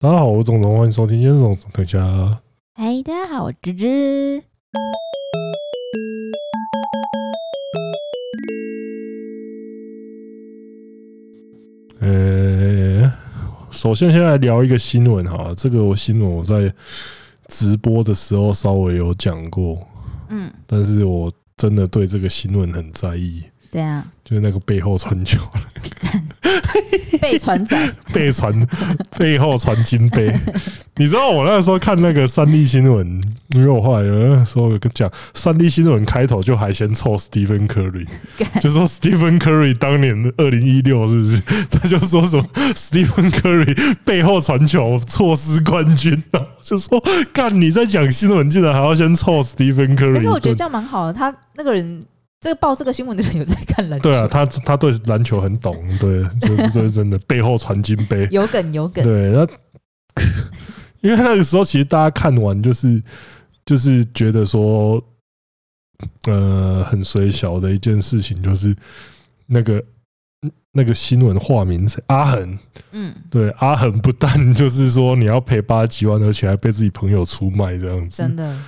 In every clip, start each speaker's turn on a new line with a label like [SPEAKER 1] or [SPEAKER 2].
[SPEAKER 1] 大家好，我是总总，欢迎收听今天的总总特哎家。
[SPEAKER 2] 嗨，大家好，我芝芝。
[SPEAKER 1] 呃、首先先来聊一个新闻哈，这个我新闻我在直播的时候稍微有讲过，
[SPEAKER 2] 嗯，
[SPEAKER 1] 但是我真的对这个新闻很在意，
[SPEAKER 2] 怎样？
[SPEAKER 1] 就是那个背后传球、
[SPEAKER 2] 被传仔
[SPEAKER 1] 背传、背后传金杯。 你知道我那时候看那个三立新闻，因为我后来有那时候有跟讲，三立新闻开头就还先凑 Stephen Curry，
[SPEAKER 2] 干
[SPEAKER 1] 就说 Stephen Curry 当年二零一六是不是？ 他就说什么 Stephen Curry 背后传球错失冠军啊，就说干你在讲新闻，竟然还要先凑 Stephen Curry 一顿。
[SPEAKER 2] 可是我觉得这样蛮好的，他那个人，这个报这个新闻的人有在看篮球，
[SPEAKER 1] 对啊，他他对篮球很懂，对，这这是真的 背后传金杯。
[SPEAKER 2] 有梗有梗，
[SPEAKER 1] 对，那 因为那个时候其实大家看完就是就是觉得说，呃，很水小的一件事情，就是那个那个新闻化名谁阿恒，
[SPEAKER 2] 嗯，
[SPEAKER 1] 对阿恒不但就是说你要赔八十几万，而且还被自己朋友出卖这样
[SPEAKER 2] 真
[SPEAKER 1] 子。
[SPEAKER 2] 的。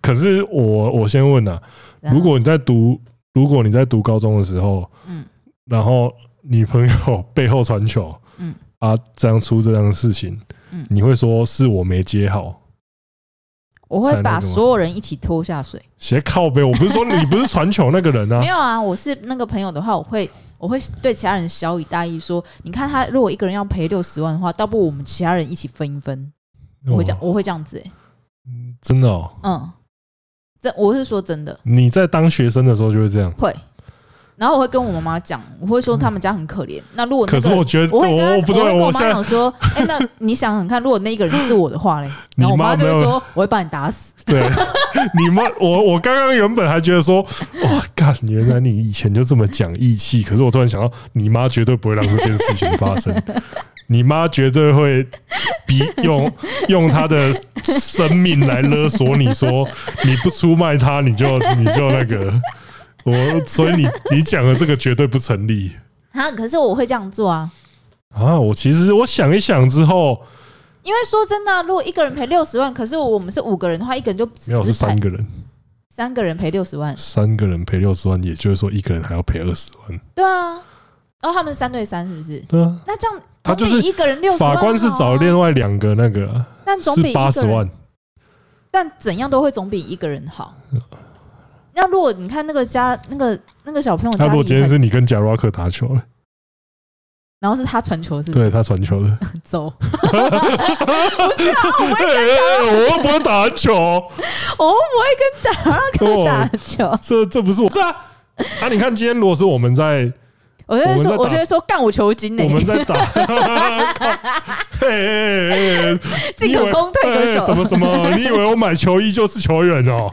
[SPEAKER 1] 可是我我先问啊，
[SPEAKER 2] 然后
[SPEAKER 1] 如果你在读如果你在读高中的时候，
[SPEAKER 2] 嗯
[SPEAKER 1] 然后你朋友 背后传球，
[SPEAKER 2] 嗯
[SPEAKER 1] 啊，这样出这样的事情，
[SPEAKER 2] 嗯，
[SPEAKER 1] 你会说是我没接好，
[SPEAKER 2] 我
[SPEAKER 1] 才
[SPEAKER 2] 会
[SPEAKER 1] 那
[SPEAKER 2] 把
[SPEAKER 1] 个吗
[SPEAKER 2] 所有人一起拖下水。
[SPEAKER 1] 斜靠背。我不是说你 不是传球那个人啊
[SPEAKER 2] 没，有啊，我是那个朋友的话，我会我会对其他人小以大义说，你看他如果一个人要赔六十万的话，倒不如我们其他人一起分一分。我会这样，
[SPEAKER 1] 哦
[SPEAKER 2] 我会这样子、欸，
[SPEAKER 1] 真的哦。
[SPEAKER 2] 嗯，这我是说真的。
[SPEAKER 1] 你在当学生的时候就会这样，
[SPEAKER 2] 会。然后我会跟我妈妈讲，我会说他们家很可怜。那如果那
[SPEAKER 1] 嗯可是
[SPEAKER 2] 个
[SPEAKER 1] 我 觉得
[SPEAKER 2] 我会跟
[SPEAKER 1] 我
[SPEAKER 2] 她
[SPEAKER 1] 我不对，
[SPEAKER 2] 我会跟
[SPEAKER 1] 我
[SPEAKER 2] 我
[SPEAKER 1] 现
[SPEAKER 2] 妈
[SPEAKER 1] 在
[SPEAKER 2] 讲说，哎、那你想想看，如果那一个人是我的话嘞，
[SPEAKER 1] 你
[SPEAKER 2] 然后我
[SPEAKER 1] 妈
[SPEAKER 2] 妈就
[SPEAKER 1] 没有
[SPEAKER 2] 会说，我会把你打死。
[SPEAKER 1] 对你们，我我刚刚原本还觉得说，哇，干，原来你以前就这么讲义气，可是我突然想到，你妈绝对不会让这件事情发生，你妈绝对会逼用用她的生命来勒索你说，你不出卖她，你就你就那个。我所以你你讲的这个绝对不成立
[SPEAKER 2] 啊，可是我会这样做啊，
[SPEAKER 1] 啊！我其实我想一想之后，
[SPEAKER 2] 因为说真的啊、如果一个人赔六十万，可是我们是五个人的话，一个人就只
[SPEAKER 1] 没有是
[SPEAKER 2] 只
[SPEAKER 1] 三
[SPEAKER 2] 赔
[SPEAKER 1] 个人，
[SPEAKER 2] 三个人赔六十万，
[SPEAKER 1] 三个人赔六十万，也就是说一个人还要赔二十万，
[SPEAKER 2] 对啊。然后他们三对三是不是？
[SPEAKER 1] 对啊，
[SPEAKER 2] 那这样
[SPEAKER 1] 他
[SPEAKER 2] 总
[SPEAKER 1] 就
[SPEAKER 2] 比
[SPEAKER 1] 是
[SPEAKER 2] 一个人六十万、啊
[SPEAKER 1] 法官是找另，外两个那个啊，
[SPEAKER 2] 但总比
[SPEAKER 1] 是
[SPEAKER 2] 一个
[SPEAKER 1] 八
[SPEAKER 2] 人哦
[SPEAKER 1] 十万，
[SPEAKER 2] 但怎样都会总比一个人好。那如果你看那个家那个那个小朋友
[SPEAKER 1] 那
[SPEAKER 2] 家
[SPEAKER 1] 如果今
[SPEAKER 2] 里
[SPEAKER 1] 天是
[SPEAKER 2] 很，
[SPEAKER 1] 你跟贾拉克打球了，
[SPEAKER 2] 然后是他传球，是不
[SPEAKER 1] 对
[SPEAKER 2] 是？哦
[SPEAKER 1] 他传球的，
[SPEAKER 2] 走，不是啊，我不会，
[SPEAKER 1] 我又不会打篮球，
[SPEAKER 2] 嗯我不会跟达拉克打
[SPEAKER 1] 哦，
[SPEAKER 2] 球。
[SPEAKER 1] 这这不是我，是啊。啊！你看，今天如果是我们 在
[SPEAKER 2] 我就
[SPEAKER 1] 我
[SPEAKER 2] 会
[SPEAKER 1] 们在
[SPEAKER 2] 说，
[SPEAKER 1] 打
[SPEAKER 2] 我就会说干我球精呢
[SPEAKER 1] 我，们在打， 靠嘿嘿嘿嘿
[SPEAKER 2] 欸 进
[SPEAKER 1] 你以
[SPEAKER 2] 可
[SPEAKER 1] 为
[SPEAKER 2] 攻退
[SPEAKER 1] 哎
[SPEAKER 2] 可
[SPEAKER 1] 什么
[SPEAKER 2] 守。
[SPEAKER 1] 什么？你以为我买球衣就是球员哦？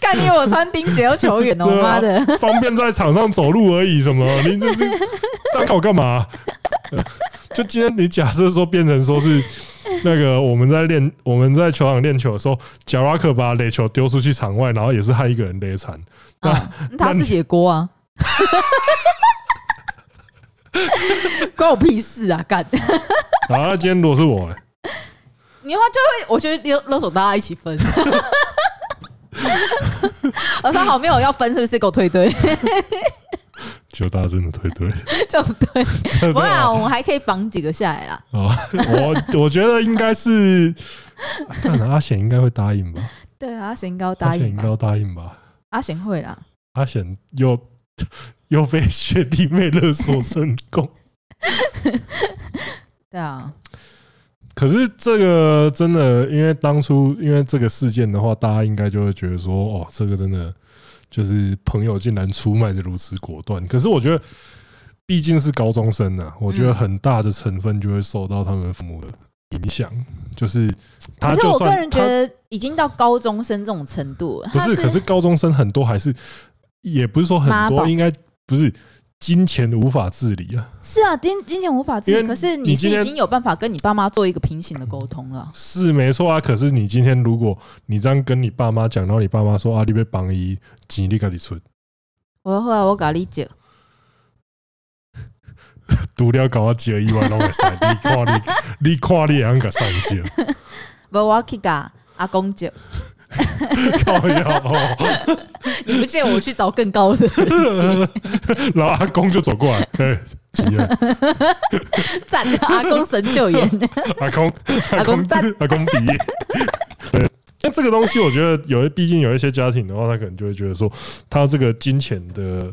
[SPEAKER 2] 干你以为我穿钉鞋要球员哦，
[SPEAKER 1] 对啊
[SPEAKER 2] 妈的！
[SPEAKER 1] 方便在场上走路而已，什么？你这是参考干嘛？ 就今天你假设说变成说是那个我们在练我们在球场练球的时候，贾拉克把垒球丢出去场外，然后也是害一个人勒惨，那
[SPEAKER 2] 嗯他自己的 锅啊，关我屁事啊！干，
[SPEAKER 1] 然后今天如果是我、欸，
[SPEAKER 2] 你的话就会，我觉得勒勒索大家一起分。啊我说好，没有要分，是不是？给我退队，
[SPEAKER 1] 就大家真的退 队，
[SPEAKER 2] 就对。
[SPEAKER 1] 真的
[SPEAKER 2] 不会啊，
[SPEAKER 1] 啊！
[SPEAKER 2] 我们还可以绑几个下来啦。
[SPEAKER 1] 哦我我觉得应该是，看啊阿显应该会答应吧，
[SPEAKER 2] 对啊，阿贤应该要
[SPEAKER 1] 阿
[SPEAKER 2] 答
[SPEAKER 1] 显
[SPEAKER 2] 应
[SPEAKER 1] 应
[SPEAKER 2] 吧
[SPEAKER 1] 该？要答应吧，
[SPEAKER 2] 阿贤会啦。
[SPEAKER 1] 阿显又又被学弟妹勒索成功。
[SPEAKER 2] 对啊，
[SPEAKER 1] 可是这个真的，因为当初因为这个事件的话，大家应该就会觉得说，哦，这个真的就是朋友竟然出卖的如此果断。可是我觉得，毕竟是高中生呐、我觉得
[SPEAKER 2] 嗯
[SPEAKER 1] 很大的成分就会受到他们父母的影响，就是他
[SPEAKER 2] 可是
[SPEAKER 1] 就
[SPEAKER 2] 我个
[SPEAKER 1] 算
[SPEAKER 2] 人觉
[SPEAKER 1] 他
[SPEAKER 2] 得已经到高中生这种程度了，
[SPEAKER 1] 不
[SPEAKER 2] 他
[SPEAKER 1] 是，可是高中生很多还是也不是说很
[SPEAKER 2] 妈
[SPEAKER 1] 多，
[SPEAKER 2] 宝
[SPEAKER 1] 应该不是金钱无法治理啊，
[SPEAKER 2] 是啊，金金钱无法治
[SPEAKER 1] 因
[SPEAKER 2] 理，
[SPEAKER 1] 为
[SPEAKER 2] 可是
[SPEAKER 1] 你
[SPEAKER 2] 你是
[SPEAKER 1] 今天
[SPEAKER 2] 已经有办法跟你爸妈做一个平行的沟通了。
[SPEAKER 1] 是没错啊，可是你今天如果你这样跟你爸妈讲，然后你爸妈说啊，你被绑一
[SPEAKER 2] 啊
[SPEAKER 1] 钱你给你存，
[SPEAKER 2] 我后来我搞理解，
[SPEAKER 1] 除了甲我借以外，拢会使。你看你，你看你也通甲上借，
[SPEAKER 2] 不，我要去甲阿公 借，
[SPEAKER 1] 靠腰哦。
[SPEAKER 2] 你不借我去找更高 的人
[SPEAKER 1] 然后阿公就走过来，哎，怎样？
[SPEAKER 2] 借，赞啊阿公神 救援，
[SPEAKER 1] 阿公，阿
[SPEAKER 2] 阿公
[SPEAKER 1] 公，
[SPEAKER 2] 赞
[SPEAKER 1] 阿公比。 对，但这个东西，我觉得有，毕竟有一些家庭的话，他可能就会觉得说，他这个金钱的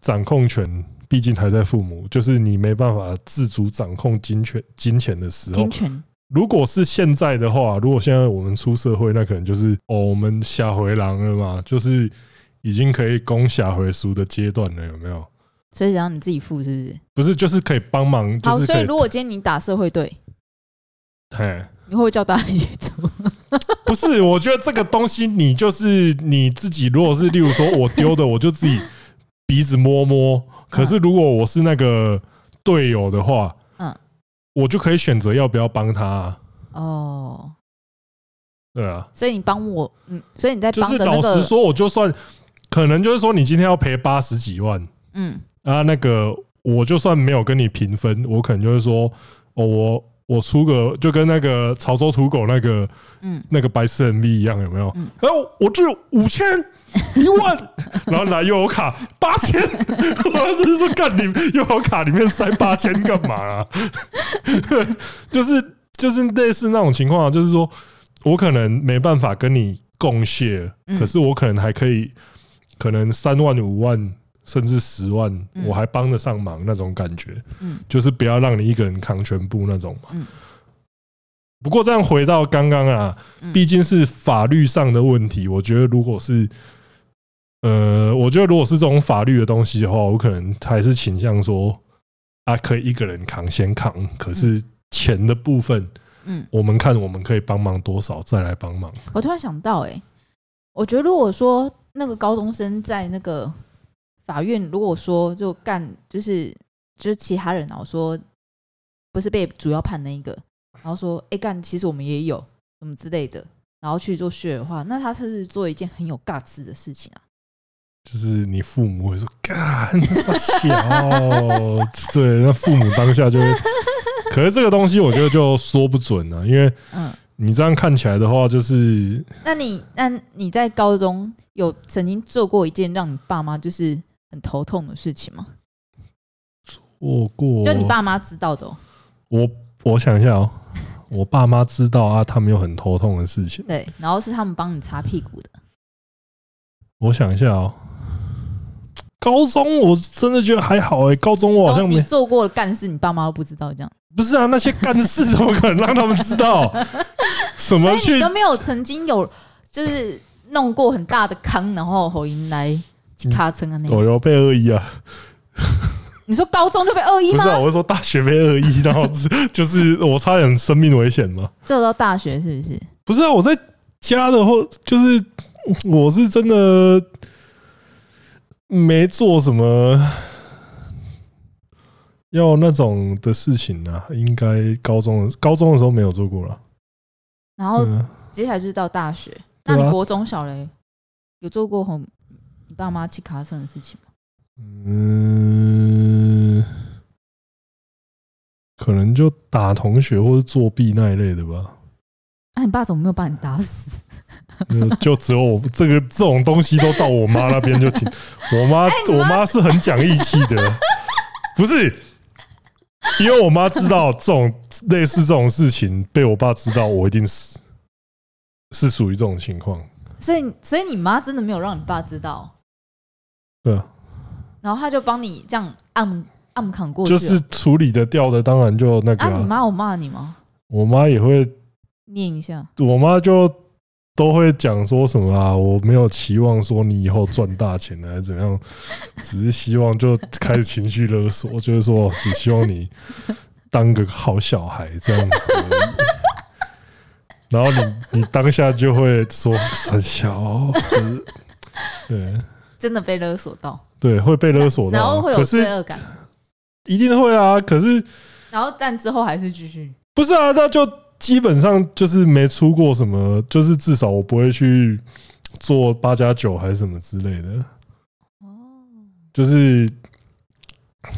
[SPEAKER 1] 掌控权，毕竟还在父母，就是你没办法自主掌控金钱金钱的时候
[SPEAKER 2] 金，泉
[SPEAKER 1] 如果是现在的话，如果现在我们出社会，那可能就是哦，我们下回狼了嘛，就是已经可以攻下回书的阶段了，有没有？
[SPEAKER 2] 所以让你自己付是不是？
[SPEAKER 1] 不是，就是可以帮忙，就
[SPEAKER 2] 好，
[SPEAKER 1] 是
[SPEAKER 2] 所
[SPEAKER 1] 可
[SPEAKER 2] 以如果今天你打社会队，
[SPEAKER 1] 嘿，
[SPEAKER 2] 你会不会叫大家一起做？
[SPEAKER 1] 不是，我觉得这个东西你就是你自己，如果是例如说我丢的，我就自己鼻子摸摸。可是如果我是那个队友的话，嗯
[SPEAKER 2] 嗯，
[SPEAKER 1] 我就可以选择要不要帮他、啊，
[SPEAKER 2] 哦，
[SPEAKER 1] 对啊。
[SPEAKER 2] 所以你帮我，嗯，所以你在
[SPEAKER 1] 就
[SPEAKER 2] 帮
[SPEAKER 1] 是
[SPEAKER 2] 的那
[SPEAKER 1] 老实
[SPEAKER 2] 个，
[SPEAKER 1] 说，我就算可能就是说，你今天要赔八十几万
[SPEAKER 2] 嗯，
[SPEAKER 1] 啊，那个我就算没有跟你平分，我可能就会说，哦，我我出个就跟那个潮州土狗那个
[SPEAKER 2] 嗯，
[SPEAKER 1] 那个白痴 MV 一样，有没有
[SPEAKER 2] 嗯？
[SPEAKER 1] 然后我这五千。 一万，然后拿悠游卡八千， 我是说干你悠游卡里面塞八千干嘛啦？ 就是就是类似那种情况啊，就是说我可能没办法跟你共谢，
[SPEAKER 2] 嗯
[SPEAKER 1] 可是我可能还可以，可能三万五万甚至十万，
[SPEAKER 2] 嗯
[SPEAKER 1] 我还帮得上忙那种感觉，
[SPEAKER 2] 嗯
[SPEAKER 1] 就是不要让你一个人扛全部那种嘛
[SPEAKER 2] 嗯。
[SPEAKER 1] 不过这样回到刚刚啊，
[SPEAKER 2] 嗯
[SPEAKER 1] 毕竟是法律上的问题，我觉得如果是。呃，我觉得如果是这种法律的东西的话，我可能还是倾向说，啊，可以一个人扛先扛，可是钱的部分，
[SPEAKER 2] 嗯，
[SPEAKER 1] 我们看我们可以帮忙多少，再来帮忙。
[SPEAKER 2] 我突然想到、欸，我觉得如果说那个高中生在那个法院，如果说就干，就是就是其他人啊，我说不是被主要判那一个，然后说，哎、干，其实我们也有什么之类的，然后去做血的话，那他是不是做一件很有尬词的事情啊？
[SPEAKER 1] 就是你父母会说干傻小，对，那父母当下就 会。可是这个东西，我觉得就说不准啊，因为
[SPEAKER 2] 嗯，
[SPEAKER 1] 你这样看起来的话，就是
[SPEAKER 2] 那你那你在高中有曾经做过一件让你爸妈就是很头痛的事情吗？
[SPEAKER 1] 我过
[SPEAKER 2] 就你爸妈知道的、哦，
[SPEAKER 1] 我，我想一下哦、我爸妈知道啊，他们有很头痛的事情。
[SPEAKER 2] 对，然后是他们帮你擦屁股的，
[SPEAKER 1] 我想一下哦、高中我真的觉得还好哎、高中我好
[SPEAKER 2] 都
[SPEAKER 1] 像
[SPEAKER 2] 你
[SPEAKER 1] 没
[SPEAKER 2] 做过的干事，你爸妈都不知道这样，
[SPEAKER 1] 不是啊，那些干事怎么可能让他们知道？什
[SPEAKER 2] 所
[SPEAKER 1] 么
[SPEAKER 2] 以
[SPEAKER 1] 去
[SPEAKER 2] 你都没有曾经有就是弄过很大的坑，然后吼迎来卡层啊那
[SPEAKER 1] 嗯我
[SPEAKER 2] 种。
[SPEAKER 1] 有被恶意啊，
[SPEAKER 2] 你说高中就被恶意
[SPEAKER 1] 不
[SPEAKER 2] 吗
[SPEAKER 1] 是？啊，我是说大学被恶意，然后是就是我差点生命危险嘛。
[SPEAKER 2] 只有到大学是不是？
[SPEAKER 1] 不是啊，我在家的话，就是我是真的没做什么要那种的事情啊，应该高中的高中的时候没有做过了。
[SPEAKER 2] 然后
[SPEAKER 1] 嗯，
[SPEAKER 2] 接下来就是到大学，
[SPEAKER 1] 对
[SPEAKER 2] 那
[SPEAKER 1] 啊
[SPEAKER 2] 你国中小嘞有做过哄你爸妈去卡层的事情吗？
[SPEAKER 1] 嗯，可能就打同学或者作弊那一类的吧。
[SPEAKER 2] 那、啊你爸怎么没有把你打死？
[SPEAKER 1] 就嗯就只有我这个这种东西都到我妈那边就停。我妈、
[SPEAKER 2] 哎你
[SPEAKER 1] 我
[SPEAKER 2] 妈
[SPEAKER 1] 妈是很讲义气的，不是？因为我妈知道这种类似这种事情被我爸知道，我一定是是属于这种情况。
[SPEAKER 2] 所以，所以你妈真的没有让你爸知道，
[SPEAKER 1] 对啊，
[SPEAKER 2] 然后他就帮你这样暗暗扛过去
[SPEAKER 1] 就
[SPEAKER 2] 了。
[SPEAKER 1] 是处理得掉的，当然就那个、
[SPEAKER 2] 啊，你
[SPEAKER 1] 啊。
[SPEAKER 2] 妈有骂你吗？
[SPEAKER 1] 我妈也会，
[SPEAKER 2] 念一下，
[SPEAKER 1] 我妈就都会讲说什么啊，我没有期望说你以后赚大钱还是怎么样，只是希望就开始情绪勒索，就是说只希望你当个好小孩这样子而已。 然后你你当下就会说很小，就是对
[SPEAKER 2] 真的被勒索到，
[SPEAKER 1] 对会被勒索
[SPEAKER 2] 然
[SPEAKER 1] 到
[SPEAKER 2] 后
[SPEAKER 1] 啊，
[SPEAKER 2] 会有
[SPEAKER 1] 可
[SPEAKER 2] 罪
[SPEAKER 1] 是
[SPEAKER 2] 恶感，
[SPEAKER 1] 一定会啊，可是
[SPEAKER 2] 然后但之后还是继续。
[SPEAKER 1] 不是啊，那就基本上就是没出过什么，就是至少我不会去哦做八加九还是什么之类的。
[SPEAKER 2] 哦，
[SPEAKER 1] 就是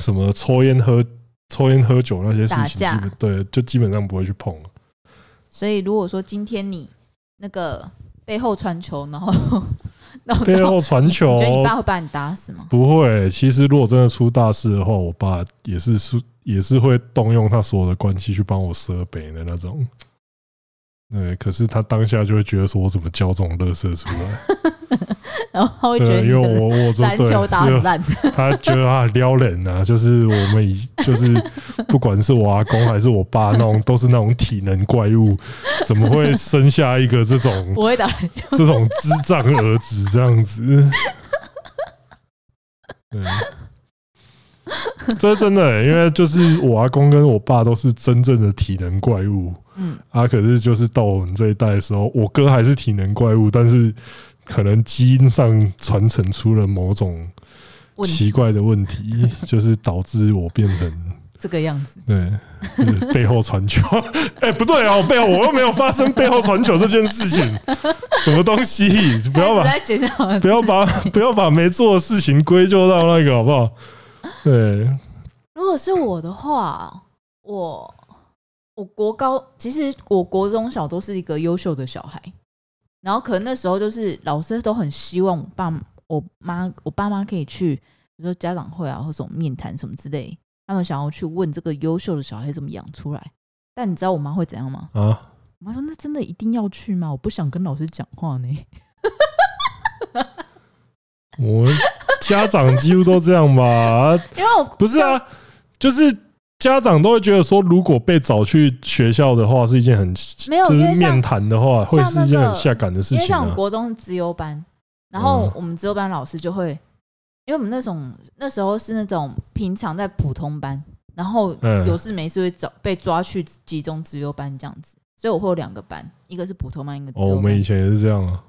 [SPEAKER 1] 什么抽烟喝抽烟喝酒那些事
[SPEAKER 2] 打
[SPEAKER 1] 情，基
[SPEAKER 2] 架
[SPEAKER 1] 本对就基本上不会去 碰了。
[SPEAKER 2] 所以如果说今天你那个背后传球，然后然后
[SPEAKER 1] 背后传球
[SPEAKER 2] 你觉得你爸会把你打死吗？
[SPEAKER 1] 不会，其实如果真的出大事的话，我爸也是是也是会动用他所有的关系去帮我设备的那种。对，可是他当下就会觉得说，我怎么教这种乐色出来？
[SPEAKER 2] 然后他 会觉得
[SPEAKER 1] 对，
[SPEAKER 2] 你
[SPEAKER 1] 因为
[SPEAKER 2] 的
[SPEAKER 1] 我我这
[SPEAKER 2] 篮
[SPEAKER 1] 对，
[SPEAKER 2] 球打很
[SPEAKER 1] 就
[SPEAKER 2] 烂，
[SPEAKER 1] 他觉得他很撩人啊，就是我们以 就是不管是我阿公还是我爸那种，都是那种体能怪物，怎么会生下一个这种
[SPEAKER 2] 我会打篮球。
[SPEAKER 1] 这种智障儿子这样子。 对，这是真的欸、因为就是我阿公跟我爸都是真正的体能怪物
[SPEAKER 2] 嗯，
[SPEAKER 1] 啊，可是就是到我们这一代的时候，我哥还是体能怪物，但是可能基因上传承出了某种
[SPEAKER 2] 问
[SPEAKER 1] 奇怪的问 题，就是导致我变成
[SPEAKER 2] 这个样子，
[SPEAKER 1] 对，就是背后传球。 哎、不对啊，我背后我又没有发生背后传球这件事 情，什么东西？不要
[SPEAKER 2] 开
[SPEAKER 1] 把
[SPEAKER 2] 始在检讨
[SPEAKER 1] 不要把不要把没做的事情归咎到那个好不好？对，
[SPEAKER 2] 如果是我的话，我我国高其实我国中小都是一个优秀的小孩，然后可能那时候就是老师都很希望我爸我妈我爸妈可以去，比如说家长会啊，或什么面谈什么之类，他们想要去问这个优秀的小孩怎么养出来。但你知道我妈会怎样吗？
[SPEAKER 1] 啊，
[SPEAKER 2] 我妈说：“那真的一定要去吗？我不想跟老师讲话呢。
[SPEAKER 1] 我家长几乎都这样吧？”
[SPEAKER 2] 因为我
[SPEAKER 1] 不是啊，就是。家长都会觉得说，如果被找去学校的话，是一件很
[SPEAKER 2] 没有
[SPEAKER 1] 就
[SPEAKER 2] 因
[SPEAKER 1] 是
[SPEAKER 2] 为像
[SPEAKER 1] 面谈的话，会
[SPEAKER 2] 像
[SPEAKER 1] 是一件
[SPEAKER 2] 那
[SPEAKER 1] 很
[SPEAKER 2] 个
[SPEAKER 1] 下感的事
[SPEAKER 2] 因为
[SPEAKER 1] 情
[SPEAKER 2] 像我
[SPEAKER 1] 啊
[SPEAKER 2] 们。国中是资优班，然后
[SPEAKER 1] 嗯
[SPEAKER 2] 我们资优班老师就会，因为我们那种那时候是那种平常在普通班，然后
[SPEAKER 1] 嗯
[SPEAKER 2] 有事没事会找被抓去集中资优班这样子，所以我会有两个班，一个是普通班，一个资
[SPEAKER 1] 哦，我
[SPEAKER 2] 优
[SPEAKER 1] 们
[SPEAKER 2] 班
[SPEAKER 1] 以。前也是这样啊。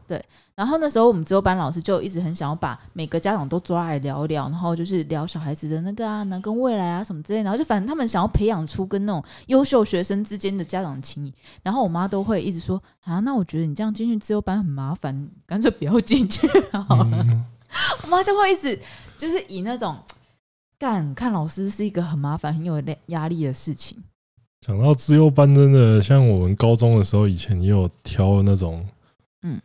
[SPEAKER 2] 然后那时候我们资优班老师就一直很想要把每个家长都抓来聊一聊，然后就是聊小孩子的那个啊，那跟未来啊什么之类的，然后就反正他们想要培养出跟那种优秀学生之间的家长情谊。然后我妈都会一直说啊，那我觉得你这样进去资优班很麻烦，干脆不要进去 好了。
[SPEAKER 1] 嗯，
[SPEAKER 2] 我妈就会一直就是以那种干看老师是一个很麻烦、很有压压力的事情。
[SPEAKER 1] 讲到资优班，真的像我们高中的时候，以前也有挑那种，
[SPEAKER 2] 嗯，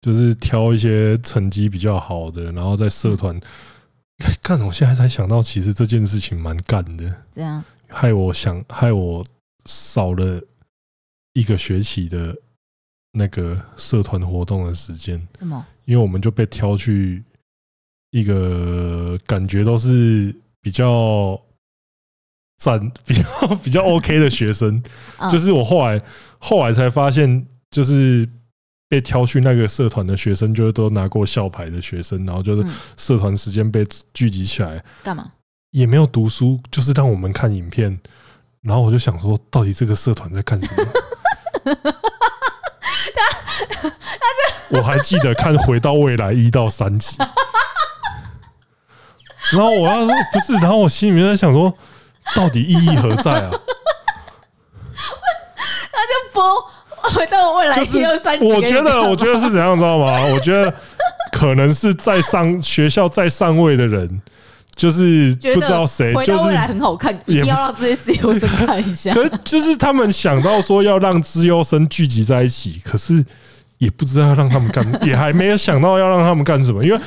[SPEAKER 1] 就是挑一些成绩比较好的，然后在社
[SPEAKER 2] 嗯
[SPEAKER 1] 团。干，我现在才想到，其实这件事情蛮干的，
[SPEAKER 2] 这样
[SPEAKER 1] 害我想，害我少了一个学期的那个社团活动的时间，
[SPEAKER 2] 什么？
[SPEAKER 1] 因为我们就被挑去一个感觉都是比较赞、比较比较 OK 的学生，
[SPEAKER 2] 嗯
[SPEAKER 1] 就是我后来后来才发现，就是被挑去那个社团的学生，就是都拿过校牌的学生，然后就是
[SPEAKER 2] 嗯
[SPEAKER 1] 社团时间被聚集起来，
[SPEAKER 2] 干嘛？
[SPEAKER 1] 也没有读书，就是让我们看影片。然后我就想说，到底这个社团在干什么？我还记得看《回到未来》一到三集，然后我要说不是，然后我心里面在想说，到底意义何在 啊？
[SPEAKER 2] 就不，我到未来
[SPEAKER 1] 就是
[SPEAKER 2] 一二三，
[SPEAKER 1] 我觉得，我觉得是怎样，知道吗？我觉得可能是在上学校在上位的人，就是
[SPEAKER 2] 觉
[SPEAKER 1] 不
[SPEAKER 2] 得
[SPEAKER 1] 知道谁，
[SPEAKER 2] 回
[SPEAKER 1] 就
[SPEAKER 2] 到未来
[SPEAKER 1] 是。
[SPEAKER 2] 很好看，
[SPEAKER 1] 也
[SPEAKER 2] 一定
[SPEAKER 1] 不
[SPEAKER 2] 要
[SPEAKER 1] 是
[SPEAKER 2] 让这些自由生看 一 下。
[SPEAKER 1] 可是就是他们想到说要让资优生聚集在一起，可是也不知道要让他们干，也还没有想到要让他们干什么。因为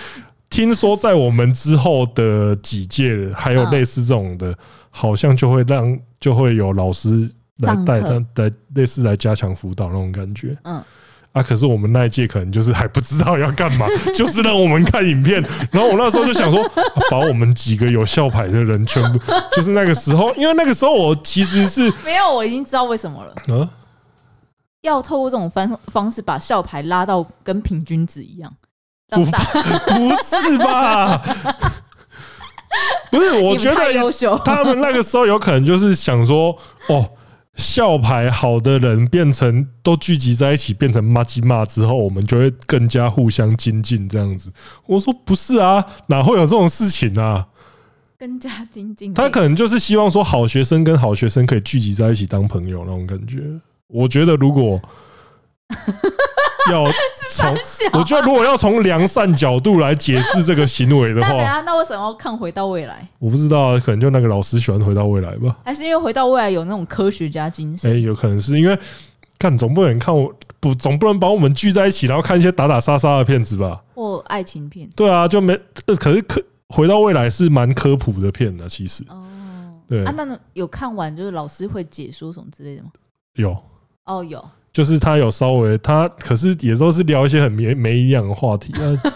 [SPEAKER 1] 听说在我们之后的几届，还有
[SPEAKER 2] 嗯
[SPEAKER 1] 类似这种的，好像就会让就会有老师来
[SPEAKER 2] 上
[SPEAKER 1] 带
[SPEAKER 2] 课
[SPEAKER 1] 他来类似来加强辅导那种感觉。
[SPEAKER 2] 嗯，
[SPEAKER 1] 啊，可是我们那一届可能就是还不知道要 干嘛，就是让我们看影片。然后我那时候就想说，啊把我们几个有校牌的人全部，就是那个时候，因为那个时候我其实是
[SPEAKER 2] 没有，我已经知道为什么了。
[SPEAKER 1] 啊，
[SPEAKER 2] 要透过这种方方式把校牌拉到跟平均值一样，让大家
[SPEAKER 1] 不是吧？不是，我觉
[SPEAKER 2] 太优
[SPEAKER 1] 得
[SPEAKER 2] 秀。
[SPEAKER 1] 他们那个时候有可能就是想说，哦，校牌好的人变成都聚集在一起，变成骂鸡骂之后，我们就会更加互相精进这样子。我说不是啊，哪会有这种事情啊？
[SPEAKER 2] 更加精进。
[SPEAKER 1] 他可能就是希望说，好学生跟好学生可以聚集在一起当朋友那种感觉。我觉得如果要从
[SPEAKER 2] 三小
[SPEAKER 1] 我觉得如果要从良善角度来解释这个行为的
[SPEAKER 2] 那等一
[SPEAKER 1] 话，
[SPEAKER 2] 下，那为什么要看回到未来？
[SPEAKER 1] 我不知道啊，可能就那个老师喜欢回到未来吧。
[SPEAKER 2] 还是因为回到未来有那种科学家精
[SPEAKER 1] 哎、
[SPEAKER 2] 神？
[SPEAKER 1] 有可能是因为看总不能看我不总不能把我们聚在一起，然后看一些打打杀杀的片子吧？
[SPEAKER 2] 或爱情片？
[SPEAKER 1] 对啊，就没。呃可是科回到未来是蛮科普的片的，其实
[SPEAKER 2] 哦，
[SPEAKER 1] 对
[SPEAKER 2] 啊，那有看完就是老师会解说什么之类的吗？
[SPEAKER 1] 有，
[SPEAKER 2] 哦，有，
[SPEAKER 1] 就是他有稍微他可是也都是聊一些很没没营养的话题啊。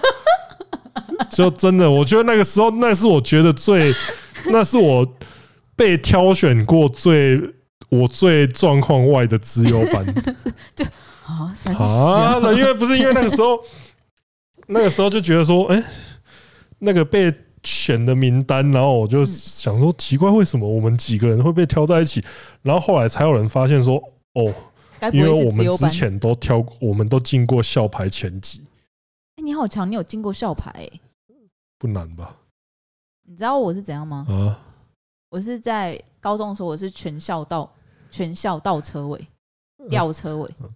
[SPEAKER 1] 就真的，我觉得那个时候，那是我觉得最， 那是我被挑选过最我最状况外的资优班。
[SPEAKER 2] 啊，三
[SPEAKER 1] 啊，
[SPEAKER 2] 小
[SPEAKER 1] 那因为不是因为那个时候，那个时候就觉得说，哎、那个被选的名单，然后我就想说，奇怪，为什么我们几个人会被挑在一起？然后后来才有人发现说，哦，
[SPEAKER 2] 该不
[SPEAKER 1] 因为
[SPEAKER 2] 会
[SPEAKER 1] 我
[SPEAKER 2] 是自
[SPEAKER 1] 们
[SPEAKER 2] 由
[SPEAKER 1] 之
[SPEAKER 2] 版？哎
[SPEAKER 1] 前都挑，我们都进过校排前几，
[SPEAKER 2] 你好强，你有进过校牌欸？
[SPEAKER 1] 不难吧？
[SPEAKER 2] 你知道我是怎样吗？
[SPEAKER 1] 啊，
[SPEAKER 2] 我是在高中的时候，我是全校倒全校倒车尾，吊车尾。
[SPEAKER 1] 嗯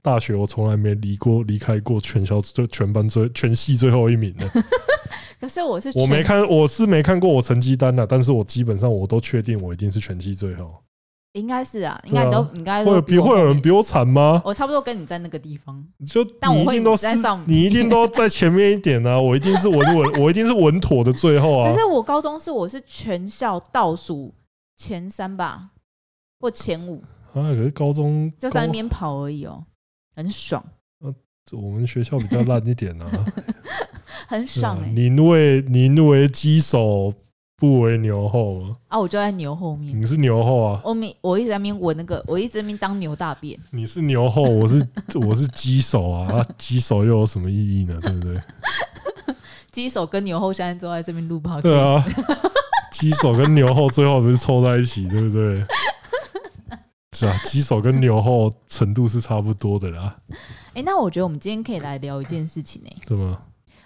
[SPEAKER 1] 大学我从来没离过离开过全校最全班最全系最后一名 的，
[SPEAKER 2] 可是我是
[SPEAKER 1] 我
[SPEAKER 2] 全
[SPEAKER 1] 没看，我是没看过我成绩单了，但是我基本上我都确定我一定是全系最后。
[SPEAKER 2] 应该是啊，应
[SPEAKER 1] 对啊
[SPEAKER 2] 该都你应该
[SPEAKER 1] 会
[SPEAKER 2] 都
[SPEAKER 1] 有比
[SPEAKER 2] 我
[SPEAKER 1] 会有
[SPEAKER 2] 后
[SPEAKER 1] 人
[SPEAKER 2] 面
[SPEAKER 1] 比我惨吗？
[SPEAKER 2] 我差不多跟你在那个地方，
[SPEAKER 1] 就
[SPEAKER 2] 但
[SPEAKER 1] 你
[SPEAKER 2] 我
[SPEAKER 1] 一
[SPEAKER 2] 会
[SPEAKER 1] 定都是
[SPEAKER 2] 在上面
[SPEAKER 1] 你一定都在前面一点啊！ 我一定是稳稳，我一定是稳妥的最后啊
[SPEAKER 2] 可！是我高中是我是全校倒数前三吧，或前五，
[SPEAKER 1] 啊，可是高中
[SPEAKER 2] 就在那边跑而已哦，很爽，
[SPEAKER 1] 高我们学校比较烂一点啊。
[SPEAKER 2] 很爽哎、
[SPEAKER 1] 宁为宁为鸡首，不为牛后嘛。
[SPEAKER 2] 啊，我就在牛后面，
[SPEAKER 1] 你是牛后啊，
[SPEAKER 2] 我每我一直在那边闻那个，我一直在那边当牛大便，
[SPEAKER 1] 你是牛后，我是 我是鸡首啊，啊鸡首又有什么意义呢？对不对？
[SPEAKER 2] 鸡手跟牛后现在都在这边录 p o
[SPEAKER 1] 对啊， 鸡首跟牛后最后不是凑在一起，对不 对？是啊，鸡首跟牛后程度是差不多的啦，
[SPEAKER 2] 哎、那我觉得我们今天可以来聊一件事情哎、
[SPEAKER 1] 对吗？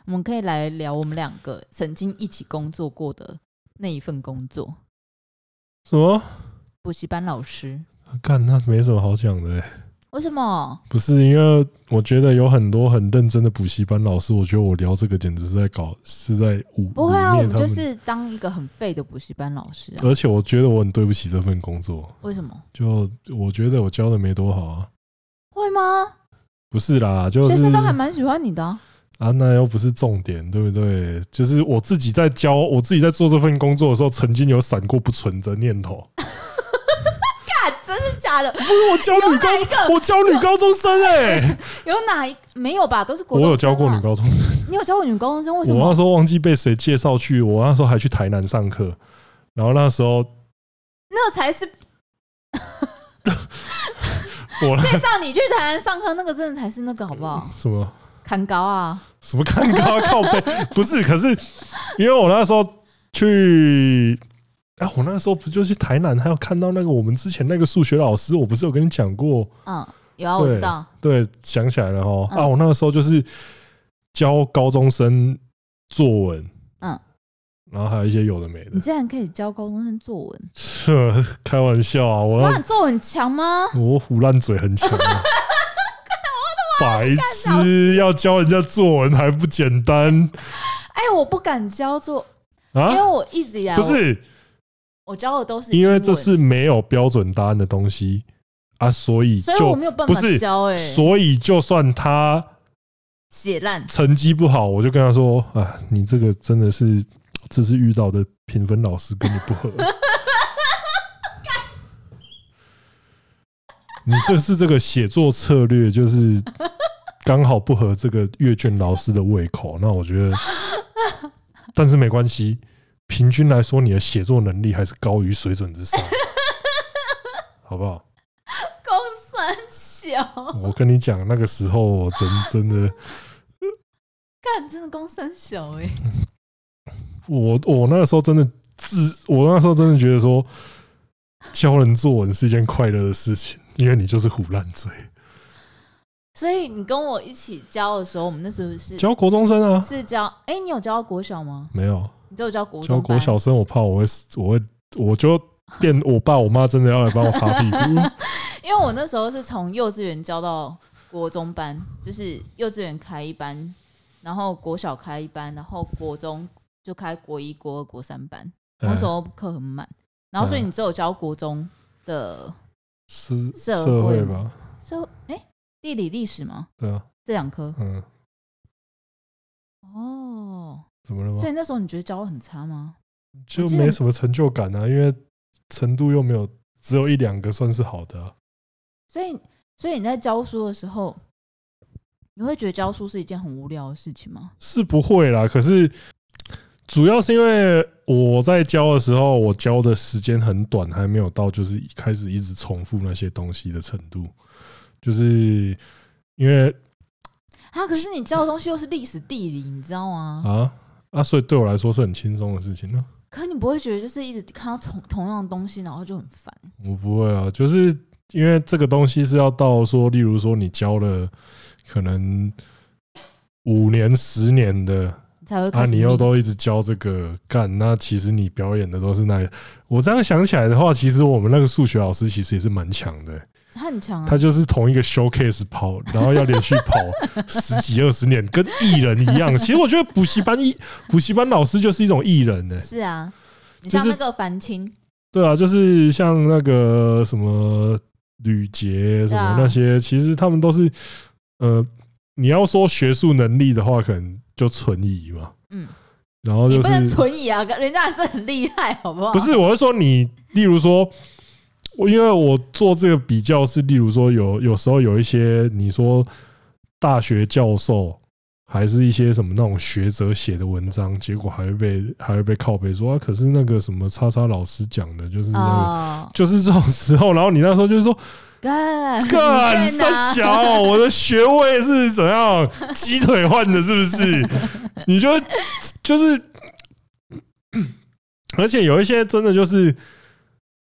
[SPEAKER 2] 我们可以来聊我们两个曾经一起工作过的那一份工作，
[SPEAKER 1] 什么？
[SPEAKER 2] 补习班老师。
[SPEAKER 1] 干，那没什么好讲的欸、
[SPEAKER 2] 为什么？
[SPEAKER 1] 不是因为我觉得有很多很认真的补习班老师，我觉得我聊这个简直是在搞，是在污
[SPEAKER 2] 不会啊，
[SPEAKER 1] 污
[SPEAKER 2] 我
[SPEAKER 1] 蔑
[SPEAKER 2] 们
[SPEAKER 1] 他
[SPEAKER 2] 就
[SPEAKER 1] 们。
[SPEAKER 2] 是当一个很废的补习班老师啊。
[SPEAKER 1] 而且我觉得我很对不起这份工作，
[SPEAKER 2] 为什么？
[SPEAKER 1] 就我觉得我教的没多好啊，
[SPEAKER 2] 会吗？
[SPEAKER 1] 不是啦，就是
[SPEAKER 2] 学生都还蛮喜欢你的、啊。
[SPEAKER 1] 啊，那又不是重点，对不对？就是我自己在教，我自己在做这份工作的时候，曾经有闪过不纯的念头。
[SPEAKER 2] 干，真的假的？
[SPEAKER 1] 不是我教女
[SPEAKER 2] 哪一
[SPEAKER 1] 高，
[SPEAKER 2] 个
[SPEAKER 1] 我教女高中生哎、
[SPEAKER 2] 有哪一没有吧？都是国、啊
[SPEAKER 1] 我有教过女，高中生。
[SPEAKER 2] 你有教过女高中生？为什
[SPEAKER 1] 我那
[SPEAKER 2] 么？
[SPEAKER 1] 时候忘记被谁介绍去，我那时候还去台南上课，然后那时候
[SPEAKER 2] 那个才是
[SPEAKER 1] 我
[SPEAKER 2] 介绍你去台南上课，那个真的才是那个，好不 好？
[SPEAKER 1] 什么
[SPEAKER 2] 砍高啊！
[SPEAKER 1] 什么看高靠背，不是，可是因为我那时候去。啊，我那时候不就去台南，还有看到那个我们之前那个数学老师，我不是有跟你讲过，
[SPEAKER 2] 嗯，有啊，我知
[SPEAKER 1] 对
[SPEAKER 2] 道。
[SPEAKER 1] 对，想起来了哈、
[SPEAKER 2] 嗯
[SPEAKER 1] 啊，我那个时候就是教高中生作文，
[SPEAKER 2] 嗯，
[SPEAKER 1] 然后还有一些有的没
[SPEAKER 2] 你
[SPEAKER 1] 的，
[SPEAKER 2] 竟然可以教高中生作文，
[SPEAKER 1] 开玩笑啊，我
[SPEAKER 2] 哇，
[SPEAKER 1] 那
[SPEAKER 2] 你作文很强吗？
[SPEAKER 1] 我虎烂嘴很强、 啊，白痴，要教人家作文还不简单
[SPEAKER 2] 哎、我不敢教作，因为
[SPEAKER 1] 啊？
[SPEAKER 2] 我一直以来
[SPEAKER 1] 不是，
[SPEAKER 2] 我我教的都是
[SPEAKER 1] 因为这
[SPEAKER 2] 英文，
[SPEAKER 1] 是没有标准答案的东西啊，所以
[SPEAKER 2] 所以我
[SPEAKER 1] 就
[SPEAKER 2] 没有办
[SPEAKER 1] 不
[SPEAKER 2] 法
[SPEAKER 1] 是
[SPEAKER 2] 教哎、
[SPEAKER 1] 所以就算他
[SPEAKER 2] 写烂
[SPEAKER 1] 成绩不好，我就跟他说啊，你这个真的是，这是遇到的评分老师跟你不合。 你这是这个写作策略，就是刚好不合这个阅卷老师的胃口。那我觉得，但是没关系，平均来说，你的写作能力还是高于水准之上，好不好？
[SPEAKER 2] 公三小，
[SPEAKER 1] 我跟你讲，那个时候我真真的。
[SPEAKER 2] 干真的公三小哎、
[SPEAKER 1] 我我那个时候真的自，我那时候真的觉得说，教人作文是一件快乐的事情，因为你就是胡烂嘴，
[SPEAKER 2] 嗯所以你跟我一起教的时候，我们那时候是
[SPEAKER 1] 教国中生啊，
[SPEAKER 2] 是教，哎、你有教到国小吗？
[SPEAKER 1] 没有
[SPEAKER 2] 你只有教国中
[SPEAKER 1] 教
[SPEAKER 2] 班
[SPEAKER 1] 国小生，我怕我会我会我就变 我爸我妈真的要来帮我擦屁股，
[SPEAKER 2] 因为我那时候是从幼稚园教到国中班，就是幼稚园开一班，然后国小开一班，然后国中就开国一、国二、国三班。
[SPEAKER 1] 哎嗯
[SPEAKER 2] 那时候课很满，然后所以你只有教国中的
[SPEAKER 1] 是
[SPEAKER 2] 社
[SPEAKER 1] 社
[SPEAKER 2] 会
[SPEAKER 1] 会
[SPEAKER 2] 嘛
[SPEAKER 1] 吧？
[SPEAKER 2] 社哎、地理历史吗？
[SPEAKER 1] 对啊，
[SPEAKER 2] 这两科
[SPEAKER 1] 嗯，
[SPEAKER 2] 哦，
[SPEAKER 1] 怎么了吗
[SPEAKER 2] 所？以那时候你觉得教得很差吗？
[SPEAKER 1] 就
[SPEAKER 2] 我记得
[SPEAKER 1] 没什么成就感啊，因为程度又没有，只有一两个算是好的、啊。
[SPEAKER 2] 所以所以你在教书的时候，你会觉得教书是一件很无聊的事情吗？
[SPEAKER 1] 是不会啦，可是主要是因为我在教的时候，我教的时间很短，还没有到就是开始一直重复那些东西的程度，就是因为
[SPEAKER 2] 啊，可是你教的东西又是历史地理，你知道吗？
[SPEAKER 1] 啊啊，所以对我来说是很轻松的事情呢、
[SPEAKER 2] 可你不会觉得就是一直看到同同样的东西，然后就很烦？
[SPEAKER 1] 我不会啊，就是因为这个东西是要到说，例如说你教了可能五年、十年的，
[SPEAKER 2] 你才会
[SPEAKER 1] 啊，
[SPEAKER 2] 开始
[SPEAKER 1] 你
[SPEAKER 2] 腻。
[SPEAKER 1] 又都一直教这个干，那其实你表演的都是那。我这样想起来的话，其实我们那个数学老师其实也是蛮强的、
[SPEAKER 2] 他很强啊
[SPEAKER 1] 他，就是同一个 showcase 跑，然后要连续跑十几二十年，跟艺人一样。其实我觉得补习班艺补习班老师就是一种艺人呢、
[SPEAKER 2] 是啊，你
[SPEAKER 1] 就
[SPEAKER 2] 像
[SPEAKER 1] 是
[SPEAKER 2] 那个樊青，
[SPEAKER 1] 对啊，就是像那个什么吕杰什
[SPEAKER 2] 对
[SPEAKER 1] 么
[SPEAKER 2] 啊
[SPEAKER 1] 那些，其实他们都是呃，你要说学术能力的话，可能就存疑嘛。
[SPEAKER 2] 嗯，
[SPEAKER 1] 然后
[SPEAKER 2] 你
[SPEAKER 1] 哦就
[SPEAKER 2] 不能
[SPEAKER 1] 是
[SPEAKER 2] 存疑啊，人家还是很厉害，好不好？
[SPEAKER 1] 不是，我是说你，例如说，我因为我做这个比较是，例如说有有时候有一些你说大学教授，还是一些什么那种学者写的文章，结果还会被还会被靠背说、啊，可是那个什么叉叉老师讲的，就是那个。
[SPEAKER 2] 哦，
[SPEAKER 1] 就是这种时候，然后你那时候就是说，
[SPEAKER 2] 干
[SPEAKER 1] 干
[SPEAKER 2] 你在
[SPEAKER 1] 三
[SPEAKER 2] 哪
[SPEAKER 1] 小，哦我的学位是怎样鸡腿换的，是不是？你就就是，而且有一些真的就是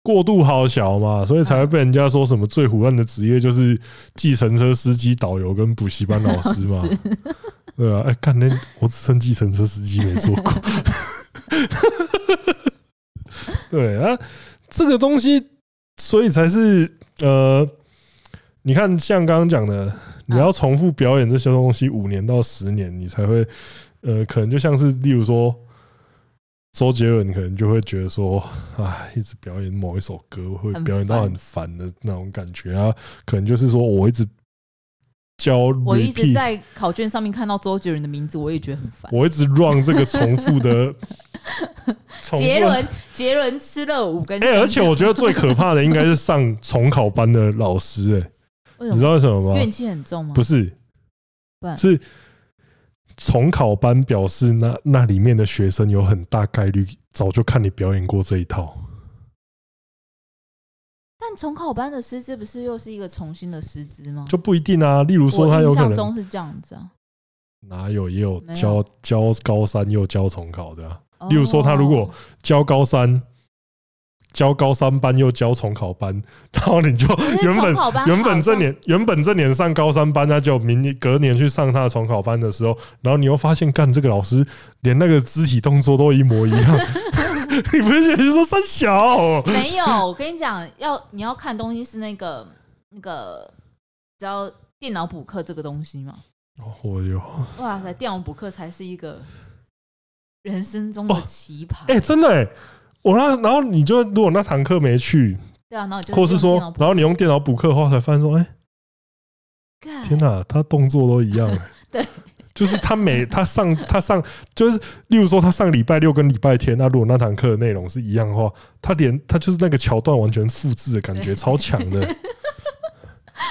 [SPEAKER 1] 过度好小嘛，所以才会
[SPEAKER 2] 嗯
[SPEAKER 1] 被人家说什么最胡乱的职业就是计程车司机、导游跟补习班老师嘛，
[SPEAKER 2] 是
[SPEAKER 1] 对啊，哎，看那我只剩计程车司机没做过， 对啊，这个东西，所以才是呃，你看像刚刚讲的，你要重复表演这些东西五年到十年，你才会呃，可能就像是例如说周杰伦，可能就会觉得说，啊，一直表演某一首歌会
[SPEAKER 2] 很
[SPEAKER 1] 表演到
[SPEAKER 2] 烦
[SPEAKER 1] 很烦的那种感觉啊，可能就是说我一直。教
[SPEAKER 2] 我一
[SPEAKER 1] repeat
[SPEAKER 2] 直在考卷上面看到周杰伦的名字，我也觉得很烦。
[SPEAKER 1] 我一直 run 这个重复 的重复的
[SPEAKER 2] 杰。伦，杰伦吃了五根
[SPEAKER 1] 哎、
[SPEAKER 2] 香蕉，
[SPEAKER 1] 而且我觉得最可怕的应该是上重考班的老师、欸，
[SPEAKER 2] 为
[SPEAKER 1] 哎，
[SPEAKER 2] 什
[SPEAKER 1] 你知
[SPEAKER 2] 么
[SPEAKER 1] 道为什么吗
[SPEAKER 2] 怨？气很重吗？
[SPEAKER 1] 不是
[SPEAKER 2] 不，然
[SPEAKER 1] 是重考班表示那那里面的学生有很大概率早就看你表演过这一套，
[SPEAKER 2] 但重考班的师资不是又是一个重新的师资吗？
[SPEAKER 1] 就不一定啊。例如说，他
[SPEAKER 2] 我
[SPEAKER 1] 有
[SPEAKER 2] 印
[SPEAKER 1] 可
[SPEAKER 2] 象
[SPEAKER 1] 能
[SPEAKER 2] 中是这样子啊。
[SPEAKER 1] 哪有也有
[SPEAKER 2] 没有
[SPEAKER 1] 教教高三又教重考的、啊，例如说他如
[SPEAKER 2] 哦
[SPEAKER 1] 果教高三。教高三班又教重考班，然后你就
[SPEAKER 2] 哦可是
[SPEAKER 1] 原本
[SPEAKER 2] 重考班
[SPEAKER 1] 原本这
[SPEAKER 2] 好像
[SPEAKER 1] 年原本这年上高三班，那就明年隔年去上他的重考班的时候，然后你又发现，干这个老师连那个肢体动作都一模一 样，你不是觉得说三小？哦
[SPEAKER 2] 没有，我跟你讲，要你要看东西是那个那个，只要电脑补课这个东西嘛。
[SPEAKER 1] 我有
[SPEAKER 2] 哇塞，电脑补课才是一个人生中的奇葩。
[SPEAKER 1] 哎、真的哎、我那然后你就如果那堂课没去，
[SPEAKER 2] 对啊，然后你就
[SPEAKER 1] 或是
[SPEAKER 2] 用
[SPEAKER 1] 说
[SPEAKER 2] 电脑，补
[SPEAKER 1] 然后你用电脑补课的话，才发现说，哎、
[SPEAKER 2] 干。
[SPEAKER 1] 天哪、他动作都一样、欸
[SPEAKER 2] 哎 对，
[SPEAKER 1] 就是他每他上他上就是，例如说他上礼拜六跟礼拜天，那如果那堂课的内容是一样的话，他连他就是那个桥段完全复制的感觉
[SPEAKER 2] 对
[SPEAKER 1] 超强的，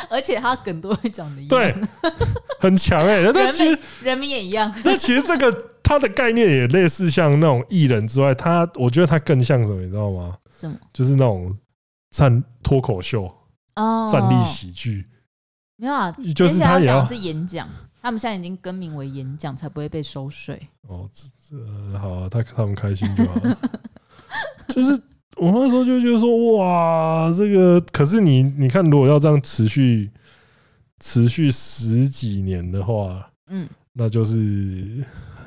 [SPEAKER 2] 而且他梗都会讲的一样，
[SPEAKER 1] 对， 很强哎、欸。那
[SPEAKER 2] 人
[SPEAKER 1] 其实
[SPEAKER 2] 民人民也 一样，
[SPEAKER 1] 那其实这个它的概念也类似像那种艺人之外，他我觉得他更像什么，你知道吗？
[SPEAKER 2] 什么
[SPEAKER 1] 就是那种站脱口秀、
[SPEAKER 2] 哦，
[SPEAKER 1] 站立喜剧，
[SPEAKER 2] 没有啊，
[SPEAKER 1] 就是
[SPEAKER 2] 接下来
[SPEAKER 1] 他也
[SPEAKER 2] 讲
[SPEAKER 1] 要
[SPEAKER 2] 的是演讲，他们现在已经更名为演讲，才不会被收税。
[SPEAKER 1] 哦，这这、呃好、啊，他他们开心就好了。 就是我那时候就觉得说，哇，这个可是你你看，如果要这样持续持续十几年的话，
[SPEAKER 2] 嗯，
[SPEAKER 1] 那就是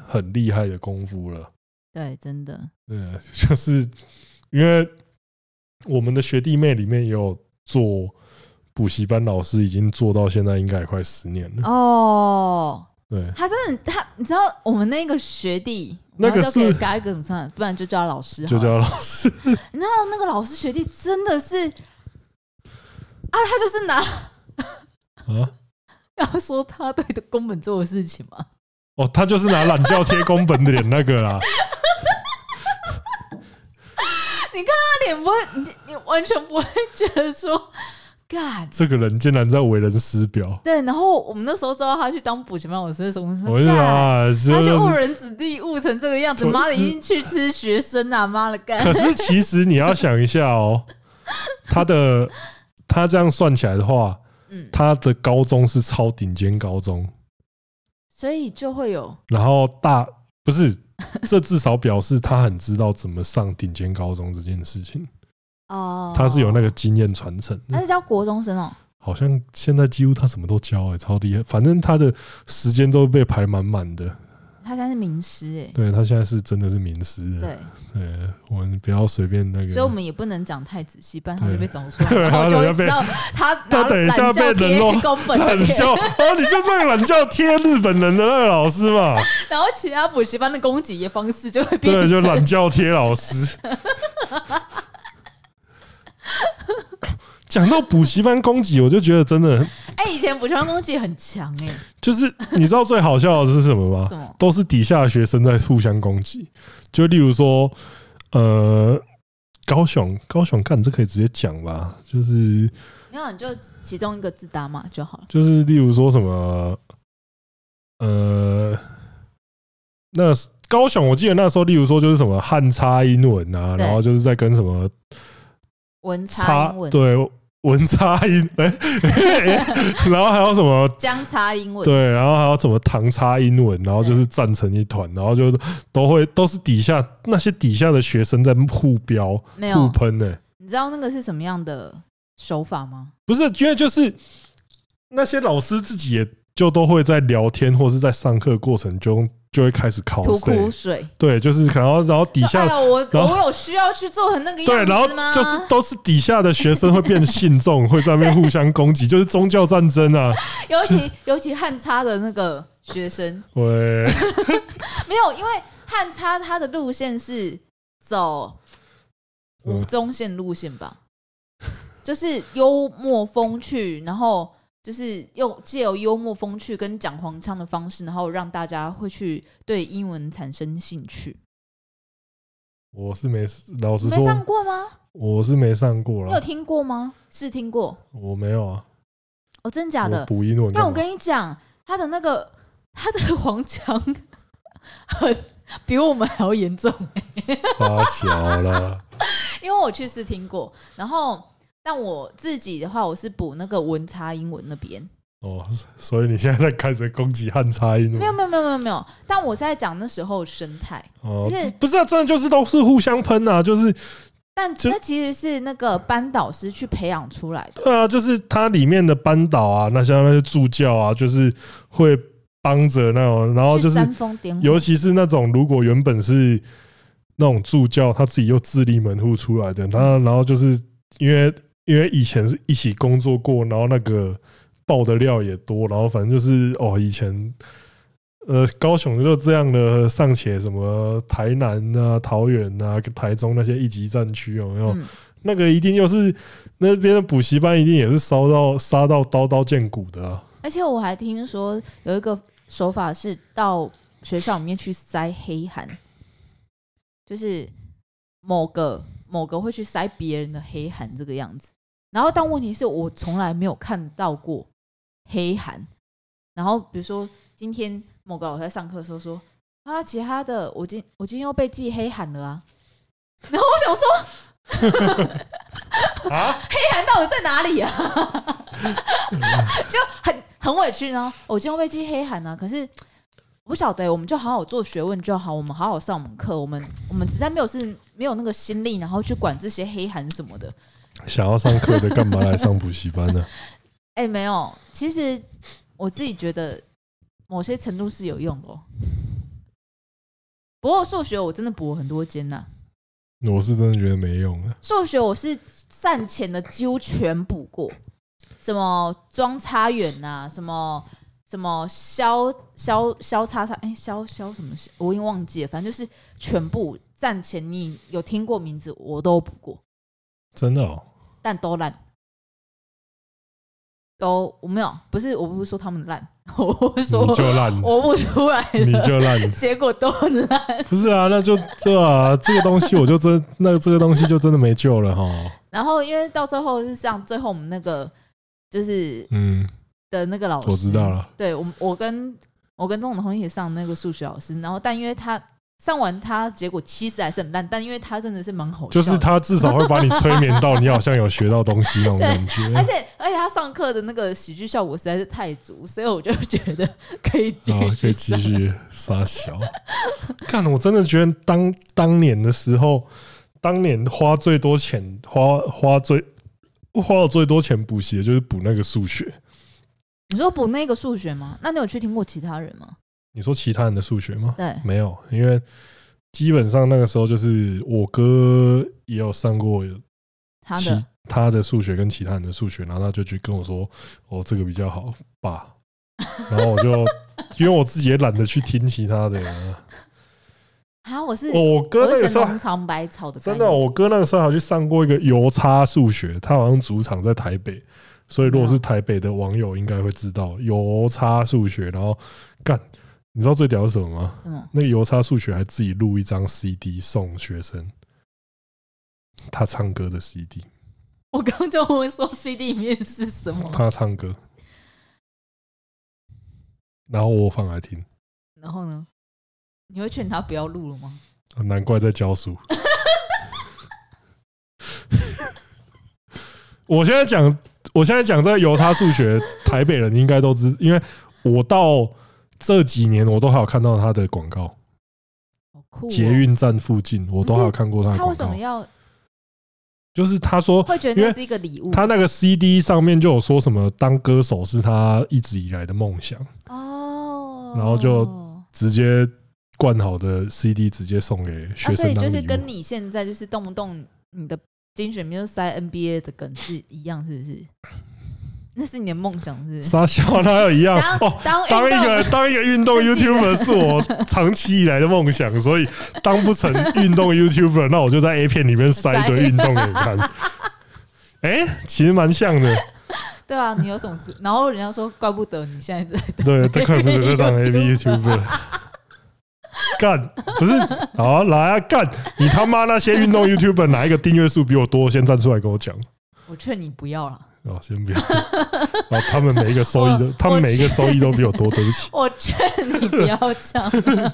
[SPEAKER 1] 很厉害的功夫了。
[SPEAKER 2] 对，真的，
[SPEAKER 1] 对，啊 就是因为我们的学弟妹里面也有做补习班老师已经做到现在，应该也快十年了。
[SPEAKER 2] 哦，
[SPEAKER 1] 对，
[SPEAKER 2] 他真的他，你知道我们那个学弟，
[SPEAKER 1] 那个
[SPEAKER 2] 然后就可以
[SPEAKER 1] 是
[SPEAKER 2] 改一个怎么唱，不然就叫他老师好了，
[SPEAKER 1] 就叫老师。
[SPEAKER 2] 你知道那个老师学弟真的是啊，他就是拿
[SPEAKER 1] 啊，
[SPEAKER 2] 要说他对宫本做的事情嘛，
[SPEAKER 1] 哦，他就是拿懒觉贴宫本的脸那个啦。
[SPEAKER 2] 他脸不会，你你完全不会觉得说干
[SPEAKER 1] 这个人竟然在为人师表，
[SPEAKER 2] 对。然后我们那时候知道他去当补习班老师的时候，我们
[SPEAKER 1] 我
[SPEAKER 2] 说
[SPEAKER 1] 就觉得
[SPEAKER 2] 干。
[SPEAKER 1] 啊，
[SPEAKER 2] 他
[SPEAKER 1] 这
[SPEAKER 2] 去
[SPEAKER 1] 就
[SPEAKER 2] 误
[SPEAKER 1] 是。
[SPEAKER 2] 人子弟，误成这个样子，
[SPEAKER 1] 我
[SPEAKER 2] 妈的，已经去吃学生啊，妈的干！
[SPEAKER 1] 可是其实你要想一下哦，他的他这样算起来的话，
[SPEAKER 2] 嗯，
[SPEAKER 1] 他的高中是超顶尖高中，
[SPEAKER 2] 所以就会有
[SPEAKER 1] 然后大不是，这至少表示他很知道怎么上顶尖高中这件事情，
[SPEAKER 2] 哦，哎
[SPEAKER 1] 他是有那个经验传承的
[SPEAKER 2] 他是叫国中生哦，
[SPEAKER 1] 好像现在几乎他什么都教、欸，超厉害。反正他的时间都被排满满的。
[SPEAKER 2] 他现在是名师哎，
[SPEAKER 1] 对他现在是真的是名师了。
[SPEAKER 2] 对，
[SPEAKER 1] 对，我们不要随便那个。
[SPEAKER 2] 所以我们也不能讲太仔细，不然他就
[SPEAKER 1] 对
[SPEAKER 2] 被找出来， 然后我就会知道他拿
[SPEAKER 1] 他等一下
[SPEAKER 2] 懒觉
[SPEAKER 1] 被
[SPEAKER 2] 贴
[SPEAKER 1] 人肉
[SPEAKER 2] 宫本的
[SPEAKER 1] 懒
[SPEAKER 2] 脸
[SPEAKER 1] 觉啊，你就那个懒觉贴日本人的那个老师 嘛？
[SPEAKER 2] 然后其他补习班的攻击的方式就会变
[SPEAKER 1] 对，
[SPEAKER 2] 成
[SPEAKER 1] 就懒觉贴老 师。讲到补习班攻击，我就觉得真的
[SPEAKER 2] 哎、以前补习班攻击很强哎、
[SPEAKER 1] 就是，你知道最好笑的是什么吗？
[SPEAKER 2] 什么？
[SPEAKER 1] 都是底下的学生在互相攻击。就例如说，呃，高雄，高雄干这可以直接讲吧，就是
[SPEAKER 2] 没有，你就其中一个字打码就好了。
[SPEAKER 1] 就是，例如说什么，呃，那高雄，我记得那时候，例如说就是什么汉差英文啊，
[SPEAKER 2] 对
[SPEAKER 1] 然后就是在跟什么
[SPEAKER 2] 文差
[SPEAKER 1] 差
[SPEAKER 2] 英文，
[SPEAKER 1] 对文差英，哎、 然后还有什么
[SPEAKER 2] 江差英文，
[SPEAKER 1] 对，然后还有什么唐差英文，然后就是站成一团，然后就是都会都是底下那些底下的学生在互飙
[SPEAKER 2] 没
[SPEAKER 1] 互
[SPEAKER 2] 有，
[SPEAKER 1] 喷欸呢、
[SPEAKER 2] 你知道那个是什么样的手法吗？
[SPEAKER 1] 不是，因为就是那些老师自己也就都会在聊天或是在上课过程中就会开始考
[SPEAKER 2] 吐
[SPEAKER 1] 谁
[SPEAKER 2] 苦，水。
[SPEAKER 1] 哦对，就是然后然后底
[SPEAKER 2] 就
[SPEAKER 1] 下。
[SPEAKER 2] 哎呦，我
[SPEAKER 1] 然后
[SPEAKER 2] 我有需要去做成那个
[SPEAKER 1] 对，
[SPEAKER 2] 哎样
[SPEAKER 1] 然后
[SPEAKER 2] 子吗？
[SPEAKER 1] 就是都是底下的学生会变信众， 会在那边互相攻击，就是宗教战争啊！
[SPEAKER 2] 尤其 尤其汉差的那个学生，
[SPEAKER 1] 喂，
[SPEAKER 2] 没有，因为汉差他的路线是走吴宗宪路线 吧，就是幽默风趣，然后就是用借由幽默风趣跟讲黄腔的方式，然后让大家会去对英文产生兴趣。
[SPEAKER 1] 我是没老实
[SPEAKER 2] 你没上
[SPEAKER 1] 说，
[SPEAKER 2] 过吗？
[SPEAKER 1] 我是没上过
[SPEAKER 2] 你有
[SPEAKER 1] 了，
[SPEAKER 2] 听过吗？是听过
[SPEAKER 1] 我没有啊，
[SPEAKER 2] 哦，真假
[SPEAKER 1] 我
[SPEAKER 2] 的？
[SPEAKER 1] 补英文干嘛。
[SPEAKER 2] 但我跟你讲，他的那个他的黄腔很比我们还要严重。
[SPEAKER 1] 傻小啦，
[SPEAKER 2] 因为我去试听过，然后但我自己的话，我是补那个文差英文那边，
[SPEAKER 1] 哦，所以你现在在开始攻击汉差音
[SPEAKER 2] 没有没有没有没有没有，但我在讲那时候的生态，
[SPEAKER 1] 哦
[SPEAKER 2] 而且，
[SPEAKER 1] 不是啊，真的就是都是互相喷啊，就是
[SPEAKER 2] 但
[SPEAKER 1] 就
[SPEAKER 2] 那其实是那个班导师去培养出来的，
[SPEAKER 1] 对啊，就是它里面的班导啊，那像那些助教啊，就是会帮着那种，然后哦就是是
[SPEAKER 2] 煽风点火，
[SPEAKER 1] 尤其是那种如果原本是那种助教，他自己又自立门户出来的，他然后就是因为因为以前是一起工作过，然后那个爆的料也多，然后反正就是哦，以前呃高雄就这样的，尚且什么台南啊、桃园啊、台中那些一级战区有没有？
[SPEAKER 2] 嗯，
[SPEAKER 1] 那个一定又是那边的补习班，一定也是烧到杀到刀刀见骨的、啊。
[SPEAKER 2] 而且我还听说有一个手法是到学校里面去塞黑函，就是某个某个会去塞别人的黑函这个样子。然后，但问题是我从来没有看到过黑函。然后，比如说今天某个老师在上课的时候说：“啊，其他的我今我今天又被记黑函了啊。”然后我想说，
[SPEAKER 1] 啊，
[SPEAKER 2] 黑函到底在哪里啊？就很很委屈，然后我今天会被记黑函啊，可是我不晓得、我们就好好做学问就好，我们好好上我们课，我们我们实在没有是没有那个心力，然后去管这些黑函什么的。
[SPEAKER 1] 想要上课的干嘛来上补习班 呢、
[SPEAKER 2] 哎、没有，其实我自己觉得某些程度是有用的、哦。不过数学我真的补了很多间呐、
[SPEAKER 1] 我是真的觉得没用啊。
[SPEAKER 2] 数学我是战前的几乎全补过，什么装叉远呐、什么什么消消消叉叉，哎、消消什么？我已经忘记了，反正就是全部战前你有听过名字我都补过，
[SPEAKER 1] 真的哦，
[SPEAKER 2] 但都烂。都我没有，不是我不是说他们烂，我是说哦
[SPEAKER 1] 你就烂，
[SPEAKER 2] 我不出来
[SPEAKER 1] 你
[SPEAKER 2] 的，
[SPEAKER 1] 就烂，
[SPEAKER 2] 结果都很烂。
[SPEAKER 1] 不是啊？那就对啊，这个东西我就真，那这个东西就真的没救了哈。
[SPEAKER 2] 然后因为到最后是像最后我们那个就是
[SPEAKER 1] 嗯，
[SPEAKER 2] 的那个老师，
[SPEAKER 1] 我知道了。
[SPEAKER 2] 对我们，我跟我跟钟总同一起上那个数学老师，然后但因为他上完他结果其实还是很烂，但因为他真的是蛮好笑
[SPEAKER 1] 就
[SPEAKER 2] 的，
[SPEAKER 1] 是他至少会把你催眠到，你好像有学到东西那种感觉。
[SPEAKER 2] 而且而且他上课的那个喜剧效果实在是太足，所以我就觉得 可以继
[SPEAKER 1] 啊，可
[SPEAKER 2] 续
[SPEAKER 1] 以
[SPEAKER 2] 上
[SPEAKER 1] 继。续撒 小。看，我真的觉得当当年的时候，当年花最多钱，花花最花了最多钱补习的就是补那个数学。
[SPEAKER 2] 你说补那个数学吗？那你有去听过其他人吗？
[SPEAKER 1] 你说其他人的数学吗？
[SPEAKER 2] 对，
[SPEAKER 1] 没有，因为基本上那个时候就是我哥也有上过
[SPEAKER 2] 他
[SPEAKER 1] 其
[SPEAKER 2] 的
[SPEAKER 1] 他的数学跟其他人的数学，然后他就去跟我说：“哦，这个比较好吧。” 然后我就因为我自己也懒得去听其他的、啊。
[SPEAKER 2] 啊，我是、
[SPEAKER 1] 哦，我哥
[SPEAKER 2] 我
[SPEAKER 1] 那
[SPEAKER 2] 是
[SPEAKER 1] 个时
[SPEAKER 2] 神
[SPEAKER 1] 候
[SPEAKER 2] 农尝百草的概
[SPEAKER 1] 真
[SPEAKER 2] 念，
[SPEAKER 1] 的，我哥那个时候还去上过一个邮差数学，他好像主场在台北，所以如果是台北的网友应该会知道邮差数学。然后干，你知道最屌是什么吗？
[SPEAKER 2] 什么？
[SPEAKER 1] 那个邮差数学还自己录一张 CD 送学生，他唱歌的 CD，
[SPEAKER 2] 我刚就问说 CD 里面是什么，
[SPEAKER 1] 他唱歌，然后我放来听，
[SPEAKER 2] 然后呢？你会劝他不要录了吗？
[SPEAKER 1] 难怪在教书。我现在讲，我现在讲这个犹他数学，台北人应该都知，因为我到这几年我都还有看到他的广告，
[SPEAKER 2] 哦好酷、哦！哦
[SPEAKER 1] 捷运站附近我都还有看过他的
[SPEAKER 2] 他
[SPEAKER 1] 广
[SPEAKER 2] 为什么
[SPEAKER 1] 告。
[SPEAKER 2] 要哦
[SPEAKER 1] 就是他说
[SPEAKER 2] 会觉得
[SPEAKER 1] 因
[SPEAKER 2] 那
[SPEAKER 1] 为
[SPEAKER 2] 是一个礼物？
[SPEAKER 1] 他那个 CD 上面就有说什么当歌手是他一直以来的梦想，
[SPEAKER 2] 哦，
[SPEAKER 1] 然后就直接灌好的 CD 直接送给
[SPEAKER 2] 啊，
[SPEAKER 1] 学
[SPEAKER 2] 所
[SPEAKER 1] 生
[SPEAKER 2] 以
[SPEAKER 1] 当
[SPEAKER 2] 就
[SPEAKER 1] 礼
[SPEAKER 2] 是跟
[SPEAKER 1] 物。
[SPEAKER 2] 你现在就是动不动你的精选名就塞 NBA 的梗是一样，是不是？ 那是你的梦想，是不是？
[SPEAKER 1] 傻笑哪有一 样
[SPEAKER 2] 当
[SPEAKER 1] 哦？
[SPEAKER 2] 当
[SPEAKER 1] 当
[SPEAKER 2] 运
[SPEAKER 1] 一
[SPEAKER 2] 动
[SPEAKER 1] 个当一个运动
[SPEAKER 2] 生气了
[SPEAKER 1] YouTuber 是我长期以来的梦想，所以当不成运动 YouTuber，那我就在 A 片里面塞一堆运动给你 看。哎、其实蛮像的，
[SPEAKER 2] 对啊，你有什么资？然后人家说怪不得你现在在
[SPEAKER 1] 对，这可不只是 当 A B YouTuber 了。干不是好啊、来啊干！你他妈那些运动 YouTuber 哪一个订阅数比我多？先站出来跟我讲
[SPEAKER 2] 我劝你不要了，
[SPEAKER 1] 哦，先不要。哦，他们每一个收益都
[SPEAKER 2] 我，
[SPEAKER 1] 他们每一个收益都比我多，对不起，
[SPEAKER 2] 我劝你不要这 样，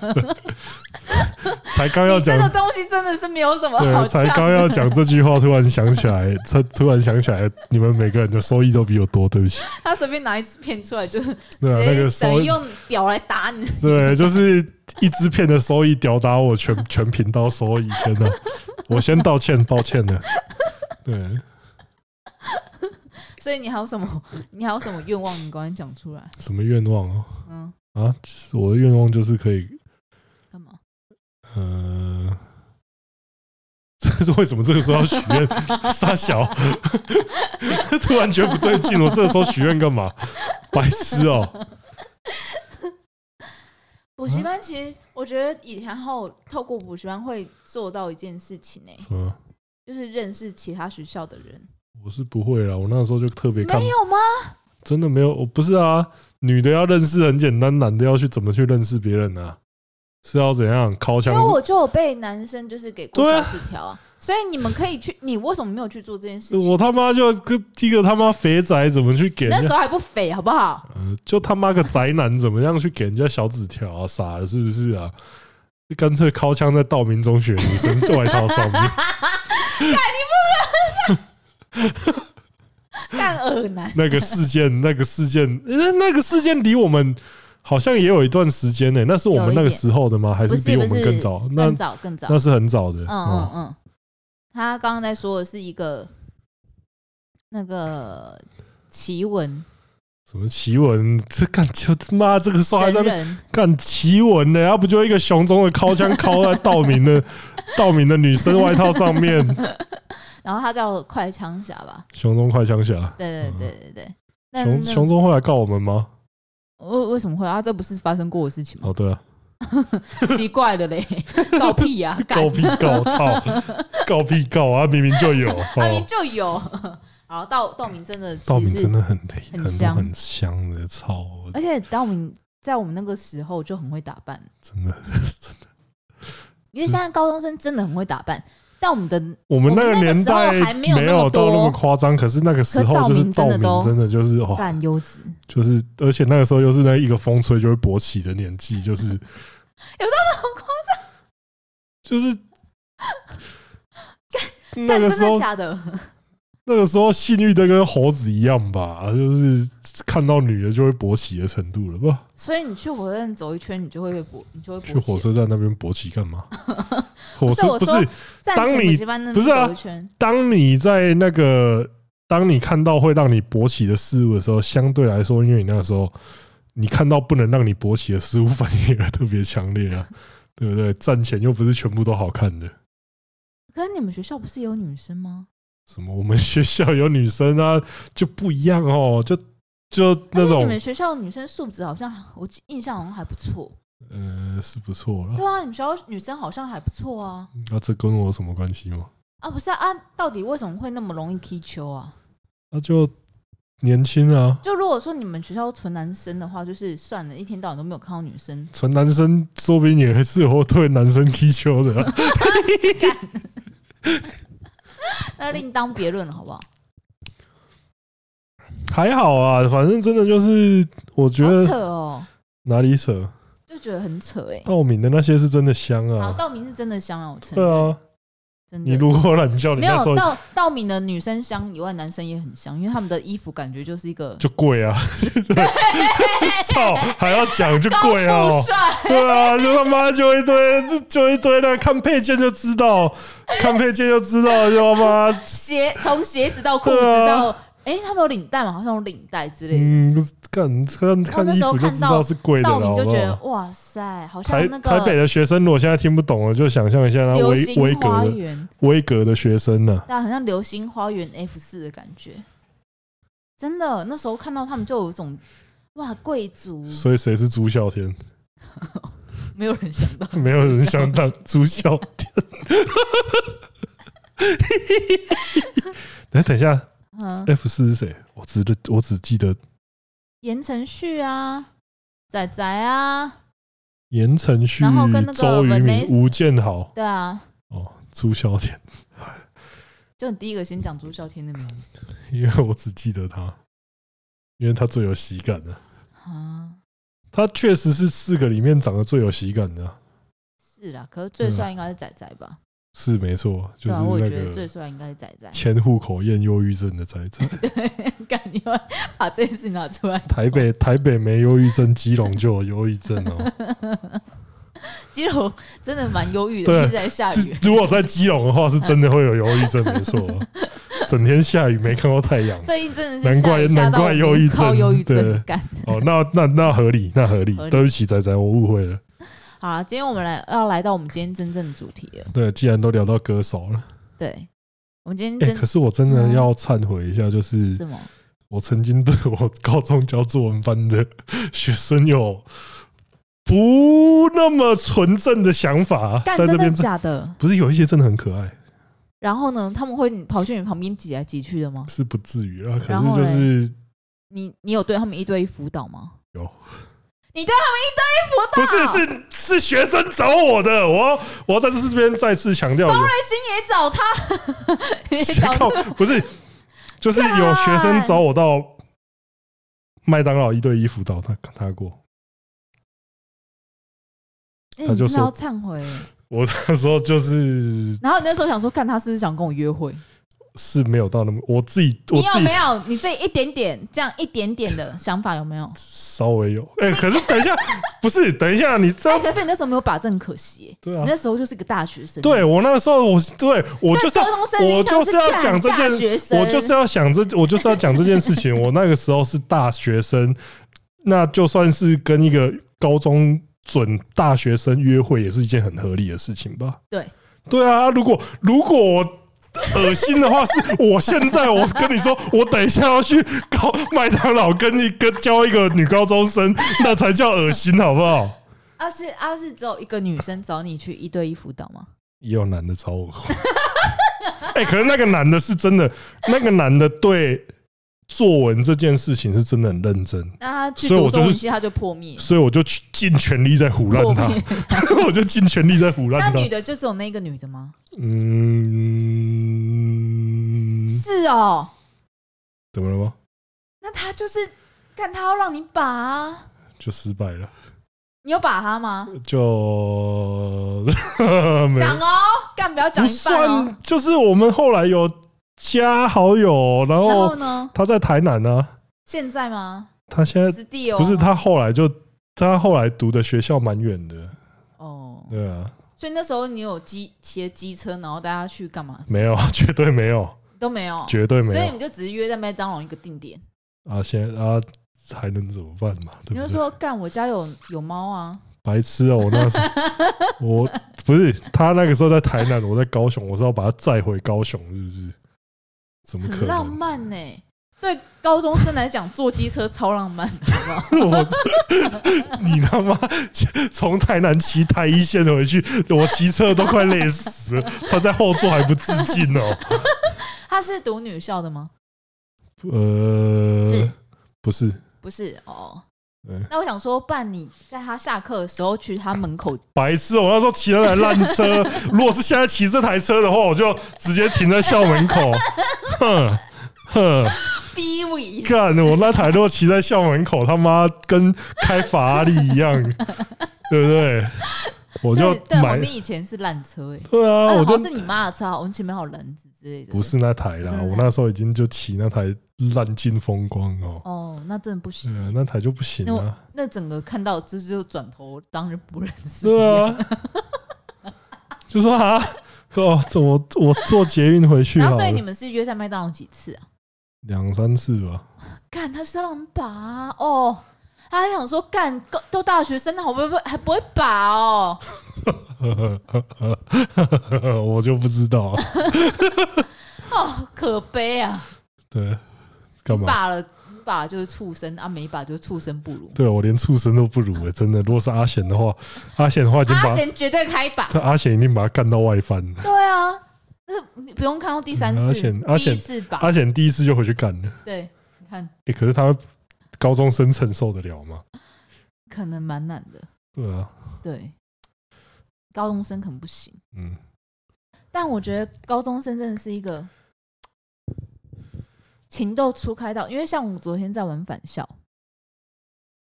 [SPEAKER 1] 才刚要
[SPEAKER 2] 你这
[SPEAKER 1] 讲
[SPEAKER 2] 个东西真的是没有什么 好
[SPEAKER 1] 对，才
[SPEAKER 2] 讲
[SPEAKER 1] 刚
[SPEAKER 2] 的。
[SPEAKER 1] 要讲这句话，突然想起来，突突然想起来，你们每个人的收益都比我多，对不起。
[SPEAKER 2] 他随便拿一支片出来就直
[SPEAKER 1] 对啊，那个
[SPEAKER 2] 接
[SPEAKER 1] 收
[SPEAKER 2] 等于
[SPEAKER 1] 益，
[SPEAKER 2] 用屌来打你。
[SPEAKER 1] 对，就是一支片的收益吊打我全 全频道收益，天哪！我先道歉，抱歉了。对，
[SPEAKER 2] 所以你还有什么？你还有什么愿望？你赶快讲出来。
[SPEAKER 1] 什么愿望哦？
[SPEAKER 2] 嗯，
[SPEAKER 1] 啊，我的愿望就是可以，
[SPEAKER 2] 干嘛？
[SPEAKER 1] 呃， 这是为什么这个时候要许 愿？傻小， 突然觉得不对劲，我这个时候许愿干嘛？白痴哦、嗯
[SPEAKER 2] 补习班其实我觉得以前后透过补习班会做到一件事情呢、
[SPEAKER 1] 什么？
[SPEAKER 2] 就是认识其他学校的人。
[SPEAKER 1] 我是不会啦，我那时候就特别看
[SPEAKER 2] 没，有吗？
[SPEAKER 1] 真的没有，我不是啊，女的要认识很简单，男的要去怎么去认识别人啊？是要怎样靠
[SPEAKER 2] 因
[SPEAKER 1] 墙
[SPEAKER 2] 为？我就有被男生就是给过
[SPEAKER 1] 对
[SPEAKER 2] 小
[SPEAKER 1] 啊
[SPEAKER 2] 纸条啊，所以你们可以去。你为什么没有去做这件事情？
[SPEAKER 1] 我他妈就跟一个他妈肥宅怎么去给
[SPEAKER 2] 那
[SPEAKER 1] 人
[SPEAKER 2] 时
[SPEAKER 1] 家？
[SPEAKER 2] 候还不肥，好不好？
[SPEAKER 1] 呃，就他妈个宅男怎么样去给人家小纸条啊？傻了是不是啊？就干脆靠枪在道明中学女生外套上 面，
[SPEAKER 2] 干耳男，
[SPEAKER 1] 那个事件，那个事件，呃那个事件离我们好像也有一段时间呢、那是我
[SPEAKER 2] 有
[SPEAKER 1] 们
[SPEAKER 2] 一
[SPEAKER 1] 那个
[SPEAKER 2] 点
[SPEAKER 1] 时候的吗？还
[SPEAKER 2] 不
[SPEAKER 1] 比
[SPEAKER 2] 是
[SPEAKER 1] 我
[SPEAKER 2] 不
[SPEAKER 1] 们
[SPEAKER 2] 是
[SPEAKER 1] 更早？ 那
[SPEAKER 2] 更早更早。
[SPEAKER 1] 那是很早的，嗯
[SPEAKER 2] 嗯嗯嗯，他刚刚在说的是一个那个奇闻，
[SPEAKER 1] 什么奇文，这干就他妈这个时候哦还在
[SPEAKER 2] 神
[SPEAKER 1] 那边
[SPEAKER 2] 人
[SPEAKER 1] 干奇文呢、要不就一个熊中的靠枪靠在道明 的道明的女生外套上面，
[SPEAKER 2] 然后他叫快枪侠吧？
[SPEAKER 1] 熊中快枪侠。
[SPEAKER 2] 对对对对对。那
[SPEAKER 1] 熊
[SPEAKER 2] 那
[SPEAKER 1] 熊中会来告我们吗？
[SPEAKER 2] 为为什么会啊？这不是发生过的事情吗
[SPEAKER 1] 哦，？对啊，
[SPEAKER 2] 奇怪的嘞，搞屁 呀、啊！干
[SPEAKER 1] 告屁告， 操，告屁告啊，明明就有。
[SPEAKER 2] 阿明
[SPEAKER 1] 哦，
[SPEAKER 2] 就有。好，道道明真的
[SPEAKER 1] 道
[SPEAKER 2] 其
[SPEAKER 1] 明真
[SPEAKER 2] 实是，
[SPEAKER 1] 的很
[SPEAKER 2] 很
[SPEAKER 1] 很多
[SPEAKER 2] 香哎
[SPEAKER 1] 很香的，操，我
[SPEAKER 2] 而且道明在我们那个时候就很会打扮，
[SPEAKER 1] 真的真的。
[SPEAKER 2] 因为现
[SPEAKER 1] 嗯
[SPEAKER 2] 在高中生真的很会打扮。但我们的
[SPEAKER 1] 我们那
[SPEAKER 2] 我们那个
[SPEAKER 1] 年
[SPEAKER 2] 时候
[SPEAKER 1] 代
[SPEAKER 2] 还没有那么
[SPEAKER 1] 有到那么
[SPEAKER 2] 多
[SPEAKER 1] 夸张，可是那个时
[SPEAKER 2] 可
[SPEAKER 1] 候
[SPEAKER 2] 道
[SPEAKER 1] 就是
[SPEAKER 2] 明
[SPEAKER 1] 道
[SPEAKER 2] 真的
[SPEAKER 1] 明
[SPEAKER 2] 都
[SPEAKER 1] 真的就是哦，
[SPEAKER 2] 干优质，
[SPEAKER 1] 就是，而且那个时候又是那一个风吹就会勃起的年纪，就是 有到那么夸张，就是。那
[SPEAKER 2] 但
[SPEAKER 1] 个
[SPEAKER 2] 真
[SPEAKER 1] 时候
[SPEAKER 2] 的，假的？
[SPEAKER 1] 那个时候性欲的跟猴子一样吧，啊就是看到女的就会勃起的程度了吧？
[SPEAKER 2] 所以你去火车站走一圈，你就会被勃，你就会勃起
[SPEAKER 1] 去火车站那边勃起干 嘛？火
[SPEAKER 2] 不是
[SPEAKER 1] 车
[SPEAKER 2] 我
[SPEAKER 1] 不
[SPEAKER 2] 说
[SPEAKER 1] 是，
[SPEAKER 2] 站
[SPEAKER 1] 当
[SPEAKER 2] 前
[SPEAKER 1] 你
[SPEAKER 2] 补习班那
[SPEAKER 1] 不
[SPEAKER 2] 边
[SPEAKER 1] 是啊
[SPEAKER 2] 走一圈，
[SPEAKER 1] 当你在那个当你看到会让你勃起的事物的时候，相对来说，因为你那个时候你看到不能让你勃起的事物，反应也特别强烈啊， 对不对？战前又不是全部都好看的，
[SPEAKER 2] 可是你们学校不是有女生吗？
[SPEAKER 1] 什么我们学校有女生啊，就不一样哦，就就那
[SPEAKER 2] 但哎是你
[SPEAKER 1] 种
[SPEAKER 2] 们学校女生素质好像我记印象好像还不错，
[SPEAKER 1] 呃是不错了
[SPEAKER 2] 对。啊，你们学校女生好像还不错啊。
[SPEAKER 1] 那、这跟我有什么关系吗？
[SPEAKER 2] 啊，不是啊，啊到底为什么会那么容易踢球啊？
[SPEAKER 1] 那、就年轻啊，
[SPEAKER 2] 就如果说你们学校纯男生的话，就是算了，一天到晚都没有看到女生，
[SPEAKER 1] 纯男生说不定也是有对男生踢球的啊、
[SPEAKER 2] 那另当别论了，好不好？
[SPEAKER 1] 还好啊，反正真的就是，我觉
[SPEAKER 2] 好
[SPEAKER 1] 得
[SPEAKER 2] 扯哦，
[SPEAKER 1] 哪里扯？
[SPEAKER 2] 就觉得很扯哎、
[SPEAKER 1] 道明的那些是真的香
[SPEAKER 2] 好，
[SPEAKER 1] 啊，
[SPEAKER 2] 道明是真的香啊，我承
[SPEAKER 1] 对
[SPEAKER 2] 认，
[SPEAKER 1] 啊，
[SPEAKER 2] 真
[SPEAKER 1] 你
[SPEAKER 2] 的。
[SPEAKER 1] 如果懒觉，你
[SPEAKER 2] 没
[SPEAKER 1] 那时候
[SPEAKER 2] 有道道明的女生香以外，男生也很香，因为他们的衣服感觉就是一个
[SPEAKER 1] 就贵 啊，操，还要讲就贵啊
[SPEAKER 2] 高
[SPEAKER 1] 哦
[SPEAKER 2] 富，帅，
[SPEAKER 1] 对啊，就他妈就一堆，就一堆的，看配件就知道，看配件就知道，就他妈，
[SPEAKER 2] 鞋从鞋子到裤子
[SPEAKER 1] 对啊
[SPEAKER 2] 到，哎、他们有领带嘛？好像有领带之类的。
[SPEAKER 1] 嗯，看看看
[SPEAKER 2] 哦那
[SPEAKER 1] 衣
[SPEAKER 2] 时候
[SPEAKER 1] 服就
[SPEAKER 2] 看
[SPEAKER 1] 知
[SPEAKER 2] 到
[SPEAKER 1] 道是贵的
[SPEAKER 2] 道
[SPEAKER 1] 了，好
[SPEAKER 2] 明就
[SPEAKER 1] 不
[SPEAKER 2] 觉得
[SPEAKER 1] 好？
[SPEAKER 2] 哇塞，好像
[SPEAKER 1] 台
[SPEAKER 2] 那
[SPEAKER 1] 台北
[SPEAKER 2] 个
[SPEAKER 1] 的学生，如果现在听不懂了，就想象一下那
[SPEAKER 2] 流
[SPEAKER 1] 威威
[SPEAKER 2] 星
[SPEAKER 1] 格
[SPEAKER 2] 花
[SPEAKER 1] 的
[SPEAKER 2] 园，
[SPEAKER 1] 威格的学生呢、
[SPEAKER 2] 对啊，很像流星花园 F 四的感觉。真的，那时候看到他们就有一种哇，贵族，
[SPEAKER 1] 所以谁是朱孝天？
[SPEAKER 2] 没有人想 到，
[SPEAKER 1] 没有人想当朱孝 天。哎，等一下
[SPEAKER 2] 嗯，
[SPEAKER 1] ，F 四是谁？我只认我只记得
[SPEAKER 2] 言承旭啊，仔仔啊，
[SPEAKER 1] 言承旭
[SPEAKER 2] 然后跟那、个
[SPEAKER 1] 周渝民、
[SPEAKER 2] Vanessa
[SPEAKER 1] 吴建豪、
[SPEAKER 2] 对啊，
[SPEAKER 1] 哦，朱孝天，
[SPEAKER 2] 就你第一个先讲朱孝天的名字
[SPEAKER 1] 因为我只记得他，因为他最有喜感的、
[SPEAKER 2] 啊，
[SPEAKER 1] 他确实是四个里面长得最有喜感的啊、
[SPEAKER 2] 是啦，可是最
[SPEAKER 1] 对啊
[SPEAKER 2] 帅应该是仔仔吧？
[SPEAKER 1] 是没错，就
[SPEAKER 2] 对
[SPEAKER 1] 是
[SPEAKER 2] 啊，我也
[SPEAKER 1] 那
[SPEAKER 2] 觉得最
[SPEAKER 1] 个
[SPEAKER 2] 帅应该是仔仔。
[SPEAKER 1] 前户口验忧郁症的仔仔。
[SPEAKER 2] 干，你会把这件事拿出来？
[SPEAKER 1] 台 北台北没忧郁症，基隆就有忧郁症哦。
[SPEAKER 2] 基隆真的蛮忧郁
[SPEAKER 1] 对啊
[SPEAKER 2] 的，一直在下
[SPEAKER 1] 就
[SPEAKER 2] 雨。
[SPEAKER 1] 如果在基隆的话，是真的会有忧郁症，没错 啊。整天下雨没看到太阳，
[SPEAKER 2] 最近真的
[SPEAKER 1] 难
[SPEAKER 2] 是下
[SPEAKER 1] 怪
[SPEAKER 2] 雨下到
[SPEAKER 1] 难
[SPEAKER 2] 我
[SPEAKER 1] 怪
[SPEAKER 2] 们
[SPEAKER 1] 忧郁症
[SPEAKER 2] 靠忧郁
[SPEAKER 1] 对
[SPEAKER 2] 症干。
[SPEAKER 1] 哦，那那那合理，那合理。
[SPEAKER 2] 合理
[SPEAKER 1] 对不起，仔仔，我误会了。
[SPEAKER 2] 好了，今天我们来要来到我们今天真正的主题了。
[SPEAKER 1] 对，既然都聊到歌手了，
[SPEAKER 2] 对，我们今
[SPEAKER 1] 哎、
[SPEAKER 2] 天真
[SPEAKER 1] 可是我真的要忏悔一下，就是
[SPEAKER 2] 是吗？
[SPEAKER 1] 我曾经对我高中教作文班的 学生有不那么纯正的想法，
[SPEAKER 2] 干
[SPEAKER 1] 在这
[SPEAKER 2] 真的
[SPEAKER 1] 边
[SPEAKER 2] 假的？
[SPEAKER 1] 不是有一些真的很可爱，
[SPEAKER 2] 然后呢，他们会跑去你旁边挤来挤去的吗？
[SPEAKER 1] 是不至于啊。可
[SPEAKER 2] 然后
[SPEAKER 1] 是就是
[SPEAKER 2] 你你有对他们一对一辅导吗？
[SPEAKER 1] 有。
[SPEAKER 2] 你对
[SPEAKER 1] 不
[SPEAKER 2] 他们一对
[SPEAKER 1] 是
[SPEAKER 2] 一辅导？
[SPEAKER 1] 是是学生找我的，我要我要在这边再次强调，有
[SPEAKER 2] 瑞欣也找他， 也找
[SPEAKER 1] 靠
[SPEAKER 2] 他
[SPEAKER 1] 不是，就是
[SPEAKER 2] 啊
[SPEAKER 1] 有学生找我到麦当劳一对一辅导他他过，
[SPEAKER 2] 哎
[SPEAKER 1] 他
[SPEAKER 2] 你
[SPEAKER 1] 就
[SPEAKER 2] 真的要
[SPEAKER 1] 说
[SPEAKER 2] 忏悔欸。
[SPEAKER 1] 我那时候就是
[SPEAKER 2] 然后你那时候想说，看他是不是想跟我约会？
[SPEAKER 1] 是没有到那么，我自己我
[SPEAKER 2] 你
[SPEAKER 1] 自
[SPEAKER 2] 有
[SPEAKER 1] 己
[SPEAKER 2] 没有你这一点点这样一点点的想法有 没有？
[SPEAKER 1] 稍微有，哎、可是等一下，不是等一下，你知
[SPEAKER 2] 哎，
[SPEAKER 1] 道？
[SPEAKER 2] 可是你那时候没有把证，可惜耶。
[SPEAKER 1] 对
[SPEAKER 2] 你
[SPEAKER 1] 啊，
[SPEAKER 2] 那时候就是个大学生，
[SPEAKER 1] 对啊我那时候我对我
[SPEAKER 2] 但
[SPEAKER 1] 就是
[SPEAKER 2] 高中生，
[SPEAKER 1] 我
[SPEAKER 2] 你
[SPEAKER 1] 就
[SPEAKER 2] 想
[SPEAKER 1] 是要
[SPEAKER 2] 干
[SPEAKER 1] 讲这件
[SPEAKER 2] 大学生，
[SPEAKER 1] 我就是要想这，我就是要讲这件事情。我那个时候是大学生，那就算是跟一个高中准大学生约会，也是一件很合理的事情吧？
[SPEAKER 2] 对，
[SPEAKER 1] 对啊。如果如果我恶心的话，是我现在我跟你说，我等一下要去高麦当劳跟一个教一个女高中生，那才叫恶心，好不好？
[SPEAKER 2] 啊是啊是只有一个女生找你去一对一辅导吗？
[SPEAKER 1] 也有男的找我。 哎、可是那个男的是真的，那个男的对作文这件事情是真的很认真，
[SPEAKER 2] 那他去
[SPEAKER 1] 所以我就
[SPEAKER 2] 读
[SPEAKER 1] 是
[SPEAKER 2] 中文系，他就破灭。
[SPEAKER 1] 所以我就去尽全力在胡乱
[SPEAKER 2] 破
[SPEAKER 1] 他
[SPEAKER 2] 灭，。
[SPEAKER 1] 我就尽全力在胡
[SPEAKER 2] 那
[SPEAKER 1] 乱他
[SPEAKER 2] 女。的就只有那个女的吗？
[SPEAKER 1] 嗯，
[SPEAKER 2] 是哦，
[SPEAKER 1] 怎么了吗？
[SPEAKER 2] 那他就是看他要让你把啊，
[SPEAKER 1] 就失败了，
[SPEAKER 2] 你有把他吗？
[SPEAKER 1] 就 没
[SPEAKER 2] 讲哦，干不要讲
[SPEAKER 1] 不
[SPEAKER 2] 一半哦。
[SPEAKER 1] 算，就是我们后来有加好友，然
[SPEAKER 2] 然后
[SPEAKER 1] 后
[SPEAKER 2] 呢？
[SPEAKER 1] 他在台南呢、
[SPEAKER 2] 现在吗？
[SPEAKER 1] 他现在
[SPEAKER 2] 师弟哦，
[SPEAKER 1] 呃不是他后来就他后来读的学校蛮远的，
[SPEAKER 2] 哦。
[SPEAKER 1] 对啊，
[SPEAKER 2] 所以那时候你有机骑着机车，然后大家去干嘛？
[SPEAKER 1] 没有， 绝对没有，
[SPEAKER 2] 都没有，
[SPEAKER 1] 绝对没
[SPEAKER 2] 所以
[SPEAKER 1] 有
[SPEAKER 2] 你就只是约在麦当劳一个定点。
[SPEAKER 1] 啊！现在啊，还能怎么办嘛？对不
[SPEAKER 2] 你就
[SPEAKER 1] 对？
[SPEAKER 2] 说干，我家有有猫啊，
[SPEAKER 1] 白痴哦、我那 时候我不是他那个时候在台南，我在高雄，我是要把他载回高雄，是不是？怎么可
[SPEAKER 2] 很浪
[SPEAKER 1] 能？
[SPEAKER 2] 漫呢、欸对高中生来讲，坐机车超浪 漫的，好不好？
[SPEAKER 1] 我你他妈从台南骑台一线回去，我骑车都快累死了，他在后座还不自尽哦、
[SPEAKER 2] 他是读女校的吗？
[SPEAKER 1] 呃
[SPEAKER 2] 是，
[SPEAKER 1] 不是，
[SPEAKER 2] 不是哦
[SPEAKER 1] 对。
[SPEAKER 2] 那我想说，不然你在他下课的时候去他门口，
[SPEAKER 1] 白痴哦！我那时候骑那台烂车，如果是现在骑这台车的话，我就直接停在校门 口。哼哼，
[SPEAKER 2] 逼我一下，
[SPEAKER 1] 看我那台如果骑在校门口，他妈跟开法拉利一样，对不对？我就
[SPEAKER 2] 对对，哦
[SPEAKER 1] 买
[SPEAKER 2] 你以前是烂车哎、
[SPEAKER 1] 对啊，
[SPEAKER 2] 啊
[SPEAKER 1] 我
[SPEAKER 2] 好
[SPEAKER 1] 就
[SPEAKER 2] 像是你妈的车，好像前面还有篮子之类的。
[SPEAKER 1] 不是那台啦
[SPEAKER 2] 不是那，台
[SPEAKER 1] 我那时候已经就骑那台烂尽风光哦。
[SPEAKER 2] 哦，那真的不
[SPEAKER 1] 对
[SPEAKER 2] 行、
[SPEAKER 1] 啊，那台就不行
[SPEAKER 2] 那
[SPEAKER 1] 啊
[SPEAKER 2] 我。那整个看到就是就转头当人不认识。
[SPEAKER 1] 对啊， 就说啊，哦，怎么我坐捷运回去
[SPEAKER 2] 然
[SPEAKER 1] 好
[SPEAKER 2] 后所以你
[SPEAKER 1] 了，
[SPEAKER 2] 们是约在麦当劳几次啊？
[SPEAKER 1] 两三次吧。
[SPEAKER 2] 干，他是要让你把啊、哦，他还想说干，都都大学生了，好不会还不会把哦？
[SPEAKER 1] 我就不知道，啊
[SPEAKER 2] 哦，可悲啊！
[SPEAKER 1] 对，干
[SPEAKER 2] 你
[SPEAKER 1] 嘛？
[SPEAKER 2] 把了，你把就是畜生啊，没把就是畜生不如。
[SPEAKER 1] 对啊我连畜生都不如了，真的。如果是阿贤的话，阿贤的啊话已经
[SPEAKER 2] 阿
[SPEAKER 1] 把
[SPEAKER 2] 贤绝对开把，
[SPEAKER 1] 他阿贤已经把他干到外翻了。
[SPEAKER 2] 对啊，那不用看到第三
[SPEAKER 1] 嗯阿
[SPEAKER 2] 次，
[SPEAKER 1] 贤阿
[SPEAKER 2] 第
[SPEAKER 1] 贤啊
[SPEAKER 2] 一次把
[SPEAKER 1] 阿，贤第一次就回去干了，
[SPEAKER 2] 对，你看
[SPEAKER 1] 诶，可是他高中生承受得了吗？
[SPEAKER 2] 可能蛮难的，
[SPEAKER 1] 对啊，
[SPEAKER 2] 对，高中生可能不行。
[SPEAKER 1] 嗯，
[SPEAKER 2] 但我觉得高中生真的是一个情窦初开到，因为像我昨天在玩返校，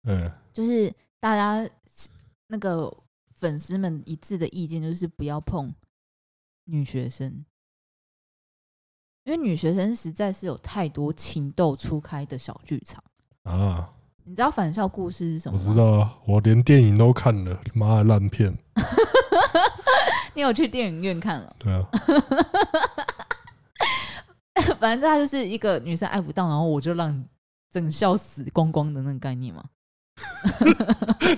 [SPEAKER 1] 嗯，
[SPEAKER 2] 就是大家那个粉丝们一致的意见就是不要碰女学生，因为女学生实在是有太多情窦初开的小剧场。
[SPEAKER 1] 啊，
[SPEAKER 2] 你知道返校故事是什
[SPEAKER 1] 我
[SPEAKER 2] 么
[SPEAKER 1] 知
[SPEAKER 2] 吗？
[SPEAKER 1] 道啊，我连电影都看了，妈的烂片，
[SPEAKER 2] 你有去电影院看了？
[SPEAKER 1] 对啊，
[SPEAKER 2] 反正她就是一个女生爱不到，然后我就让你整校死光光的那个概念嘛。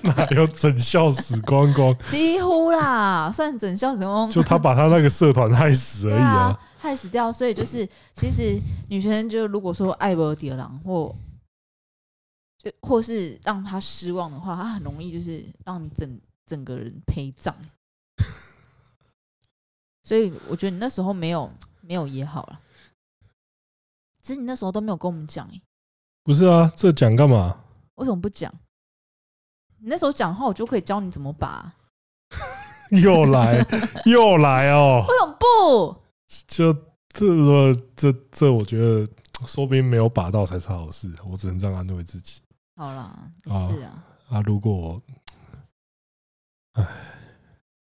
[SPEAKER 1] 哪有整校死光 光？
[SPEAKER 2] 几乎啦，算整校成功，
[SPEAKER 1] 就他把他那个社团害死而
[SPEAKER 2] 对
[SPEAKER 1] 已
[SPEAKER 2] 啊
[SPEAKER 1] 啊，，
[SPEAKER 2] 害死掉。所以 就是，其实女学生就如果说爱不蝶郎或就或是让她失望的话，她很容易就是让你整整个人陪 葬。所以我觉得你那时候没有没有也好了，其实你那时候都没有跟我们讲、欸，
[SPEAKER 1] 不是啊，这讲干嘛？
[SPEAKER 2] 为什么不讲？你那时候讲的话，我就可以教你怎么把、
[SPEAKER 1] 又来又来哦！
[SPEAKER 2] 为什么不？
[SPEAKER 1] 就这个这这，我觉得说不定没有把到才是好事，我只能这样安慰自己
[SPEAKER 2] 好啦，也
[SPEAKER 1] 哦
[SPEAKER 2] 是啊，
[SPEAKER 1] 啊。如果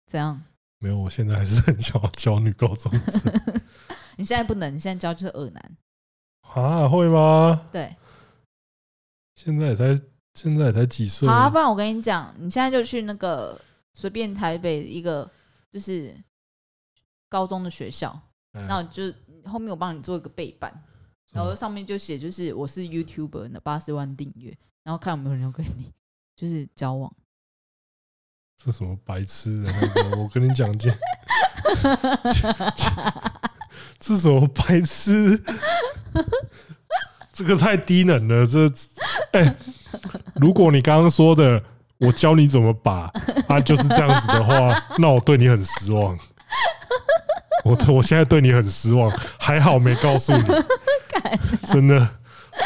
[SPEAKER 2] 怎样？
[SPEAKER 1] 没有，我现在还是很想要教女高中生，
[SPEAKER 2] 你现在不能，你现在教就是恶男。
[SPEAKER 1] 啊，会吗？
[SPEAKER 2] 对，
[SPEAKER 1] 现在也才现在也才几岁
[SPEAKER 2] 好、，啊，不然我跟你讲，你现在就去那个随便台北一个就是高中的学校，
[SPEAKER 1] 哎
[SPEAKER 2] 那我就后面我帮你做一个背板，然后上面就写就是我是 YouTuber 的八十万订阅，然后看有没有人要跟你就是交往。
[SPEAKER 1] 这什么白痴的那个？我跟你讲，这这什么白痴？这个太低能了！这，哎、如果你刚刚说的我教你怎么把啊就是这样子的话，那我对你很失望。我我现在对你很失望，还好没告诉你，真的。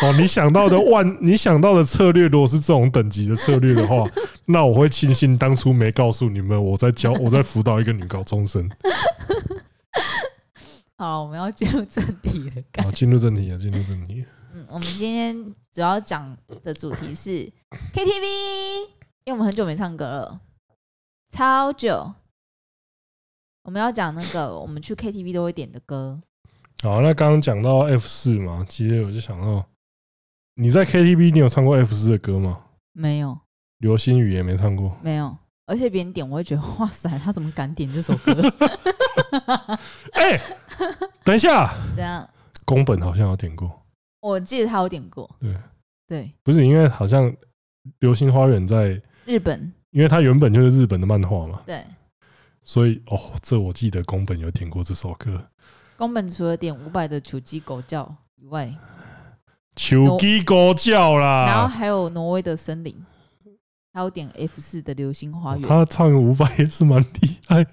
[SPEAKER 1] 哦，你想到的万，你想到的策略，如果是这种等级的策略的话，那我会庆幸当初没告诉你们，我在教，我在辅导一个女高中 生。
[SPEAKER 2] 好，我们要进入正题了，干
[SPEAKER 1] 好，进入正题啊，进入正题。
[SPEAKER 2] 嗯，我们今天主要讲的主题是 KTV，因为我们很久没唱歌了，超久。我们要讲那个我们去 KTV 都会点的歌，
[SPEAKER 1] 好，那刚刚讲到 F 四嘛，其实我就想到，你在 KTV 你有唱过 F 四的歌吗？
[SPEAKER 2] 没有，
[SPEAKER 1] 流星雨也没唱 过。
[SPEAKER 2] 没有。而且别人点，我会觉得哇塞，他怎么敢点这首歌？
[SPEAKER 1] 哎、等一下，
[SPEAKER 2] 这样，
[SPEAKER 1] 宫本好像有点过，
[SPEAKER 2] 我记得他有点过。
[SPEAKER 1] 对
[SPEAKER 2] 对，
[SPEAKER 1] 不是因为好像流星花园在，
[SPEAKER 2] 日本
[SPEAKER 1] 因为它原本就是日本的漫画嘛，
[SPEAKER 2] 对
[SPEAKER 1] 所以哦，这我记得宫本有点过这首歌。
[SPEAKER 2] 宫本除了点伍佰的《雏鸡狗叫》以外，
[SPEAKER 1] 求鸡狗叫
[SPEAKER 2] 然后
[SPEAKER 1] 啦，
[SPEAKER 2] 还有挪威的森林，还有点 F 四的《流星花
[SPEAKER 1] 哦
[SPEAKER 2] 园》
[SPEAKER 1] 他唱五百也是蛮厉害的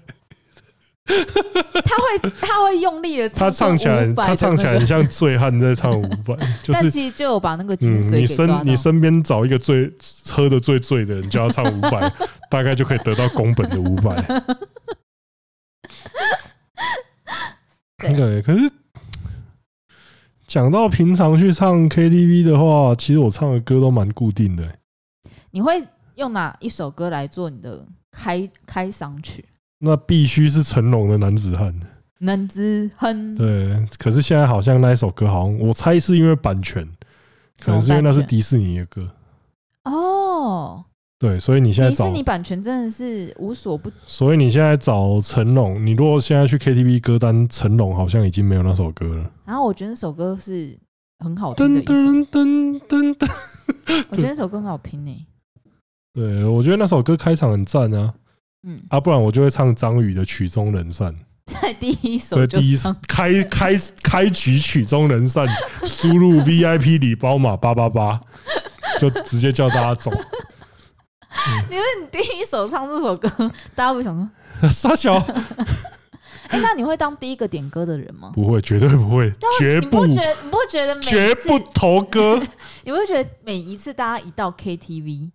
[SPEAKER 2] 他会他会用力的
[SPEAKER 1] 他唱起来，他唱起来很像醉汉在唱伍 佰，就
[SPEAKER 2] 但
[SPEAKER 1] 是
[SPEAKER 2] 其实就有把那个精
[SPEAKER 1] 嗯，
[SPEAKER 2] 髓
[SPEAKER 1] 你
[SPEAKER 2] 给抓到
[SPEAKER 1] 身。你身边找一个醉喝的最醉的人，叫他唱伍佰，大概就可以得到宫本的伍佰。
[SPEAKER 2] 对
[SPEAKER 1] 对，可是讲到平常去唱 KTV 的话，其实我唱的歌都蛮固定的、
[SPEAKER 2] 你会用哪一首歌来做你的开开嗓曲？
[SPEAKER 1] 那必须是成龙的男子
[SPEAKER 2] 嗯
[SPEAKER 1] 汉。
[SPEAKER 2] 能之哼，
[SPEAKER 1] 对，可是现在好像那一首歌，好像我猜是因为版权，可能是因为那是迪士尼的歌。
[SPEAKER 2] 哦，
[SPEAKER 1] 对，所以你现在
[SPEAKER 2] 迪
[SPEAKER 1] 找
[SPEAKER 2] 士尼版权真的是无所不
[SPEAKER 1] 所以你现在找成龙，你如果现在去 KTV 歌单，成龙好像已经没有那首歌了。
[SPEAKER 2] 然后我觉得那首歌是很好哦听的
[SPEAKER 1] 噔
[SPEAKER 2] 一首，
[SPEAKER 1] 噔噔噔噔，
[SPEAKER 2] 我觉得那首歌很好听呢。
[SPEAKER 1] 对我觉得那首歌开场很赞啊，
[SPEAKER 2] 嗯，
[SPEAKER 1] 啊，不然我就会唱张宇的《曲终人散》。
[SPEAKER 2] 在第一首
[SPEAKER 1] 所以
[SPEAKER 2] 就
[SPEAKER 1] 第一
[SPEAKER 2] 唱，
[SPEAKER 1] 开开开局《曲终人散》，输入 VIP 礼包码八八八，就直接叫大家走。
[SPEAKER 2] 因为你第一首唱这首歌， 大家会想说，
[SPEAKER 1] 傻小
[SPEAKER 2] 哎，那你会当第一个点歌的人吗？
[SPEAKER 1] 不会，绝对不会，绝
[SPEAKER 2] 你
[SPEAKER 1] 不
[SPEAKER 2] 不会觉得你不会觉得每一
[SPEAKER 1] 绝
[SPEAKER 2] 次
[SPEAKER 1] 不投歌。
[SPEAKER 2] 你会觉得每一次大家一到 KTV，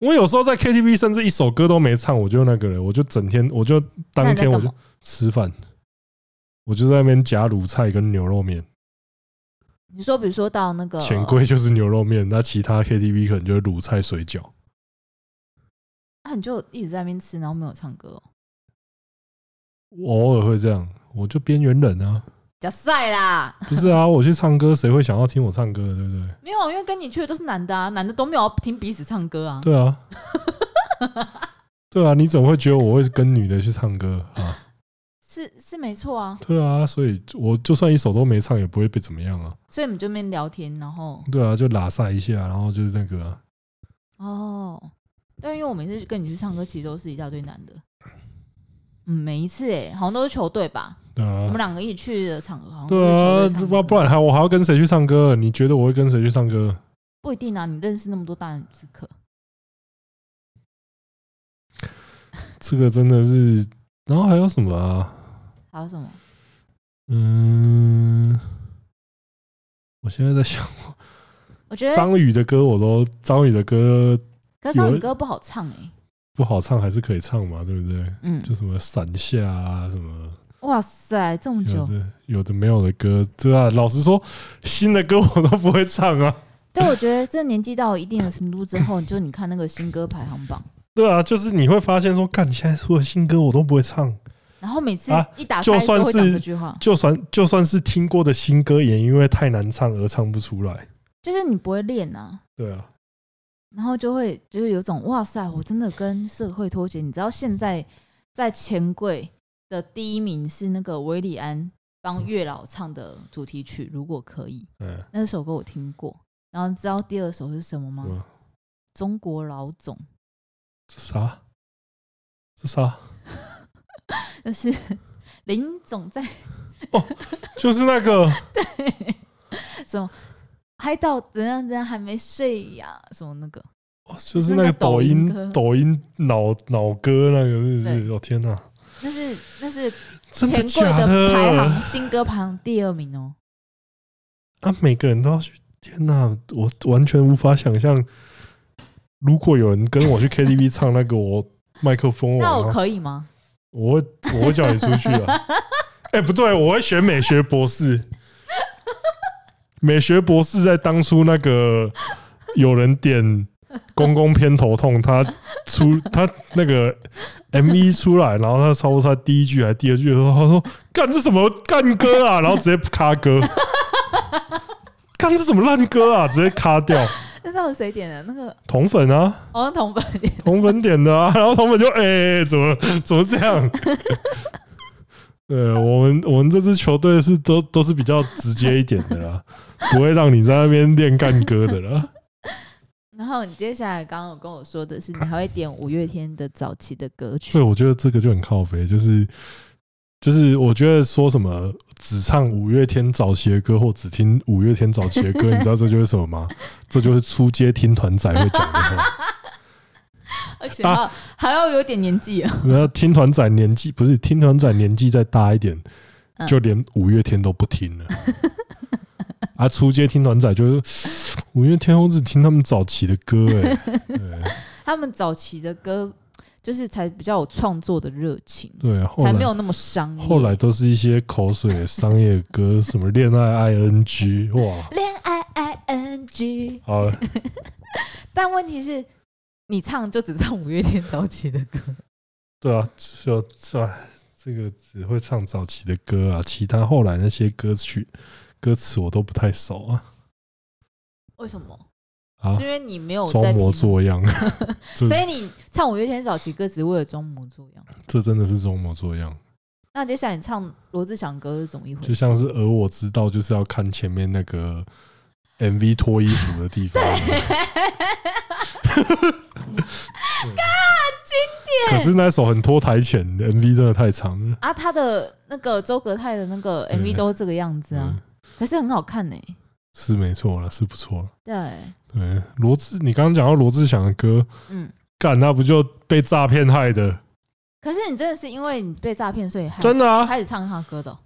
[SPEAKER 1] 我有时候在 KTV 甚至一首歌都没唱，我就那个了，我就整天，我就当天我
[SPEAKER 2] 那你在干
[SPEAKER 1] 就
[SPEAKER 2] 嘛
[SPEAKER 1] 吃饭，我就在那边夹卤菜跟牛肉面，
[SPEAKER 2] 你说比如说到那个
[SPEAKER 1] 潜规就是牛肉面，那其他 KTV 可能就是卤菜水饺。
[SPEAKER 2] 啊，你就一直在那边吃，然后没有唱歌、哦，
[SPEAKER 1] 我偶尔会这样，我就边缘人啊，
[SPEAKER 2] 假赛啦！
[SPEAKER 1] 不是啊，我去唱歌，谁会想要听我唱歌，对不对？
[SPEAKER 2] 没有，因为跟你去的都是男的啊，男的都没有要听彼此唱歌啊。
[SPEAKER 1] 对 啊，对啊，你怎么会觉得我会跟女的去唱歌啊？
[SPEAKER 2] 是是没错啊，
[SPEAKER 1] 对啊，所以我就算一首都没唱，也不会被怎么样啊。
[SPEAKER 2] 所以你们就那边聊天，然后
[SPEAKER 1] 对啊，就拉塞一下，然后就是那个啊、
[SPEAKER 2] 哦，对，因为我每次跟你去唱歌，其实都是一大堆男的。嗯，每一次哎、好像都是球队吧？
[SPEAKER 1] 对
[SPEAKER 2] 我
[SPEAKER 1] 啊
[SPEAKER 2] 们，两个一起去的场合，好像都
[SPEAKER 1] 对
[SPEAKER 2] 是球
[SPEAKER 1] 啊
[SPEAKER 2] 队，唱
[SPEAKER 1] 不
[SPEAKER 2] 歌
[SPEAKER 1] 不然还我还要跟谁去唱歌？你觉得我会跟谁去唱歌？
[SPEAKER 2] 不一定啊。你认识那么多大人之客，
[SPEAKER 1] 这个真的是，然后还有什么啊？
[SPEAKER 2] 还有什么？
[SPEAKER 1] 嗯，我现在在想，
[SPEAKER 2] 我觉得
[SPEAKER 1] 张宇的歌我都张宇的歌
[SPEAKER 2] 可是少
[SPEAKER 1] 有
[SPEAKER 2] 女歌不好唱哎、
[SPEAKER 1] 不好唱，还是可以唱嘛，对不对？
[SPEAKER 2] 嗯，
[SPEAKER 1] 就什么伞下啊，什么
[SPEAKER 2] 哇塞，这么
[SPEAKER 1] 有
[SPEAKER 2] 久，
[SPEAKER 1] 的有的没有的歌，对啊，老实说，新的歌我都不会唱啊。
[SPEAKER 2] 对，我觉得这年纪到一定的程度之后，就你看那个新歌排行榜，
[SPEAKER 1] 对啊，就是你会发现说，干，你现在出的新歌我都不会唱，
[SPEAKER 2] 然后每次
[SPEAKER 1] 啊
[SPEAKER 2] 一打
[SPEAKER 1] 就
[SPEAKER 2] 开
[SPEAKER 1] 算
[SPEAKER 2] 都会讲
[SPEAKER 1] 是
[SPEAKER 2] 这句话，
[SPEAKER 1] 就算就算是听过的新歌，也因为太难唱而唱不出来。
[SPEAKER 2] 就是你不会练啊，
[SPEAKER 1] 对啊，
[SPEAKER 2] 然后就会就是有种哇塞，我真的跟社会脱节。你知道现在在钱柜的第一名是那个维里安帮月老唱的主题曲《如果可以》，
[SPEAKER 1] 嗯，
[SPEAKER 2] 那首歌我听过。然后知道第二首是什么
[SPEAKER 1] 什
[SPEAKER 2] 吗？
[SPEAKER 1] 么
[SPEAKER 2] 中国老总，
[SPEAKER 1] 这啥？这 啥？
[SPEAKER 2] 就是 林总在
[SPEAKER 1] 就是那 个
[SPEAKER 2] 什么嗨到怎样怎样还没睡呀、什么那个
[SPEAKER 1] 哦，就是那个抖音
[SPEAKER 2] 就是那个
[SPEAKER 1] 抖音脑脑歌那个，是不是？
[SPEAKER 2] 对
[SPEAKER 1] 哦天哪，
[SPEAKER 2] 那是那是
[SPEAKER 1] 真
[SPEAKER 2] 钱
[SPEAKER 1] 的假
[SPEAKER 2] 柜的排行
[SPEAKER 1] 的？
[SPEAKER 2] 新歌排行第二名哦。
[SPEAKER 1] 啊，每个人都要去，天哪，我完全无法想象，如果有人跟我去 KTV 唱那个，我麦克风
[SPEAKER 2] 那
[SPEAKER 1] 我
[SPEAKER 2] 我可以吗？
[SPEAKER 1] 我会我会叫你出去啊！哎、不对，我会选美学博士。美学博士在当初那个有人点公公偏头痛，他出他那个 M 一出来，然后他超他第一句还是第二句的时候，他说：“干这什么干歌啊！”然后直接卡歌，干这什么烂歌啊！直接卡掉。
[SPEAKER 2] 那到底谁点的？那个
[SPEAKER 1] 同粉啊，
[SPEAKER 2] 好像同伴点
[SPEAKER 1] 同粉点的啊，然后同粉就哎、怎么 怎么这样？呃，我们我们这支球队是都都是比较直接一点的啦，不会让你在那边练干歌的啦。
[SPEAKER 2] 然后你接下来刚刚有跟我说的是，你还会点五月天的早期的歌曲
[SPEAKER 1] 所以，我觉得这个就很靠背，就是就是我觉得说什么只唱五月天早期的歌，或只听五月天早期的歌，你知道这就是什么吗？这就是出街听团仔会讲的话。
[SPEAKER 2] 而且还要、哦还要有点年纪啊。
[SPEAKER 1] 然后听团仔年纪不是听团仔年纪再大一点，
[SPEAKER 2] 嗯
[SPEAKER 1] 就连五月天都不听了。 啊，出街听团仔就是五月天，我只听他们早期的歌、欸，哎，
[SPEAKER 2] 他们早期的歌就是才比较有创作的热情，
[SPEAKER 1] 对，后
[SPEAKER 2] 才没
[SPEAKER 1] 来
[SPEAKER 2] 有那么商业。
[SPEAKER 1] 后来都是一些口水商业歌，什么恋爱 ing，哇，
[SPEAKER 2] 恋爱 I N G，
[SPEAKER 1] 好了，
[SPEAKER 2] 但问题是，你唱就只唱五月天早期的歌，
[SPEAKER 1] 对啊，就这、啊、这个只会唱早期的歌啊，其他后来那些歌曲歌词我都不太熟啊，
[SPEAKER 2] 为什么？
[SPEAKER 1] 啊
[SPEAKER 2] 是，因为你没有在
[SPEAKER 1] 装模
[SPEAKER 2] 听，所
[SPEAKER 1] 作 样，这
[SPEAKER 2] 以你唱五月天早期歌只是为了装模作样。
[SPEAKER 1] 这真的是装模作样。
[SPEAKER 2] 那接下来你唱罗志祥歌是怎么一回事？
[SPEAKER 1] 就像是而我知道，就是要看前面那个 MV 脱衣服的地方。 可是那首很拖台前，MV 真的太长了。
[SPEAKER 2] 啊，他的那个周格泰的那个
[SPEAKER 1] 对
[SPEAKER 2] MV 都是这个样子啊
[SPEAKER 1] 嗯，，
[SPEAKER 2] 可是很好看呢、
[SPEAKER 1] 是没错了，是不错了。
[SPEAKER 2] 对，
[SPEAKER 1] 对，罗志，你刚刚讲到罗志祥的歌，
[SPEAKER 2] 嗯，
[SPEAKER 1] 干那不就被诈骗害的？
[SPEAKER 2] 可是你真的是因为你被诈骗，所以还
[SPEAKER 1] 真的啊，
[SPEAKER 2] 开始唱他的歌的哦、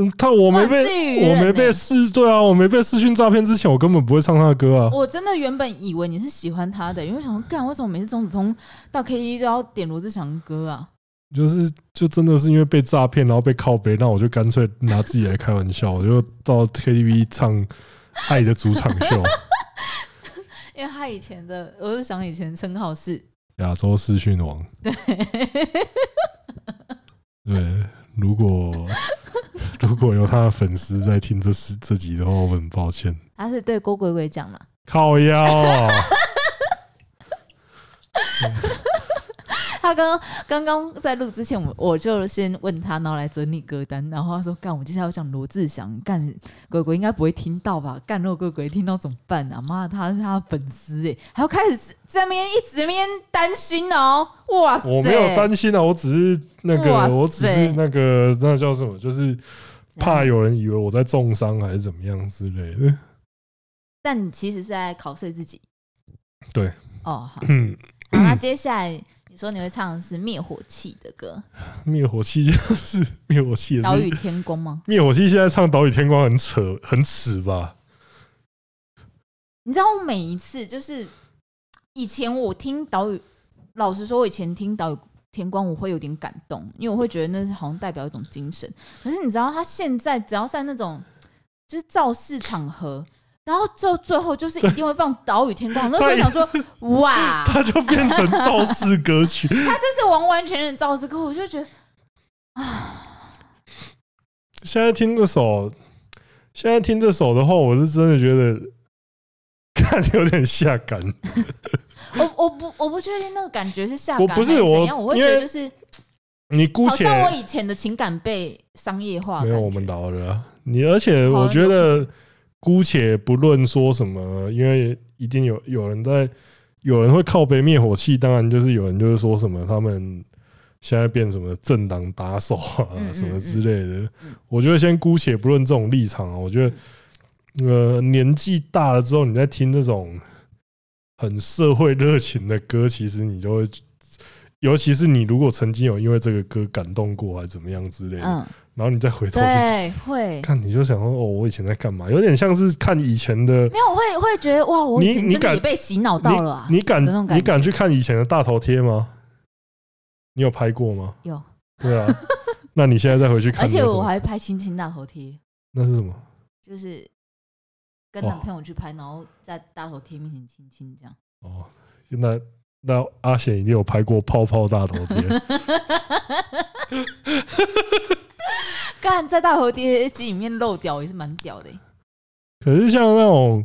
[SPEAKER 1] 嗯，他我没
[SPEAKER 2] 哇很至
[SPEAKER 1] 被
[SPEAKER 2] 于人
[SPEAKER 1] 我
[SPEAKER 2] 欸
[SPEAKER 1] 没被试，对啊，我没被试讯诈骗之前，我根本不会唱他的歌啊。
[SPEAKER 2] 我真的原本以为你是喜欢他的，因为我想说，干为什么每次钟子通到 KTV 都要点罗志祥的歌啊？
[SPEAKER 1] 就是就真的是因为被诈骗，然后被靠背，那我就干脆拿自己来开玩笑，我 就到 KTV 唱《爱的主场秀》
[SPEAKER 2] 因为他以前的罗志祥以前称号是，
[SPEAKER 1] 亚洲视讯王。对，如果 如果有他的粉丝在听这是这集的话，我很抱歉。
[SPEAKER 2] 他是对郭鬼鬼讲嘛，
[SPEAKER 1] 靠腰啊，
[SPEAKER 2] 他刚刚刚刚在录之前，我我就先问他，然后来整理歌单，然后他说：“干，我接下来要讲罗志祥，干鬼鬼应该不会听到吧？干若鬼鬼听到怎么办啊？妈，他是他的粉丝哎，还要开始这边一直边担心哦，哇塞，
[SPEAKER 1] 我没有担心啊，我只是那
[SPEAKER 2] 哇
[SPEAKER 1] 个，
[SPEAKER 2] 塞
[SPEAKER 1] 我只是那个，那叫什么？就是怕有人以为我在重伤还是怎么样之类的。
[SPEAKER 2] 但你其实是在考碎自己。”
[SPEAKER 1] 对，
[SPEAKER 2] 哦好，好
[SPEAKER 1] 嗯，
[SPEAKER 2] 那接下来你说你会唱的是灭火器的歌，
[SPEAKER 1] 灭火器就是灭火器也
[SPEAKER 2] 《岛
[SPEAKER 1] 是
[SPEAKER 2] 屿天宫》吗？
[SPEAKER 1] 灭火器现在唱《岛屿天光》很扯，很耻吧？
[SPEAKER 2] 你知道我每一次就是以前我听岛屿，老实说，我以前听岛屿天光，我会有点感动，因为我会觉得那是好像代表一种精神。可是你知道，他现在只要在那种就是造势场合，然后就最后就是一定会放岛屿天 光。那时候想说，哇，
[SPEAKER 1] 它就变成造势歌曲，
[SPEAKER 2] 他就是完完全全造势歌，我就觉得。
[SPEAKER 1] 现在听这首，现在听这首的话，我是真的觉得看有点下感。
[SPEAKER 2] 我我不我不确定那个感觉是下
[SPEAKER 1] 我
[SPEAKER 2] 感
[SPEAKER 1] 不是
[SPEAKER 2] 还
[SPEAKER 1] 我
[SPEAKER 2] 怎样，我会
[SPEAKER 1] 因
[SPEAKER 2] 觉
[SPEAKER 1] 为
[SPEAKER 2] 得就是
[SPEAKER 1] 你姑
[SPEAKER 2] 好
[SPEAKER 1] 且
[SPEAKER 2] 像我以前的情感被商业化的
[SPEAKER 1] 没有
[SPEAKER 2] 感觉，
[SPEAKER 1] 我们老了啊，你而且
[SPEAKER 2] 好
[SPEAKER 1] 我觉
[SPEAKER 2] 有
[SPEAKER 1] 得姑且不论说什么，因为一定有有人在，有人会靠背灭火器，当然就是有人就是说什么他们现在变什么政党打手啊
[SPEAKER 2] 嗯嗯
[SPEAKER 1] 什么之类的
[SPEAKER 2] 嗯，
[SPEAKER 1] 我觉得先姑且不论这种立场啊，我觉得呃年纪大了之后，你在听这种很社会热情的歌，其实你就会。尤其是你如果曾经有因为这个歌感动过，还是怎么样之类的，
[SPEAKER 2] 嗯，
[SPEAKER 1] 然后你再回头去
[SPEAKER 2] 对，会
[SPEAKER 1] 看，你就想说哦，我以前在干嘛？有点像是看以前的，
[SPEAKER 2] 没有会会觉得哇，我
[SPEAKER 1] 你
[SPEAKER 2] 以前
[SPEAKER 1] 你
[SPEAKER 2] 真的
[SPEAKER 1] 敢
[SPEAKER 2] 也被洗脑到了、啊，
[SPEAKER 1] 你敢
[SPEAKER 2] 有那种感觉
[SPEAKER 1] 你敢去看以前的大头贴吗？你有拍过吗？
[SPEAKER 2] 有，
[SPEAKER 1] 对啊，那你现在再回去看，
[SPEAKER 2] 而且
[SPEAKER 1] 那是什
[SPEAKER 2] 我
[SPEAKER 1] 么
[SPEAKER 2] 还拍亲亲大头贴，
[SPEAKER 1] 那是什么？
[SPEAKER 2] 就是跟
[SPEAKER 1] 哇
[SPEAKER 2] 男朋友去拍，然后在大头贴面前亲亲这样。
[SPEAKER 1] 哦，那那阿显一定有拍过泡泡大 头贴，
[SPEAKER 2] 干在大头贴机里面漏屌也是蛮屌的欸、
[SPEAKER 1] 可是像那种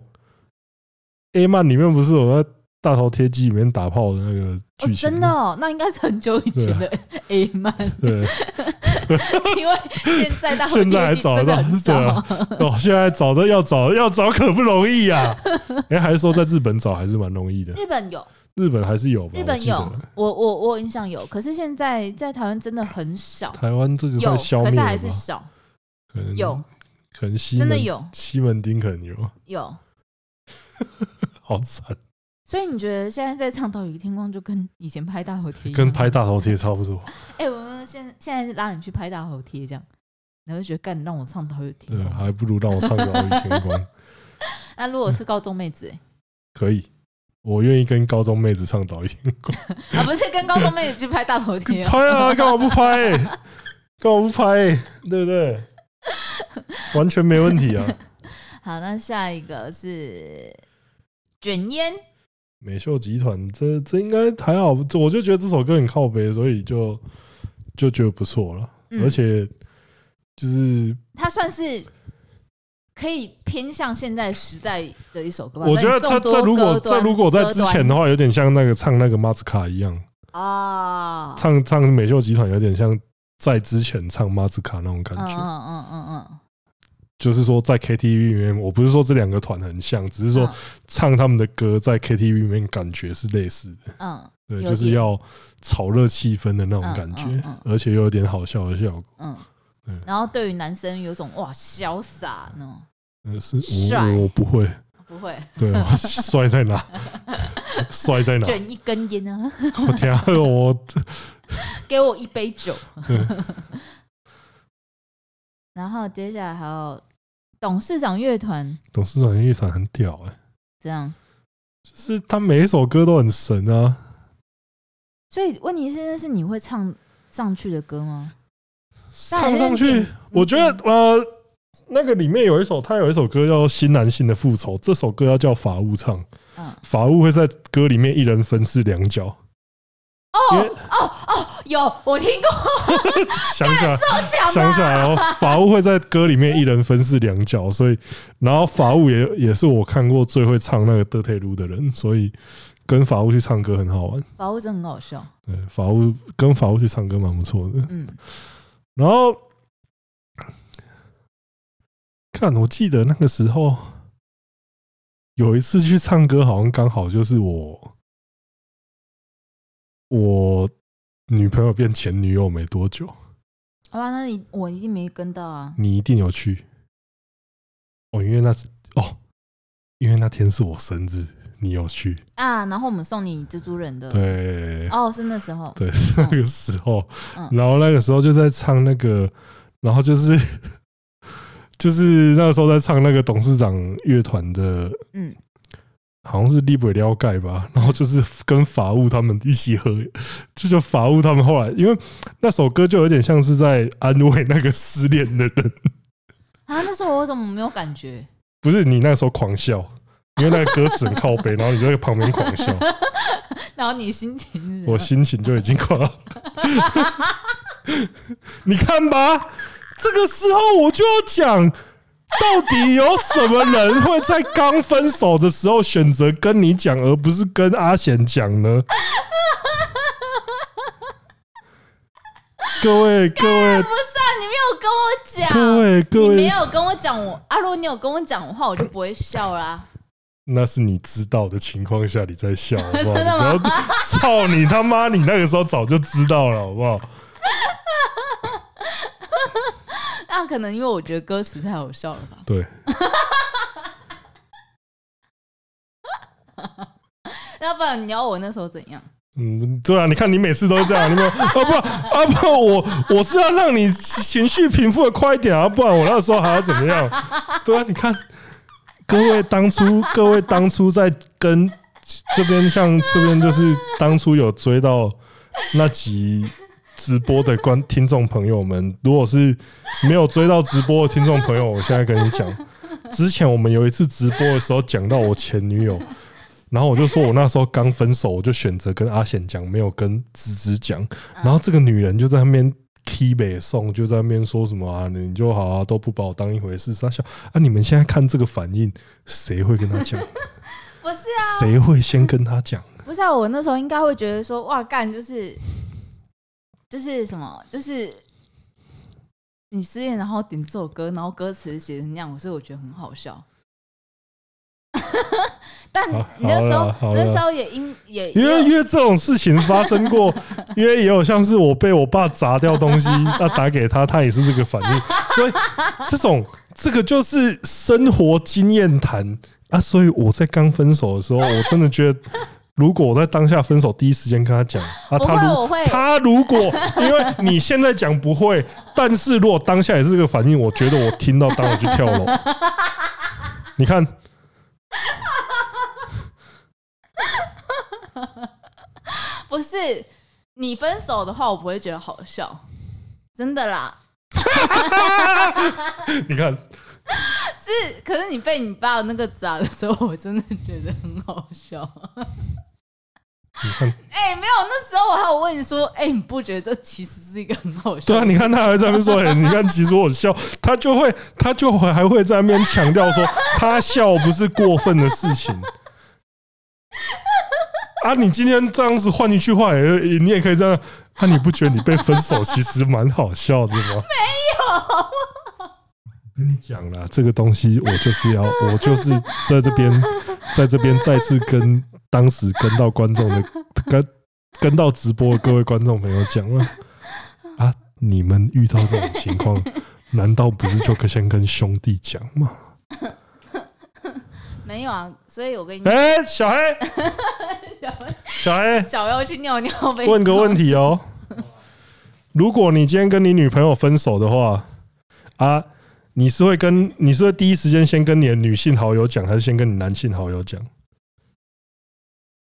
[SPEAKER 1] A 漫里面不是有在大头贴机里面打炮的那个
[SPEAKER 2] 哦，
[SPEAKER 1] 剧情？啊
[SPEAKER 2] 真的哦，那应该是很久以前的 A 漫，
[SPEAKER 1] 对。
[SPEAKER 2] 因为现在大头
[SPEAKER 1] 现在
[SPEAKER 2] 贴
[SPEAKER 1] 还
[SPEAKER 2] 机
[SPEAKER 1] 找
[SPEAKER 2] 真
[SPEAKER 1] 得
[SPEAKER 2] 的
[SPEAKER 1] 到
[SPEAKER 2] 很
[SPEAKER 1] 对
[SPEAKER 2] 少
[SPEAKER 1] 啊。哦，现在找的要找要找可不容易 啊！哎、还是说在日本找还是蛮容易的，
[SPEAKER 2] 日本有，
[SPEAKER 1] 日本还是有吧？哦
[SPEAKER 2] 日
[SPEAKER 1] 我
[SPEAKER 2] 本
[SPEAKER 1] 记得
[SPEAKER 2] 有，我我我印象有，可是现在在台湾真的很少，
[SPEAKER 1] 台湾这个
[SPEAKER 2] 有，
[SPEAKER 1] 快消
[SPEAKER 2] 可
[SPEAKER 1] 灭嗯
[SPEAKER 2] 是
[SPEAKER 1] 了
[SPEAKER 2] 还
[SPEAKER 1] 吧？
[SPEAKER 2] 是少，
[SPEAKER 1] 可能
[SPEAKER 2] 有，
[SPEAKER 1] 可能西门
[SPEAKER 2] 真的有
[SPEAKER 1] 西门町可能有，
[SPEAKER 2] 有。
[SPEAKER 1] 好 惨，
[SPEAKER 2] 所以你觉得现在在唱《岛屿天光》就跟以前拍大头贴一样
[SPEAKER 1] 跟拍？大头贴差不多。
[SPEAKER 2] 哎、我们现在现在拉你去拍大头贴这样，然后就觉得干让我唱《岛屿天
[SPEAKER 1] 对啊，
[SPEAKER 2] 光》
[SPEAKER 1] 还不如让我唱个《傲天光》，
[SPEAKER 2] 哦 那如果是高中妹子、欸，
[SPEAKER 1] 可以。我愿意跟高中妹子唱《导演 光》，
[SPEAKER 2] 啊，不是跟高中妹子去拍 大头贴、哦
[SPEAKER 1] 拍啊，干嘛不 拍、干嘛不拍、对不对？完全没问题啊！
[SPEAKER 2] 好，那下一个是卷烟，
[SPEAKER 1] 美秀集团，这这应该还好，这我就觉得这首歌很靠北，所以就就觉得不错了。
[SPEAKER 2] 嗯
[SPEAKER 1] 而且就是
[SPEAKER 2] 它算是可以偏向现在时代的一首歌吧。
[SPEAKER 1] 我觉得
[SPEAKER 2] 在
[SPEAKER 1] 这
[SPEAKER 2] 众多
[SPEAKER 1] 这如果
[SPEAKER 2] 歌端
[SPEAKER 1] 这如果在之前的话，有点像那个唱那个马斯卡一样，
[SPEAKER 2] 歌端啊，
[SPEAKER 1] 唱唱美秀集团有点像在之前唱马斯卡那种感
[SPEAKER 2] 嗯嗯
[SPEAKER 1] 觉。
[SPEAKER 2] 嗯嗯嗯，
[SPEAKER 1] 就是说在 KTV 里面，我不是说这两个团很像，只是说
[SPEAKER 2] 嗯
[SPEAKER 1] 唱他们的歌在 KTV 里面感觉是类似的。
[SPEAKER 2] 嗯
[SPEAKER 1] 对，
[SPEAKER 2] 有
[SPEAKER 1] 就是
[SPEAKER 2] 点
[SPEAKER 1] 要炒热气氛的那种感觉
[SPEAKER 2] 嗯嗯，
[SPEAKER 1] 而且又有点好笑的效果。
[SPEAKER 2] 嗯
[SPEAKER 1] 嗯
[SPEAKER 2] 然后对于男生有种哇潇洒那种，
[SPEAKER 1] 呃，是我
[SPEAKER 2] 帅
[SPEAKER 1] 我我不会，
[SPEAKER 2] 不会
[SPEAKER 1] 对， 我帅在哪？帅在哪？
[SPEAKER 2] 卷一根烟啊，
[SPEAKER 1] 我天啊，我
[SPEAKER 2] 给我一杯酒
[SPEAKER 1] 对。
[SPEAKER 2] 然后接下来还有董事长乐团
[SPEAKER 1] 董事长乐团很屌哎、
[SPEAKER 2] 这样，
[SPEAKER 1] 就是他每一首歌都很神啊。
[SPEAKER 2] 所以问题是，那是你会唱上去的歌吗？
[SPEAKER 1] 唱上
[SPEAKER 2] 但还是嗯
[SPEAKER 1] 去
[SPEAKER 2] 点，
[SPEAKER 1] 我觉得呃，那个里面有一首，他有一首歌叫《新男性的复仇》，这首歌要叫法务唱，
[SPEAKER 2] 嗯，
[SPEAKER 1] 法务会在歌里面一人分饰两角。因为
[SPEAKER 2] 哦哦哦，有我听过，
[SPEAKER 1] 想起来，
[SPEAKER 2] 好强
[SPEAKER 1] 想
[SPEAKER 2] 的，
[SPEAKER 1] 起来哦，法务会在歌里面一人分饰两角，所以然后法务也也是我看过最会唱那个德泰路的人，所以跟法务去唱歌很好玩。
[SPEAKER 2] 法务真的很好笑，
[SPEAKER 1] 对，法务跟法务去唱歌蛮不错的。
[SPEAKER 2] 嗯，
[SPEAKER 1] 然后看，我记得那个时候有一次去唱歌，好像刚好就是我我女朋友变前女友没多久，
[SPEAKER 2] 好吧，那你我一定没跟到啊，
[SPEAKER 1] 你一定有去。哦，因为那是哦，因为那天是我生日，你有去？
[SPEAKER 2] 啊，然后我们送你蜘蛛人的，
[SPEAKER 1] 对，
[SPEAKER 2] 哦，是那时候，
[SPEAKER 1] 对，是那个时候。
[SPEAKER 2] 哦嗯
[SPEAKER 1] 然后那个时候就在唱那个，然后就是 就是那个时候在唱那个董事长乐团的，
[SPEAKER 2] 嗯，
[SPEAKER 1] 好像是利鬼撩盖吧。 然后就是跟法务他们一起合，就就法务他们后来，因为那首歌就有点像是在安慰那个失恋的人。
[SPEAKER 2] 啊，那时候我怎么没有感觉？
[SPEAKER 1] 不是你那时候狂笑，因为那个歌词很靠背，然后你就在旁边狂笑，
[SPEAKER 2] 然后你心情是怎样
[SPEAKER 1] 我心情就已经狂，你看吧，这个时候我就要讲，到底有什么人会在刚分手的时候选择跟你讲，而不是跟阿贤讲呢？ 各位，各位
[SPEAKER 2] 不，是啊，你没有跟我讲，
[SPEAKER 1] 各位，各
[SPEAKER 2] 你没
[SPEAKER 1] 位，
[SPEAKER 2] 有跟我讲我啊，如果你有跟我讲的话，我就不会笑啦。
[SPEAKER 1] 那是你知道的情况下你在笑，好不好？
[SPEAKER 2] 真的吗
[SPEAKER 1] 你不要操你他妈！你那个时候早就知道了，好不好？
[SPEAKER 2] 那可能因为我觉得歌词太好笑了吧？
[SPEAKER 1] 对，
[SPEAKER 2] 要不然你要我那时候怎样？
[SPEAKER 1] 嗯，对啊，你看你每次都是这样，你们啊不啊不，我我是要让你情绪平复的快一点啊，不然我那时候还要怎么样？对啊，你看各位当初各位当初在跟这边像这边就是当初有追到那集直播的观听众朋友们，如果是没有追到直播的听众朋友，我现在跟你讲，之前我们有一次直播的时候讲到我前女友。然后我就说，我那时候刚分手，我就选择跟阿贤讲，没有跟芝芝讲。然后这个女人就在那边 K 北送，就在那边说什么啊，你就好啊，都不把我当一回事。傻笑啊，你们现在看这个反应，谁会跟他讲？
[SPEAKER 2] 不是啊，
[SPEAKER 1] 谁会先跟他讲？
[SPEAKER 2] 不是啊，我那时候应该会觉得说，哇，干就是就是什么，就是你失恋，然后点这首歌，然后歌词写成那样，所以我觉得很好笑。 但
[SPEAKER 1] 好
[SPEAKER 2] 你那时
[SPEAKER 1] 好了
[SPEAKER 2] 候
[SPEAKER 1] 好
[SPEAKER 2] 那
[SPEAKER 1] 了
[SPEAKER 2] 时候也因也
[SPEAKER 1] 因为
[SPEAKER 2] 也有
[SPEAKER 1] 因为这种事情发生 过，因为也有像是我被我爸砸掉东西，那打给他，他也是这个反应，所以这种这个就是生活经验谈啊。所以我在刚分手的时候，我真的觉得，如果我在当下分手第一时间跟他讲啊，
[SPEAKER 2] 不
[SPEAKER 1] 他
[SPEAKER 2] 会，
[SPEAKER 1] 如
[SPEAKER 2] 我会
[SPEAKER 1] 他如果因为你现在讲不会，但是如果当下也是这个反应，我觉得我听到当我就跳楼。你看，
[SPEAKER 2] 不是你分手的话，我不会觉得好笑，真的啦。
[SPEAKER 1] 你看，
[SPEAKER 2] 是，可是你被你爸那个砸的时候，我真的觉得很好笑。
[SPEAKER 1] 你看，
[SPEAKER 2] 哎、没有，那时候我还有问你说，哎、你不觉得这其实是一个很好笑
[SPEAKER 1] 对
[SPEAKER 2] 的
[SPEAKER 1] 啊，
[SPEAKER 2] 事？
[SPEAKER 1] 你看他还在那边说，哎，你看，其实我笑，他就会，他就会还会在那边强调说， 他笑不是过分的事情。啊，你今天这样子换一句话，也你也可以这样。啊，你不觉得你被分手其实蛮好笑的吗？没有。跟你讲啦，这个东西我就是要，我就是在这边，在这边再次跟当时跟到观众的跟跟到直播的各位观众朋友讲了。啊，你们遇到这种情况，难道不是就先跟兄弟讲吗？
[SPEAKER 2] 没有啊，所以我跟你讲，
[SPEAKER 1] 哎、小黑，小黑，
[SPEAKER 2] 小妖去尿尿被
[SPEAKER 1] 问个
[SPEAKER 2] 揍
[SPEAKER 1] 问，题哦。如果你今天跟你女朋友分手的话，啊，你是会跟你是会第一时间先跟你的女性好友讲，还是先跟你男性好友讲？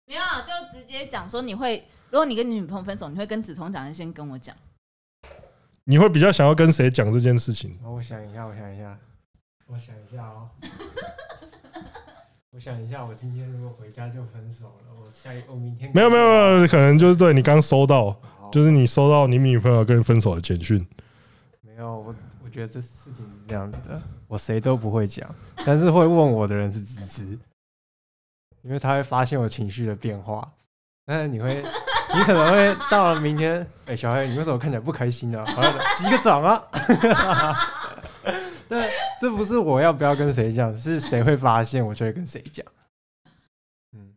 [SPEAKER 2] 没有啊，就直接讲说你会，如果你跟你女朋友分手，你会跟梓潼讲，还是先跟我讲？
[SPEAKER 1] 你会比较想要跟谁讲这件事情？
[SPEAKER 3] 我想一下，我想一下，我想一下哦。我想一下，我今天如果回家就分手了，我下一我明天
[SPEAKER 1] 没有没有没有，可能就是对你刚收到，
[SPEAKER 3] 有
[SPEAKER 1] 就是你收到你女朋友跟你分手的简讯。
[SPEAKER 3] 没有我我觉得这事情是这样子的，我谁都不会讲，但是会问我的人是芝芝，因为他会发现我情绪的变化。但是你会，你可能会到了明天，哎、小黑，你为什么看起来不开心呢、啊？好像击个掌啊！ 但这不是我要不要跟谁讲，是谁会发现我就会跟谁讲。嗯，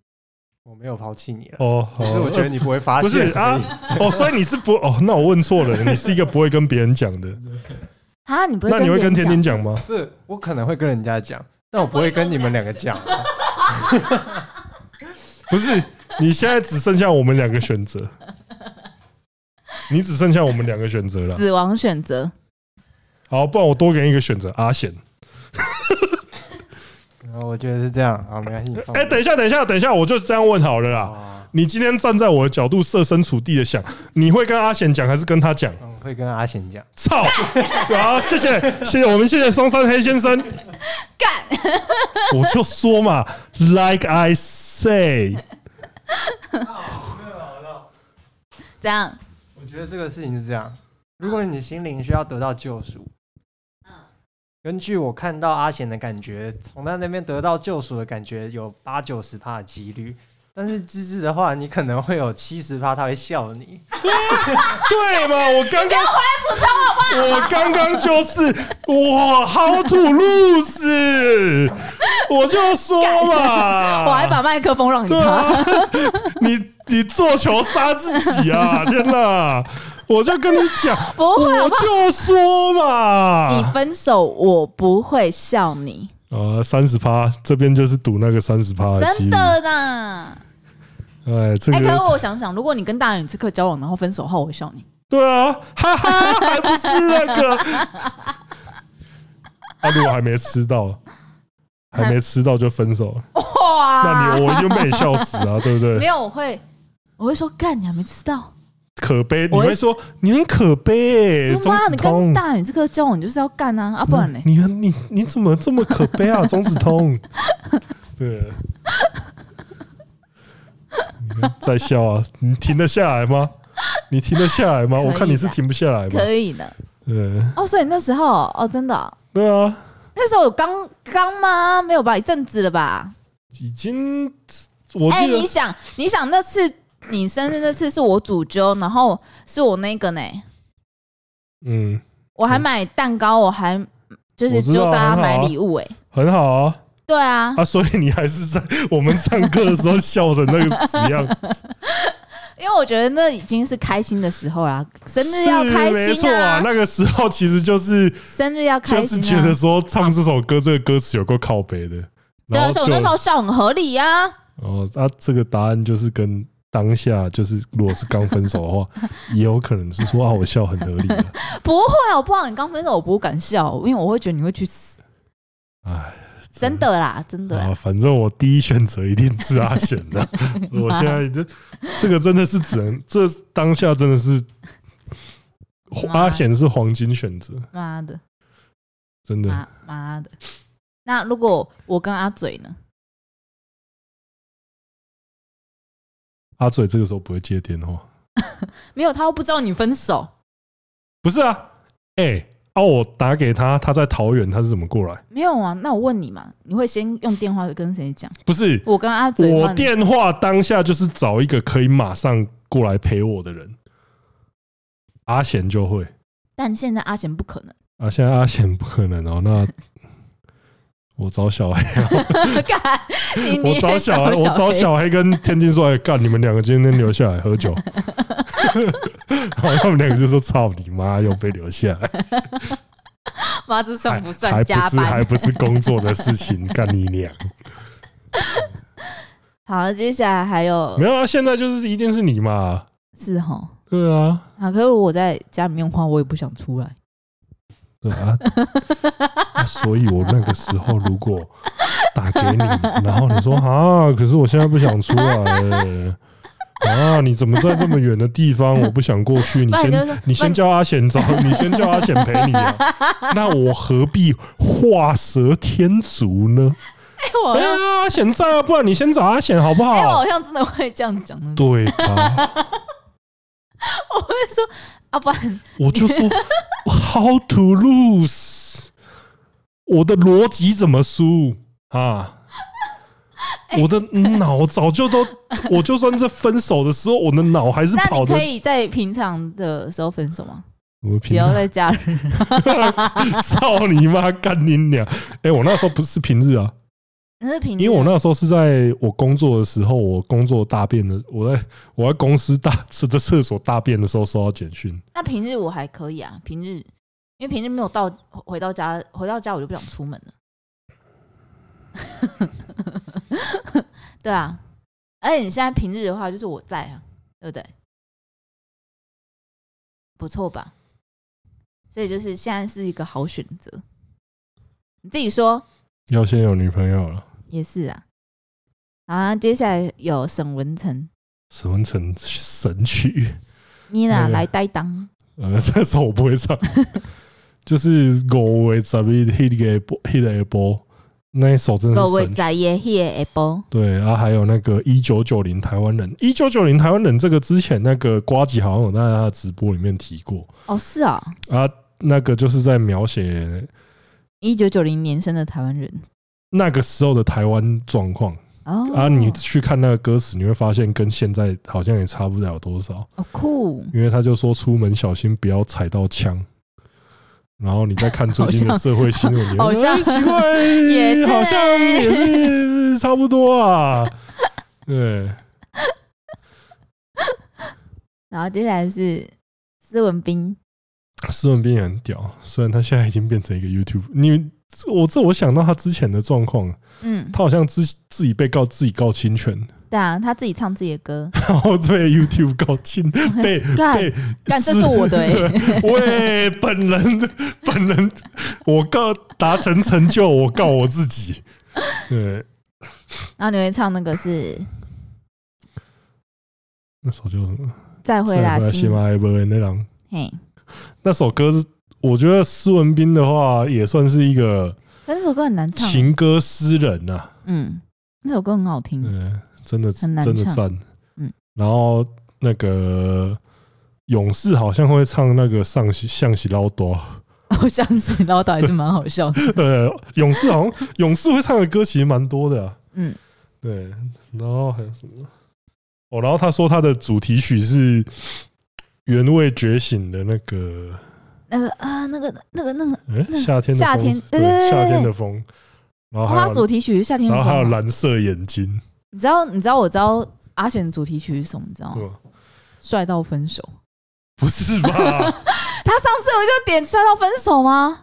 [SPEAKER 3] 我没有抛弃你了，
[SPEAKER 1] 哦，好
[SPEAKER 3] 只是我觉得你不会发
[SPEAKER 1] 不是
[SPEAKER 3] 现而已。
[SPEAKER 1] 哦，所以你是不哦？那我问错了，你是一个不会跟别人讲的。
[SPEAKER 2] 啊，你不会？
[SPEAKER 1] 那你会跟
[SPEAKER 2] 天
[SPEAKER 1] 天天讲吗？
[SPEAKER 3] 不是，我可能会跟人家讲，但我不会跟你们两个讲。
[SPEAKER 1] 不是，你现在只剩下我们两个选择，你只剩下我们两个选择了。
[SPEAKER 2] 死亡选择，
[SPEAKER 1] 好，不然我多给你一个选择，阿贤。
[SPEAKER 3] 然后嗯我觉得是这样，好，没关系，你放
[SPEAKER 1] 哎、
[SPEAKER 3] 我。
[SPEAKER 1] 等一下，等一下，等一下，我就是这样问好了啦。
[SPEAKER 3] 啊，
[SPEAKER 1] 你今天站在我的角度，设身处地的想，你会跟阿贤讲还是跟他讲？
[SPEAKER 3] 嗯，会跟阿贤讲。
[SPEAKER 1] 操！ 好，谢谢，谢谢我们，谢谢松山黑先生。
[SPEAKER 2] 干，
[SPEAKER 1] 我就说嘛，like I say，
[SPEAKER 3] 没有，
[SPEAKER 2] 这样
[SPEAKER 3] 我觉得这个事情是这样，如果你心灵需要得到救赎，根据我看到阿贤的感觉，从他那边得到救赎的感觉有八九十趴的几率。但是芝芝的话，你可能会有七十趴，他会笑你。
[SPEAKER 1] 对嘛？我刚刚我刚刚就是我 how to lose，我就说嘛，
[SPEAKER 2] 我还把麦克风让给
[SPEAKER 1] 啊对
[SPEAKER 2] 他，
[SPEAKER 1] 啊，你你做球杀自己啊！天哪，我就跟你讲，
[SPEAKER 2] 不会
[SPEAKER 1] 我就说
[SPEAKER 2] 你
[SPEAKER 1] 嘛，
[SPEAKER 2] 分手我不会笑你，
[SPEAKER 1] 呃，三十趴这边就是赌那个三十趴的几
[SPEAKER 2] 真
[SPEAKER 1] 率，
[SPEAKER 2] 的啦。
[SPEAKER 1] 哎，这
[SPEAKER 2] 哎，可是
[SPEAKER 1] 个
[SPEAKER 2] 我想想，如果你跟大远此刻交往，然后分手后，我会笑你。
[SPEAKER 1] 对啊，哈哈，还不是那 个，啊，如果还没吃到，还没吃到就分手了，
[SPEAKER 2] 哇
[SPEAKER 1] 那你我就被你笑死啊，对不对
[SPEAKER 2] 没？有，我会我会说干，你还没吃到。
[SPEAKER 1] 可悲，你
[SPEAKER 2] 我会
[SPEAKER 1] 会说你很可悲、欸，
[SPEAKER 2] 他
[SPEAKER 1] 钟
[SPEAKER 2] 妈，
[SPEAKER 1] 子
[SPEAKER 2] 你跟
[SPEAKER 1] 通。
[SPEAKER 2] 大远这个交往你就是要干啊，啊不然嘞，
[SPEAKER 1] 你你你怎么这么可悲啊，钟子 通？对，你看在笑啊，你停得下来吗？你停得下来吗？
[SPEAKER 2] 可以的
[SPEAKER 1] 我看你是停不下来吧。
[SPEAKER 2] 可以的。
[SPEAKER 1] 对
[SPEAKER 2] 哦，所以那时候哦，真的哦、
[SPEAKER 1] 对啊，
[SPEAKER 2] 那时候有刚刚吗？没有吧，一阵子了吧？
[SPEAKER 1] 已经我
[SPEAKER 2] 哎、
[SPEAKER 1] 记
[SPEAKER 2] 你
[SPEAKER 1] 得
[SPEAKER 2] 想，你想那次你生日那次是我主揪，然后是我那个呢，
[SPEAKER 1] 嗯
[SPEAKER 2] 我还买蛋糕，我还就是
[SPEAKER 1] 我知道
[SPEAKER 2] 揪大
[SPEAKER 1] 很
[SPEAKER 2] 家
[SPEAKER 1] 好啊
[SPEAKER 2] 买礼物、哎、
[SPEAKER 1] 很好啊
[SPEAKER 2] 对啊，
[SPEAKER 1] 啊，所以你还是在我们上课的时候笑成那个死 样，
[SPEAKER 2] 因为我觉得那已经是开心的时候啦，生日要
[SPEAKER 1] 是
[SPEAKER 2] 开
[SPEAKER 1] 没错
[SPEAKER 2] 心
[SPEAKER 1] 啊
[SPEAKER 2] 啊，。
[SPEAKER 1] 那个时候其实就是
[SPEAKER 2] 生日要
[SPEAKER 1] 就
[SPEAKER 2] 开
[SPEAKER 1] 是
[SPEAKER 2] 心
[SPEAKER 1] 觉
[SPEAKER 2] 啊
[SPEAKER 1] 得。说唱这首歌这个歌词有够靠北的，
[SPEAKER 2] 对
[SPEAKER 1] 然
[SPEAKER 2] 啊，
[SPEAKER 1] 后
[SPEAKER 2] 所以我
[SPEAKER 1] 就
[SPEAKER 2] 那时候笑很合理呀、啊。
[SPEAKER 1] 哦，啊，这个答案就是跟当下，就是如果是刚分手的 话，也有可能是说啊，我笑很合理的。
[SPEAKER 2] 不会啊，我不知道你刚分手，我不敢笑，因为我会觉得你会去死。
[SPEAKER 1] 哎，
[SPEAKER 2] 真的啦，真的啦
[SPEAKER 1] 啊，反正我第一选择一定是阿贤 的。我现在这这个真的是只能，这当下真的是
[SPEAKER 2] 妈
[SPEAKER 1] 阿贤是黄金选择，
[SPEAKER 2] 妈的，
[SPEAKER 1] 真的。
[SPEAKER 2] 妈妈的。那如果我跟阿嘴呢？
[SPEAKER 1] 阿嘴这个时候不会接电话，
[SPEAKER 2] 没有，他又不知道你分手，
[SPEAKER 1] 不是啊？哎，啊，我打给他，他在桃园，他是怎么过来？
[SPEAKER 2] 没有啊。那我问你嘛，你会先用电话跟谁讲？
[SPEAKER 1] 不是，
[SPEAKER 2] 我跟阿嘴的话
[SPEAKER 1] 我
[SPEAKER 2] 你
[SPEAKER 1] 电话当下就是找一个可以马上过来陪我的人，阿贤就会
[SPEAKER 2] 但现在阿贤不可能。
[SPEAKER 1] 啊，现在阿贤不可能哦，那我找小黑，
[SPEAKER 2] 干，你你
[SPEAKER 1] 我找小黑，我找小黑跟天津说，哎，干，你们两个今天留下来喝 酒，然后他们两个就说，操你妈，又被留下来，
[SPEAKER 2] 妈，这算不
[SPEAKER 1] 还
[SPEAKER 2] 算
[SPEAKER 1] 不
[SPEAKER 2] 加
[SPEAKER 1] 是还
[SPEAKER 2] 班？
[SPEAKER 1] 不是工作的事情，干你 娘！
[SPEAKER 2] 好，接下来还有
[SPEAKER 1] 没有啊，现在就是一定是你嘛，
[SPEAKER 2] 是哈
[SPEAKER 1] 对啊，
[SPEAKER 2] 啊。可是我在家里面的话，我也不想出来。
[SPEAKER 1] 对啊，啊所以我那个时候如果打给你，然后你说啊，可是我现在不想出来，啊，你怎么在这么远的地方，我不想过去，你
[SPEAKER 2] 不然就
[SPEAKER 1] 先
[SPEAKER 2] 是说
[SPEAKER 1] 你先叫阿显找，你先叫阿显陪你 啊，那我何必画蛇添足呢？
[SPEAKER 2] 我好
[SPEAKER 1] 哎
[SPEAKER 2] 像
[SPEAKER 1] 呀，阿显在啊，不然你先找阿显好不
[SPEAKER 2] 哦哎、我
[SPEAKER 1] 好
[SPEAKER 2] 好？像真的会这样讲的。
[SPEAKER 1] 对吧？
[SPEAKER 2] 我会说，啊，不然
[SPEAKER 1] 我就说 How to lose，我的逻辑怎么输 啊？我的脑早就都，我就算在分手的时候，我的脑还是
[SPEAKER 2] 那
[SPEAKER 1] 跑
[SPEAKER 2] 你
[SPEAKER 1] 的
[SPEAKER 2] 可。以在平常的时候分手吗？
[SPEAKER 1] 我
[SPEAKER 2] 不
[SPEAKER 1] 平
[SPEAKER 2] 要
[SPEAKER 1] 常
[SPEAKER 2] 在家人。
[SPEAKER 1] 操你妈，干你娘！哎，我那时候不是平日啊，
[SPEAKER 2] 那是平日，
[SPEAKER 1] 因为我那时候是在我工作的时候，我工作大便的，我在我在公司大是在厕所大便的时候收到简讯。
[SPEAKER 2] 那平日我还可以啊，平日因为平日没有到回到家，回到家我就不想出门了。 对啊，而且你现在平日的话，就是我在啊，对不对？不错吧？所以就是现在是一个好选择。你自己说
[SPEAKER 1] 要先有女朋友了，
[SPEAKER 2] 也是啊。好啊，接下来有沈文成，
[SPEAKER 1] 沈文成神曲。
[SPEAKER 2] 妮娜
[SPEAKER 1] 那个
[SPEAKER 2] 来担当。
[SPEAKER 1] 呃，这首我不会唱，就是五月十一 hit 个 hit 个波，那一首真的
[SPEAKER 2] 各
[SPEAKER 1] 是
[SPEAKER 2] 位
[SPEAKER 1] 神曲。
[SPEAKER 2] 在耶耶 apple，
[SPEAKER 1] 对，然后还有那个一九九零台湾人，一九九零台湾人这个之前那个瓜吉好像有在他的直播里面提过
[SPEAKER 2] 哦是啊，
[SPEAKER 1] 啊，那个就是在描写
[SPEAKER 2] 一九九零年生的台湾人
[SPEAKER 1] 那个时候的台湾状况
[SPEAKER 2] 哦
[SPEAKER 1] 啊。你去看那个歌词，你会发现跟现在好像也差不了多少，
[SPEAKER 2] 哦酷，
[SPEAKER 1] 因为他就说出门小心不要踩到枪。然后你再看最近的
[SPEAKER 2] 好像
[SPEAKER 1] 社会新闻，你
[SPEAKER 2] 好
[SPEAKER 1] 会觉得
[SPEAKER 2] 像
[SPEAKER 1] 哎奇怪，
[SPEAKER 2] 也是
[SPEAKER 1] 好像
[SPEAKER 2] 欸
[SPEAKER 1] 也是差不多啊。对，
[SPEAKER 2] 然后接下来是斯文斌，
[SPEAKER 1] 斯文斌也很屌，虽然他现在已经变成一个 YouTube，你我这我想到他之前的状况，
[SPEAKER 2] 嗯，
[SPEAKER 1] 他好像自自己被告自己告侵权，
[SPEAKER 2] 对啊，他自己唱自己的 歌，
[SPEAKER 1] 然后被 YouTube 告 侵，被
[SPEAKER 2] 干
[SPEAKER 1] 被
[SPEAKER 2] 干这是我的欸
[SPEAKER 1] 喂，本人本人，我告达成成就，我告我自己，对，
[SPEAKER 2] 然后你会唱那个是
[SPEAKER 1] 那首叫什么？
[SPEAKER 2] 再会啦
[SPEAKER 1] 喜
[SPEAKER 2] 心，
[SPEAKER 1] 马拉伯那郎。
[SPEAKER 2] 嘿，
[SPEAKER 1] 那首歌是，我觉得斯文斌的话也算是一个
[SPEAKER 2] 可是那首歌很难唱，
[SPEAKER 1] 情歌诗人呐、啊。
[SPEAKER 2] 嗯，那首歌很好听，
[SPEAKER 1] 嗯，真的
[SPEAKER 2] 很难
[SPEAKER 1] 真的
[SPEAKER 2] 唱
[SPEAKER 1] 赞。
[SPEAKER 2] 嗯，
[SPEAKER 1] 然后那个勇士好像会唱那个上西向西捞多，
[SPEAKER 2] 我相信唠叨还是蛮好笑的，
[SPEAKER 1] 呃，勇士好像勇士会唱的歌其实蛮多的啊、
[SPEAKER 2] 嗯，
[SPEAKER 1] 对，然后还有什么？哦，然后他说他的主题曲是原味觉醒的那个，
[SPEAKER 2] 那个啊，那个那个那个，
[SPEAKER 1] 嗯、
[SPEAKER 2] 那
[SPEAKER 1] 夏天的
[SPEAKER 2] 夏
[SPEAKER 1] 风
[SPEAKER 2] 天对对
[SPEAKER 1] 对
[SPEAKER 2] 对
[SPEAKER 1] 夏
[SPEAKER 2] 对
[SPEAKER 1] 天
[SPEAKER 2] 对
[SPEAKER 1] 的风，然后
[SPEAKER 2] 哦，
[SPEAKER 1] 还
[SPEAKER 2] 他
[SPEAKER 1] 有、
[SPEAKER 2] 主题曲是夏天
[SPEAKER 1] 然后还有
[SPEAKER 2] 风嘛，
[SPEAKER 1] 蓝色眼睛，
[SPEAKER 2] 你知道你知道我知道阿璇的主题曲是什么？你知道
[SPEAKER 1] 对
[SPEAKER 2] 吗？
[SPEAKER 1] 吧？
[SPEAKER 2] 帅到分手，
[SPEAKER 1] 不是 吧？
[SPEAKER 2] 他上次我就点帅到分手吗？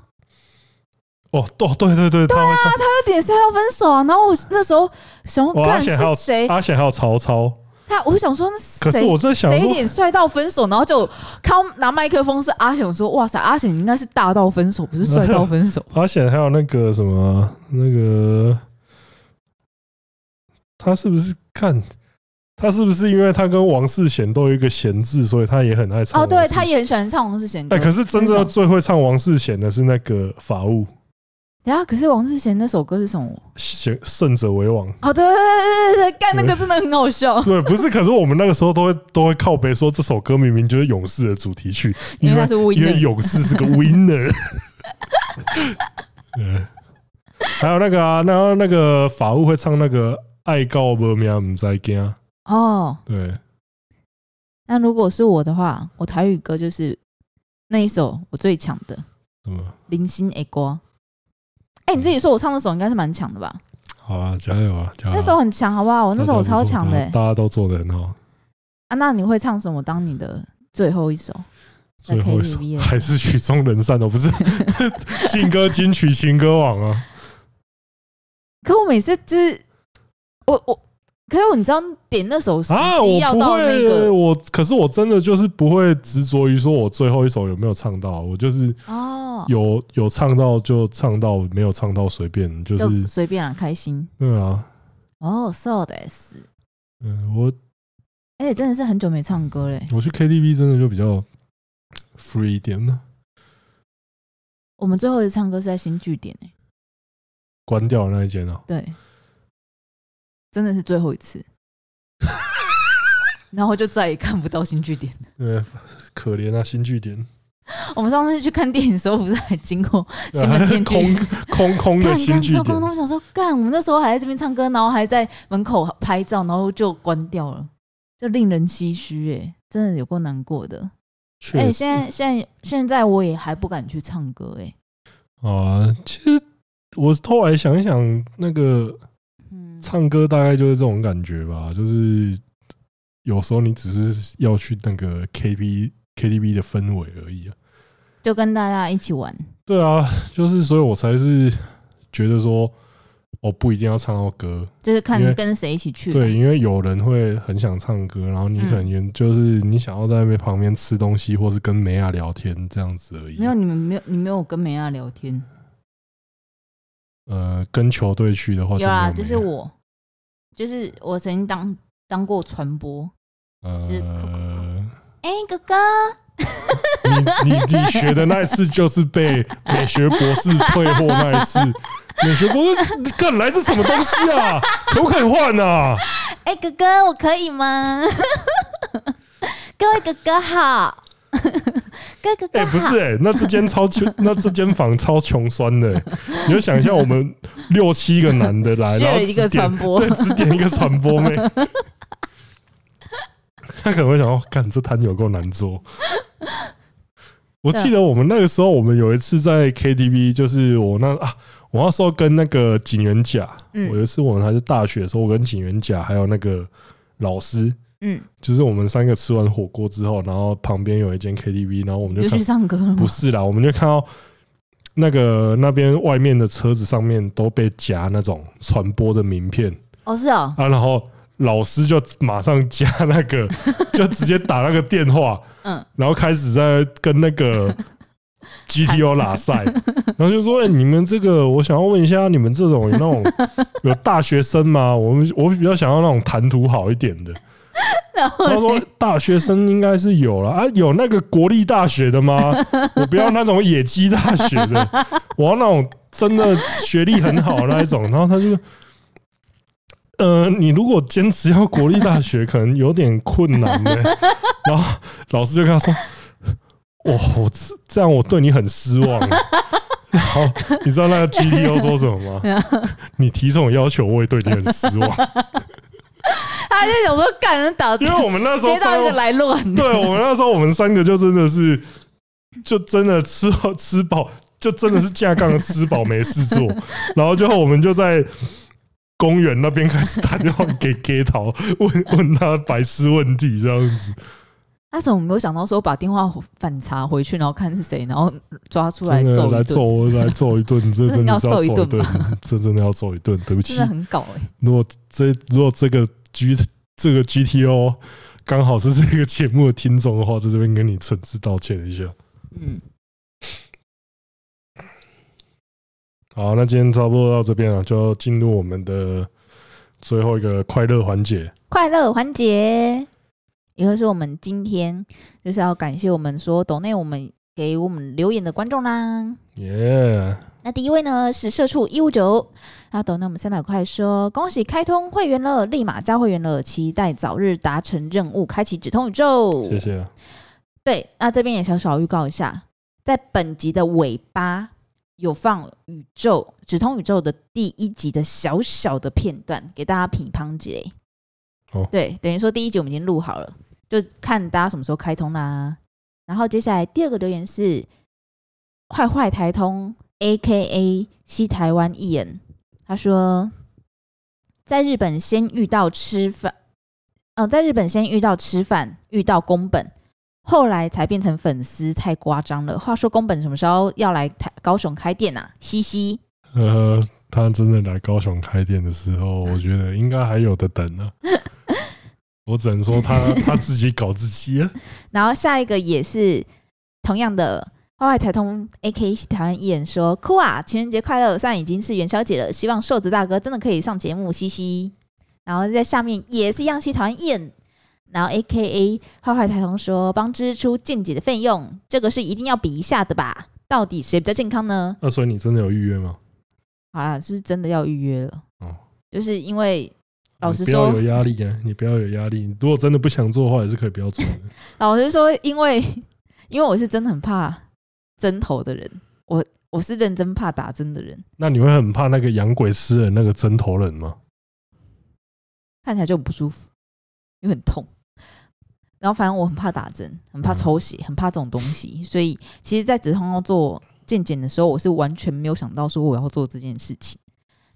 [SPEAKER 1] 哦，哦，对对对，他会唱。
[SPEAKER 2] 他点帅到分手啊！然后我那时候想说，
[SPEAKER 1] 哇
[SPEAKER 2] 干
[SPEAKER 1] 而且还有
[SPEAKER 2] 是谁？
[SPEAKER 1] 阿显还有曹操，
[SPEAKER 2] 他我想说，那
[SPEAKER 1] 可是
[SPEAKER 2] 谁
[SPEAKER 1] 我在想
[SPEAKER 2] 谁
[SPEAKER 1] 说，。
[SPEAKER 2] 点帅到分手？然后就靠拿麦克风是阿显，我说哇塞，阿显应该是大到分手，不是帅到分手
[SPEAKER 1] 阿显还有那个什么那个，他是不是看他是不是因为他跟王世贤都有一个贤字，所以他也很爱唱王世贤？
[SPEAKER 2] 哦，对，他也很嗯喜欢唱王世贤歌。
[SPEAKER 1] 哎，可是真
[SPEAKER 2] 分
[SPEAKER 1] 正
[SPEAKER 2] 手
[SPEAKER 1] 最会唱王世贤的是那个法务
[SPEAKER 2] 等一下，可是王世贤那首歌是什么？
[SPEAKER 1] 贤胜者为王。
[SPEAKER 2] 哦，对对对对对对，干那个真的很好笑，
[SPEAKER 1] 对，不是，可是我们那个时候都会都会靠背说这首歌明明就是勇士的主题曲， 因
[SPEAKER 2] 因为
[SPEAKER 1] 为
[SPEAKER 2] 他是
[SPEAKER 1] 因为
[SPEAKER 2] winner。
[SPEAKER 1] 勇士 是个 winner。嗯，还有那个啊，然后那个法务会唱那个“爱告不明唔知惊
[SPEAKER 2] 哦，”，
[SPEAKER 1] 对，
[SPEAKER 2] 那如果是我的话，我台语歌就是那一首我最强的《
[SPEAKER 1] 什么？
[SPEAKER 2] 零星诶歌》。哎，你自己说我唱那首应该是蛮强的吧？
[SPEAKER 1] 好啊，加油啊，加油！
[SPEAKER 2] 那时候很强，好不好？我那时候我超强的、欸、
[SPEAKER 1] 大家都做的很好。
[SPEAKER 2] 啊！那你会唱什么当你的最后一首？在
[SPEAKER 1] 最后一首
[SPEAKER 2] KTV
[SPEAKER 1] 还是曲终人散的，不是 劲歌金曲情歌王 啊？
[SPEAKER 2] 可我每次就是我我，可是你知道点那首时
[SPEAKER 1] 啊，
[SPEAKER 2] 机
[SPEAKER 1] 我
[SPEAKER 2] 要
[SPEAKER 1] 不
[SPEAKER 2] 到那
[SPEAKER 1] 会，
[SPEAKER 2] 个、
[SPEAKER 1] 我可是我真的就是不会执着于说我最后一首有没有唱到，我就是
[SPEAKER 2] 哦，
[SPEAKER 1] 有有唱到就唱到，没有唱到随便，就
[SPEAKER 2] 就是随便啊，开心
[SPEAKER 1] 对啊，
[SPEAKER 2] 哦，so this，
[SPEAKER 1] 嗯，我
[SPEAKER 2] 而哎且真的是很久没唱歌嘞。
[SPEAKER 1] 我去 KTV 真的就比较 free 一点呢，
[SPEAKER 2] 我们最后一次唱歌是在新据点哎、
[SPEAKER 1] 关掉了那一间啊，
[SPEAKER 2] 对，真的是最后一次，然后就再也看不到新据点。
[SPEAKER 1] 对，可怜啊，新据点，
[SPEAKER 2] 我们上次去看电影的时候，不是还经过
[SPEAKER 1] 对
[SPEAKER 2] 西
[SPEAKER 1] 啊
[SPEAKER 2] 门店区
[SPEAKER 1] 空空空的
[SPEAKER 2] 看
[SPEAKER 1] 新
[SPEAKER 2] 看
[SPEAKER 1] 据
[SPEAKER 2] 超
[SPEAKER 1] 点
[SPEAKER 2] 光，他，们想说，干，我们那时候还在这边唱歌，然后还在门口拍照，然后就关掉了，就令人唏嘘哎、真的有够难过的。哎、
[SPEAKER 1] 确实
[SPEAKER 2] 现在现在现在我也还不敢去唱歌哎、
[SPEAKER 1] 啊，其实我后来想一想，那个
[SPEAKER 2] 嗯，
[SPEAKER 1] 唱歌大概就是这种感觉吧，就是有时候你只是要去那个 KTV KTV 的氛围而已啊，
[SPEAKER 2] 就跟大家一起玩，
[SPEAKER 1] 对啊，就是所以我才是觉得说，我不一定要唱到歌。
[SPEAKER 2] 就是看
[SPEAKER 1] 因为
[SPEAKER 2] 跟谁一起去。
[SPEAKER 1] 对，，因为有人会很想唱歌，然后你
[SPEAKER 2] 嗯
[SPEAKER 1] 可能也就是你想要在那边旁边吃东西，或是跟梅亚聊天这样子而已。
[SPEAKER 2] 没有你们没有你没有跟梅亚聊天，
[SPEAKER 1] 呃，跟球队去哦的话就
[SPEAKER 2] 有啊，
[SPEAKER 1] 没
[SPEAKER 2] 就
[SPEAKER 1] 有
[SPEAKER 2] 是
[SPEAKER 1] 梅亚
[SPEAKER 2] 我，就是我曾经当当过传播。就是哭哭
[SPEAKER 1] 呃，
[SPEAKER 2] 哎、哥哥，
[SPEAKER 1] 你你你学的那一次就是被美学博士退货那一次，美学国你干来这什么东西啊？可不可以换啊？
[SPEAKER 2] 哎、哥哥，我可以吗？ 各位哥哥好， 各位哥
[SPEAKER 1] 哎、
[SPEAKER 2] 哥好。
[SPEAKER 1] 不是哎、那这间超穷，那这间房超穷酸的、欸。你就想一下，我们六七个男的来，然后
[SPEAKER 2] Share 一个
[SPEAKER 1] 只点
[SPEAKER 2] 传播
[SPEAKER 1] 对，只点一个传播妹。他可能会想到，干这摊有够难做。我记得我们那个时候，我们有一次在 KTV，就是我那啊，我那时候跟那个警员甲，
[SPEAKER 2] 嗯
[SPEAKER 1] 我有一次我们还是大学的时候，我跟警员甲还有那个老师，
[SPEAKER 2] 嗯，
[SPEAKER 1] 就是我们三个吃完火锅之后，然后旁边有一间 KTV，然后我们就
[SPEAKER 2] 你就
[SPEAKER 1] 看
[SPEAKER 2] 去唱歌了吗
[SPEAKER 1] 不？是啦，我们就看到那个那边外面的车子上面都被夹那种传播的名片
[SPEAKER 2] 哦，是哦，
[SPEAKER 1] 啊，然后老师就马上加那 个，就直接打那个电话，
[SPEAKER 2] 嗯，
[SPEAKER 1] 然后开始在跟那个 GTO 拉赛，然后就说：“哎、你们这个，我想要问一下，你们这种有那 种有大学生吗？我们我比较想要那种谈吐好一点的。”
[SPEAKER 2] 然
[SPEAKER 1] 他说：“大学生应该是有了啊，有那个国立大学的 吗？我不要那种野鸡大学的，我要那种真的学历很好那一种。”然后他就，呃，你如果坚持要国立大学，可能有点困难 的、然后老师就跟他说：“哇，我这这样我对你很失望。”然后你知道那个 GTO 说什么 吗？
[SPEAKER 2] 嗯
[SPEAKER 1] 你提这种要求，我也对你很失望，
[SPEAKER 2] 他就想说干人倒，
[SPEAKER 1] 因为我们那时候
[SPEAKER 2] 接到一
[SPEAKER 1] 三
[SPEAKER 2] 个来乱 的，
[SPEAKER 1] 对我们那时候，我们三个就真的是，就真的吃好吃饱，就真的是架杠吃饱没事 做，然后最后我们就在公园那边开始打电话给给桃， 问问他白痴问题这样子，
[SPEAKER 2] 他怎么没有想到说把电话反查回去，然后看是谁，然后抓出来
[SPEAKER 1] 真的
[SPEAKER 2] 揍
[SPEAKER 1] 来
[SPEAKER 2] 一
[SPEAKER 1] 揍
[SPEAKER 2] 顿，
[SPEAKER 1] 我来揍一顿，这真的是
[SPEAKER 2] 真的要
[SPEAKER 1] 揍
[SPEAKER 2] 揍一
[SPEAKER 1] 一
[SPEAKER 2] 顿
[SPEAKER 1] 顿， 这真的要揍一顿，对不起
[SPEAKER 2] 真的，很搞哎、
[SPEAKER 1] 如果这如果这个 G 这个 GTO 刚好是这个节目的听众的话，在这边跟你诚挚道歉一下。
[SPEAKER 2] 嗯，
[SPEAKER 1] 好，那今天差不多到这边了，就进入我们的最后一个快乐环节。
[SPEAKER 2] 快乐环节，也就是我们今天就是要感谢我们说抖内我们给我们留言的观众啦。
[SPEAKER 1] 耶、
[SPEAKER 2] 那第一位呢是社畜一五九，他抖内我们三百块说，恭喜开通会员了，立马加会员了，期待早日达成任务，开启止痛宇宙。
[SPEAKER 1] 谢谢。
[SPEAKER 2] 对，那这边也小小预告一下，在本集的尾巴有放宇宙止痛宇宙的第一集的小小的片段，给大家品乓姐。
[SPEAKER 1] 哦
[SPEAKER 2] 对，等于说第一集我们已经录好了，就看大家什么时候开通啦。然后接下来第二个留言是坏坏台通 A K A 西台湾艺人，他说在日本先遇到吃饭，呃，在日本先遇到吃饭，遇到宫本，后来才变成粉丝，太夸张了。话说宫本什么时候要来台高雄开店啊？嘻嘻，
[SPEAKER 1] 呃，他真的来高雄开店的时候，我觉得应该还有的等 呢、我只能说他他自己搞自己啊。
[SPEAKER 2] 然后下一个也是同样的。花外台通 A K 台湾艺人说：“酷啊，情人节快乐！虽然已经是元宵节了，希望瘦子大哥真的可以上节目，嘻嘻。”然后在下面也是央视台湾艺人，然后 A K A 花外台通说：“帮支出健姐的费用，这个是一定要比一下的吧？到底谁比较健康呢？”
[SPEAKER 1] 那、啊所以你真的有预约吗？
[SPEAKER 2] 啊，是真的要预约了，
[SPEAKER 1] 哦
[SPEAKER 2] 就是因为老实
[SPEAKER 1] 你不要
[SPEAKER 2] 说
[SPEAKER 1] 有压力啊！你不要有压力。如果真的不想做的话，也是可以不要做的。
[SPEAKER 2] 老实说，因为因为我是真的很怕针头的人，我我是认真怕打针的人，
[SPEAKER 1] 那你会很怕那个洋鬼吃人那个针头人吗？
[SPEAKER 2] 看起来就很不舒服，又很痛。然后反正我很怕打针，很怕
[SPEAKER 1] 嗯
[SPEAKER 2] 抽血，很怕这种东西，所以其实，在止痛药做健检的时候，我是完全没有想到说我要做这件事情。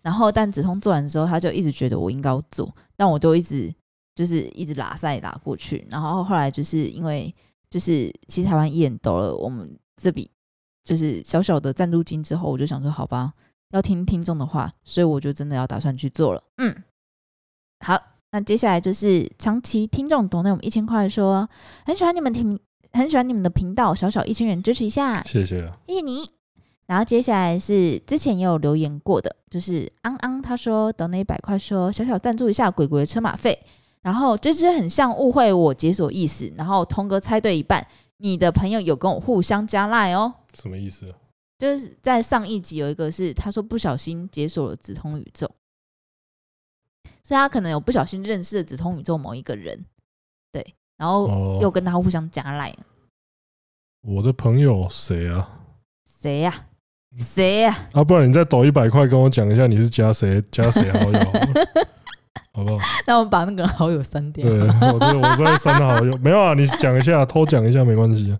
[SPEAKER 2] 然后，但止痛做完之后，他就一直觉得我应该要做，但我就一直就是一直拉塞拉过去。然后后来就是因为就是其实台湾艺人抖了我们这笔就是小小的赞助金之后，我就想说好吧，要听听众的话，所以我就真的要打算去做了。嗯，好，那接下来就是长期听众懂内我们一千块说很喜欢你们听，很喜欢你们的频道，小小一千元支持一下，
[SPEAKER 1] 谢谢啊。
[SPEAKER 2] 谢谢你。然后接下来是之前也有留言过的，就是昂昂他说抖那一百块说小小赞助一下鬼鬼的车马费，然后这只很像误会我解锁意思，然后通哥猜对一半，你的朋友有跟我互相加赖哦，
[SPEAKER 1] 什么意思啊？
[SPEAKER 2] 就是在上一集有一个是他说不小心解锁了直通宇宙，所以他可能有不小心认识了直通宇宙某一个人，对，然后
[SPEAKER 1] 哦，
[SPEAKER 2] 又跟他互相加赖，
[SPEAKER 1] 我的朋友谁啊？
[SPEAKER 2] 谁呀、谁呀、
[SPEAKER 1] 啊，不然你再抖一百块跟我讲一下你是加谁加谁好 友好了，好不好？
[SPEAKER 2] 那我们把那个好友删掉。
[SPEAKER 1] 对，我这我这删了好友没有啊？你讲一下，偷讲一下没关系啊。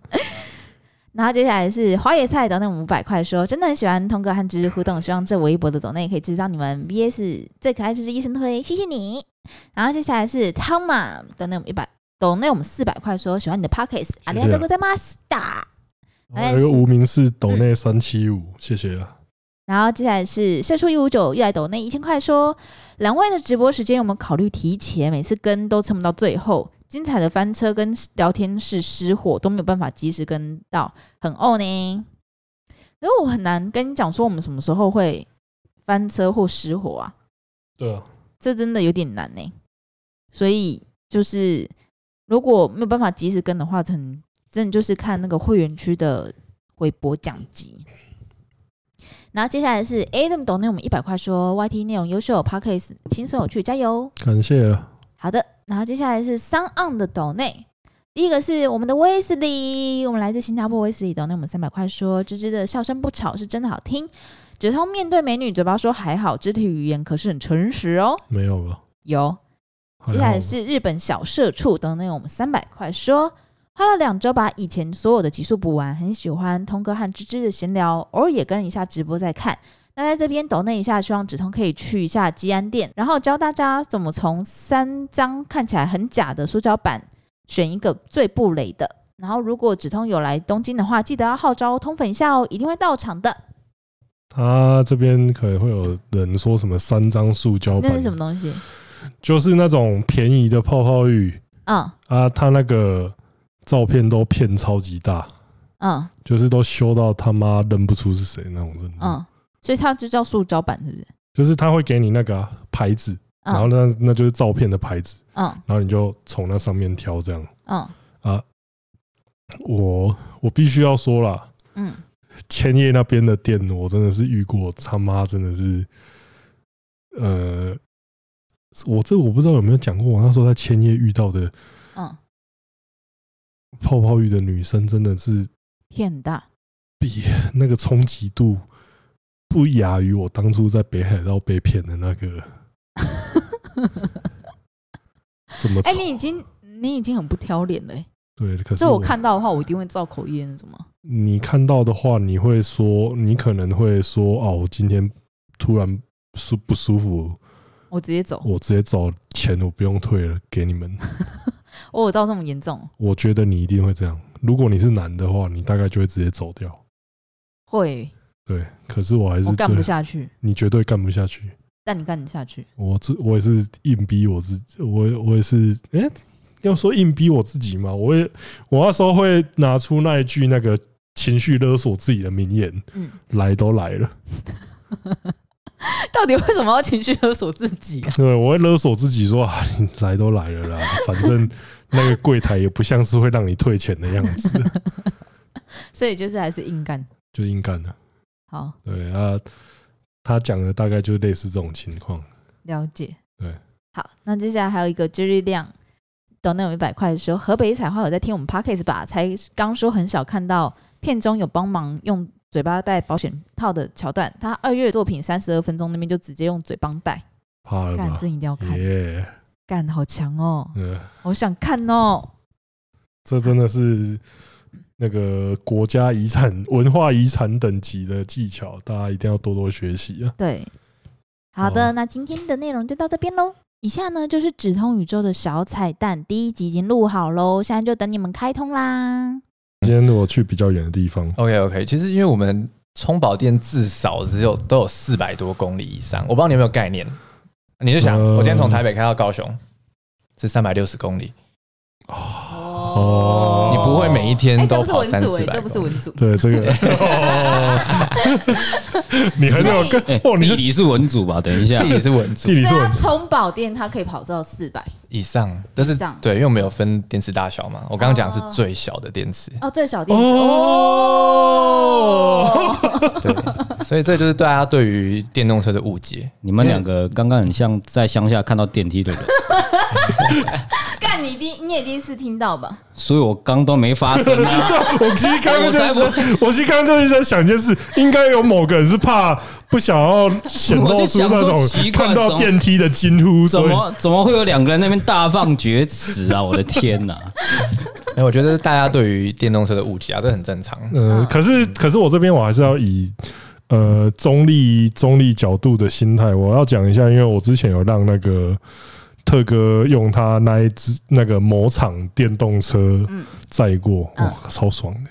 [SPEAKER 2] 然后接下来是花野菜抖那五百块说，真的很喜欢通哥和芝芝互动，希望这微博的抖内可以支持到你们。VS 最可爱就是医生推，谢谢你。然后接下来是汤马抖那我们一百，抖那我们四百块说喜欢你的 Pockets，阿里亚多哥在马斯达。
[SPEAKER 1] 还有一个无名氏抖内三七
[SPEAKER 2] 嗯
[SPEAKER 1] 五，谢谢啊。
[SPEAKER 2] 然后接下来是射出一五九，一来抖那一千块说，两位的直播时间我们考虑提前，每次跟都撑不到最后，精彩的翻车跟聊天室失火都没有办法及时跟到，很怄呢。可是我很难跟你讲说我们什么时候会翻车或失火啊，
[SPEAKER 1] 对啊，
[SPEAKER 2] 这真的有点难呢。所以就是如果没有办法及时跟的话，很真的就是看那个会员区的回播讲集。然后接下来是 Adam 懂内我们一百块说 YT 内容优秀 p a c k a g e 轻松有趣，加油！
[SPEAKER 1] 感谢啊。
[SPEAKER 2] 好的，然后接下来是 s o n 的抖内，第一个是我们的威斯利，我们来自新加坡威斯利抖内我们三百块说，芝芝的笑声不吵是真的好听，直通面对美女嘴巴说还好，肢体语言可是很诚实哦，
[SPEAKER 1] 没有吧？
[SPEAKER 2] 有。
[SPEAKER 1] 还好
[SPEAKER 2] 接下
[SPEAKER 1] 吧
[SPEAKER 2] 来是日本小社畜等等，我们三百块说花了两周把以前所有的集数补完，很喜欢通哥和芝芝的闲聊，偶尔也跟一下直播在看。那在这边抖那一下，希望止痛可以去一下吉安店，然后教大家怎么从三张看起来很假的塑胶板选一个最不雷的。然后如果止痛有来东京的话，记得要号召通粉一下哦，一定会到场的。
[SPEAKER 1] 他这边可能会有人说什么三张塑胶
[SPEAKER 2] 那
[SPEAKER 1] 板
[SPEAKER 2] 是，什么东西？
[SPEAKER 1] 就是那种便宜的泡泡浴
[SPEAKER 2] 嗯
[SPEAKER 1] 啊，他那个照片都骗超级大，
[SPEAKER 2] 嗯
[SPEAKER 1] 就是都修到他妈认不出是谁那种，真的。
[SPEAKER 2] 嗯，所以它就叫塑胶板，是不是？
[SPEAKER 1] 就是他会给你那个啊牌子，然后
[SPEAKER 2] 嗯
[SPEAKER 1] 那那就是照片的牌子，
[SPEAKER 2] 嗯
[SPEAKER 1] 然后你就从那上面挑这样。
[SPEAKER 2] 嗯
[SPEAKER 1] 我我必须要说啦，
[SPEAKER 2] 嗯，
[SPEAKER 1] 千叶那边的店，我真的是遇过，他妈真的是，呃，我这我不知道有没有讲过，我那时候在千叶遇到的
[SPEAKER 2] 嗯，
[SPEAKER 1] 泡泡浴的女生，真的是
[SPEAKER 2] 天很大，
[SPEAKER 1] 比那个冲击度不亚于我当初在北海道被骗的那个怎么
[SPEAKER 2] 哎、
[SPEAKER 1] 惨。
[SPEAKER 2] 你已经你已经很不挑脸了、欸，
[SPEAKER 1] 对，可是
[SPEAKER 2] 这我看到的话，我一定会造口业那种吗？
[SPEAKER 1] 你看到的话，你会说，你可能会说，哦，我今天突然舒不舒服，
[SPEAKER 2] 我直接走，
[SPEAKER 1] 我直接找钱，我不用退了，给你们。
[SPEAKER 2] 哦我有到这么严重，
[SPEAKER 1] 我觉得你一定会这样。如果你是男的话，你大概就会直接走掉。
[SPEAKER 2] 会
[SPEAKER 1] 对，可是我还是
[SPEAKER 2] 我干不
[SPEAKER 1] 最
[SPEAKER 2] 下去，
[SPEAKER 1] 你绝对干不下去。
[SPEAKER 2] 但你干得下去，
[SPEAKER 1] 我这我也是硬逼我自己，我我也是，哎、要说硬逼我自己嘛，我也我那时候会拿出那一句那个情绪勒索自己的名言，
[SPEAKER 2] 嗯，
[SPEAKER 1] 来都来了。
[SPEAKER 2] 到底为什么要情绪勒索自己啊？
[SPEAKER 1] 对，我会勒索自己说 啊，你来都来了啦， 反正那个柜台也不像是会让你退钱的样子，
[SPEAKER 2] 所以就是还是硬干，
[SPEAKER 1] 就硬干的。
[SPEAKER 2] 好
[SPEAKER 1] 对啊，他讲的大概就类似这种情况。
[SPEAKER 2] 了解，
[SPEAKER 1] 对，
[SPEAKER 2] 好，那接下来还有一个 Jerry 亮。等那有一百块的时候，河北彩花有在听我们 podcast 吧？才刚说很少看到片中有帮忙用嘴巴戴保险套的桥段。他二月作品三十二分钟那边就直接用嘴帮戴，
[SPEAKER 1] 怕了
[SPEAKER 2] 干，
[SPEAKER 1] 吧
[SPEAKER 2] 这？一定要看，
[SPEAKER 1] 耶，
[SPEAKER 2] 干好强哦，
[SPEAKER 1] 呃，
[SPEAKER 2] 好想看哦。
[SPEAKER 1] 这真的是那个国家遗产、文化遗产等级的技巧，大家一定要多多学习啊！
[SPEAKER 2] 对，好的，
[SPEAKER 1] 好
[SPEAKER 2] 那今天的内容就到这边喽。以下呢就是止痛宇宙的小彩蛋，第一集已经录好喽，现在就等你们开通啦。
[SPEAKER 1] 今天我去比较远的地方，
[SPEAKER 4] OK OK，其实因为我们充饱电至少只有都有四百多公里以上，我不知道你有没有概念。你就想，
[SPEAKER 1] 嗯
[SPEAKER 4] 我今天从台北开到高雄是三百六十公里，
[SPEAKER 1] 哦
[SPEAKER 4] 你不会每一
[SPEAKER 2] 哎，
[SPEAKER 4] 天
[SPEAKER 2] 这
[SPEAKER 4] 都
[SPEAKER 2] 不是
[SPEAKER 4] 跑
[SPEAKER 2] 文
[SPEAKER 4] 三
[SPEAKER 2] 组
[SPEAKER 4] 四
[SPEAKER 2] 哎，
[SPEAKER 4] 百
[SPEAKER 2] 这不是
[SPEAKER 4] 公里。
[SPEAKER 2] 文组，
[SPEAKER 1] 对这 个，哦 你很有跟
[SPEAKER 5] 哎
[SPEAKER 1] 哦，你
[SPEAKER 5] 地
[SPEAKER 1] 很
[SPEAKER 5] 理是文组吧？等一下
[SPEAKER 4] 地，理是文组
[SPEAKER 1] 地，理
[SPEAKER 2] 所
[SPEAKER 1] 是
[SPEAKER 2] 以他
[SPEAKER 1] 文
[SPEAKER 2] 充饱电，他可以跑到四百，
[SPEAKER 4] 一以 上，但是
[SPEAKER 2] 以上
[SPEAKER 4] 对，因为我们有分电池大小嘛，我刚刚讲的
[SPEAKER 2] 哦
[SPEAKER 4] 是最小的电池，
[SPEAKER 2] 哦，最小电池
[SPEAKER 1] 哦，
[SPEAKER 2] 哦，
[SPEAKER 4] 对，所以这就是大家对于电动车的误解。
[SPEAKER 5] 你们两个刚刚很像在乡下看到电梯的人，
[SPEAKER 2] 干你第你也第一次听到吧？
[SPEAKER 5] 所以我刚都没发声啊。
[SPEAKER 1] 我其实刚刚就是在，我其实刚刚就是在想一件事，应该有某个人是怕不想要显露出那
[SPEAKER 5] 我就
[SPEAKER 1] 种
[SPEAKER 5] 想说奇怪
[SPEAKER 1] 看到电梯的惊呼，
[SPEAKER 5] 怎
[SPEAKER 1] 所以
[SPEAKER 5] 么怎么会有两个人在那边大放厥词啊？我的天哪、
[SPEAKER 4] 哎，我觉得大家对于电动车的误解啊，这很正常。
[SPEAKER 1] 呃，
[SPEAKER 2] 嗯
[SPEAKER 1] 可是可是我这边我还是要以呃中立中立角度的心态，我要讲一下，因为我之前有让那个特哥用他那一只那个某厂电动车
[SPEAKER 2] 嗯
[SPEAKER 1] 载过，
[SPEAKER 2] 嗯
[SPEAKER 1] 哇，超爽的，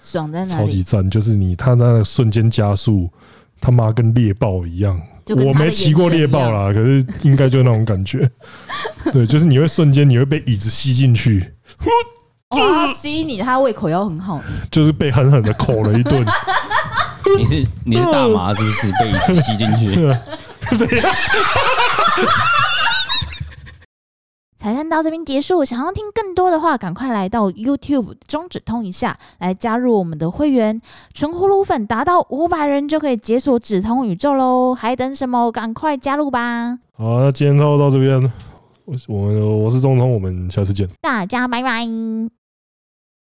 [SPEAKER 2] 爽在哪
[SPEAKER 1] 超级
[SPEAKER 2] 里？
[SPEAKER 1] 赞！就是你他那个瞬间加速，他妈跟猎豹一样。
[SPEAKER 2] 就跟
[SPEAKER 1] 我
[SPEAKER 2] 他的
[SPEAKER 1] 没骑过
[SPEAKER 2] 眼神
[SPEAKER 1] 猎
[SPEAKER 2] 一
[SPEAKER 1] 豹
[SPEAKER 2] 样，
[SPEAKER 1] 啦，可是应该就那种感 觉。对，就是你会瞬间你会被椅子吸进去，
[SPEAKER 2] 哇，他吸引你，他胃口要很好，
[SPEAKER 1] 就是被狠狠的扣了一顿。
[SPEAKER 5] 你是你是大麻是不是被椅子吸进去？
[SPEAKER 2] 彩蛋到这边结束，想要听更多的话，赶快来到 YouTube 中指通一下，来加入我们的会员。纯葫芦粉达到五百人就可以解锁指通宇宙喽，还等什么？赶快加入吧！
[SPEAKER 1] 好，那今天差不多到这边，我我们我是中通，我们下次见。
[SPEAKER 2] 大家拜拜。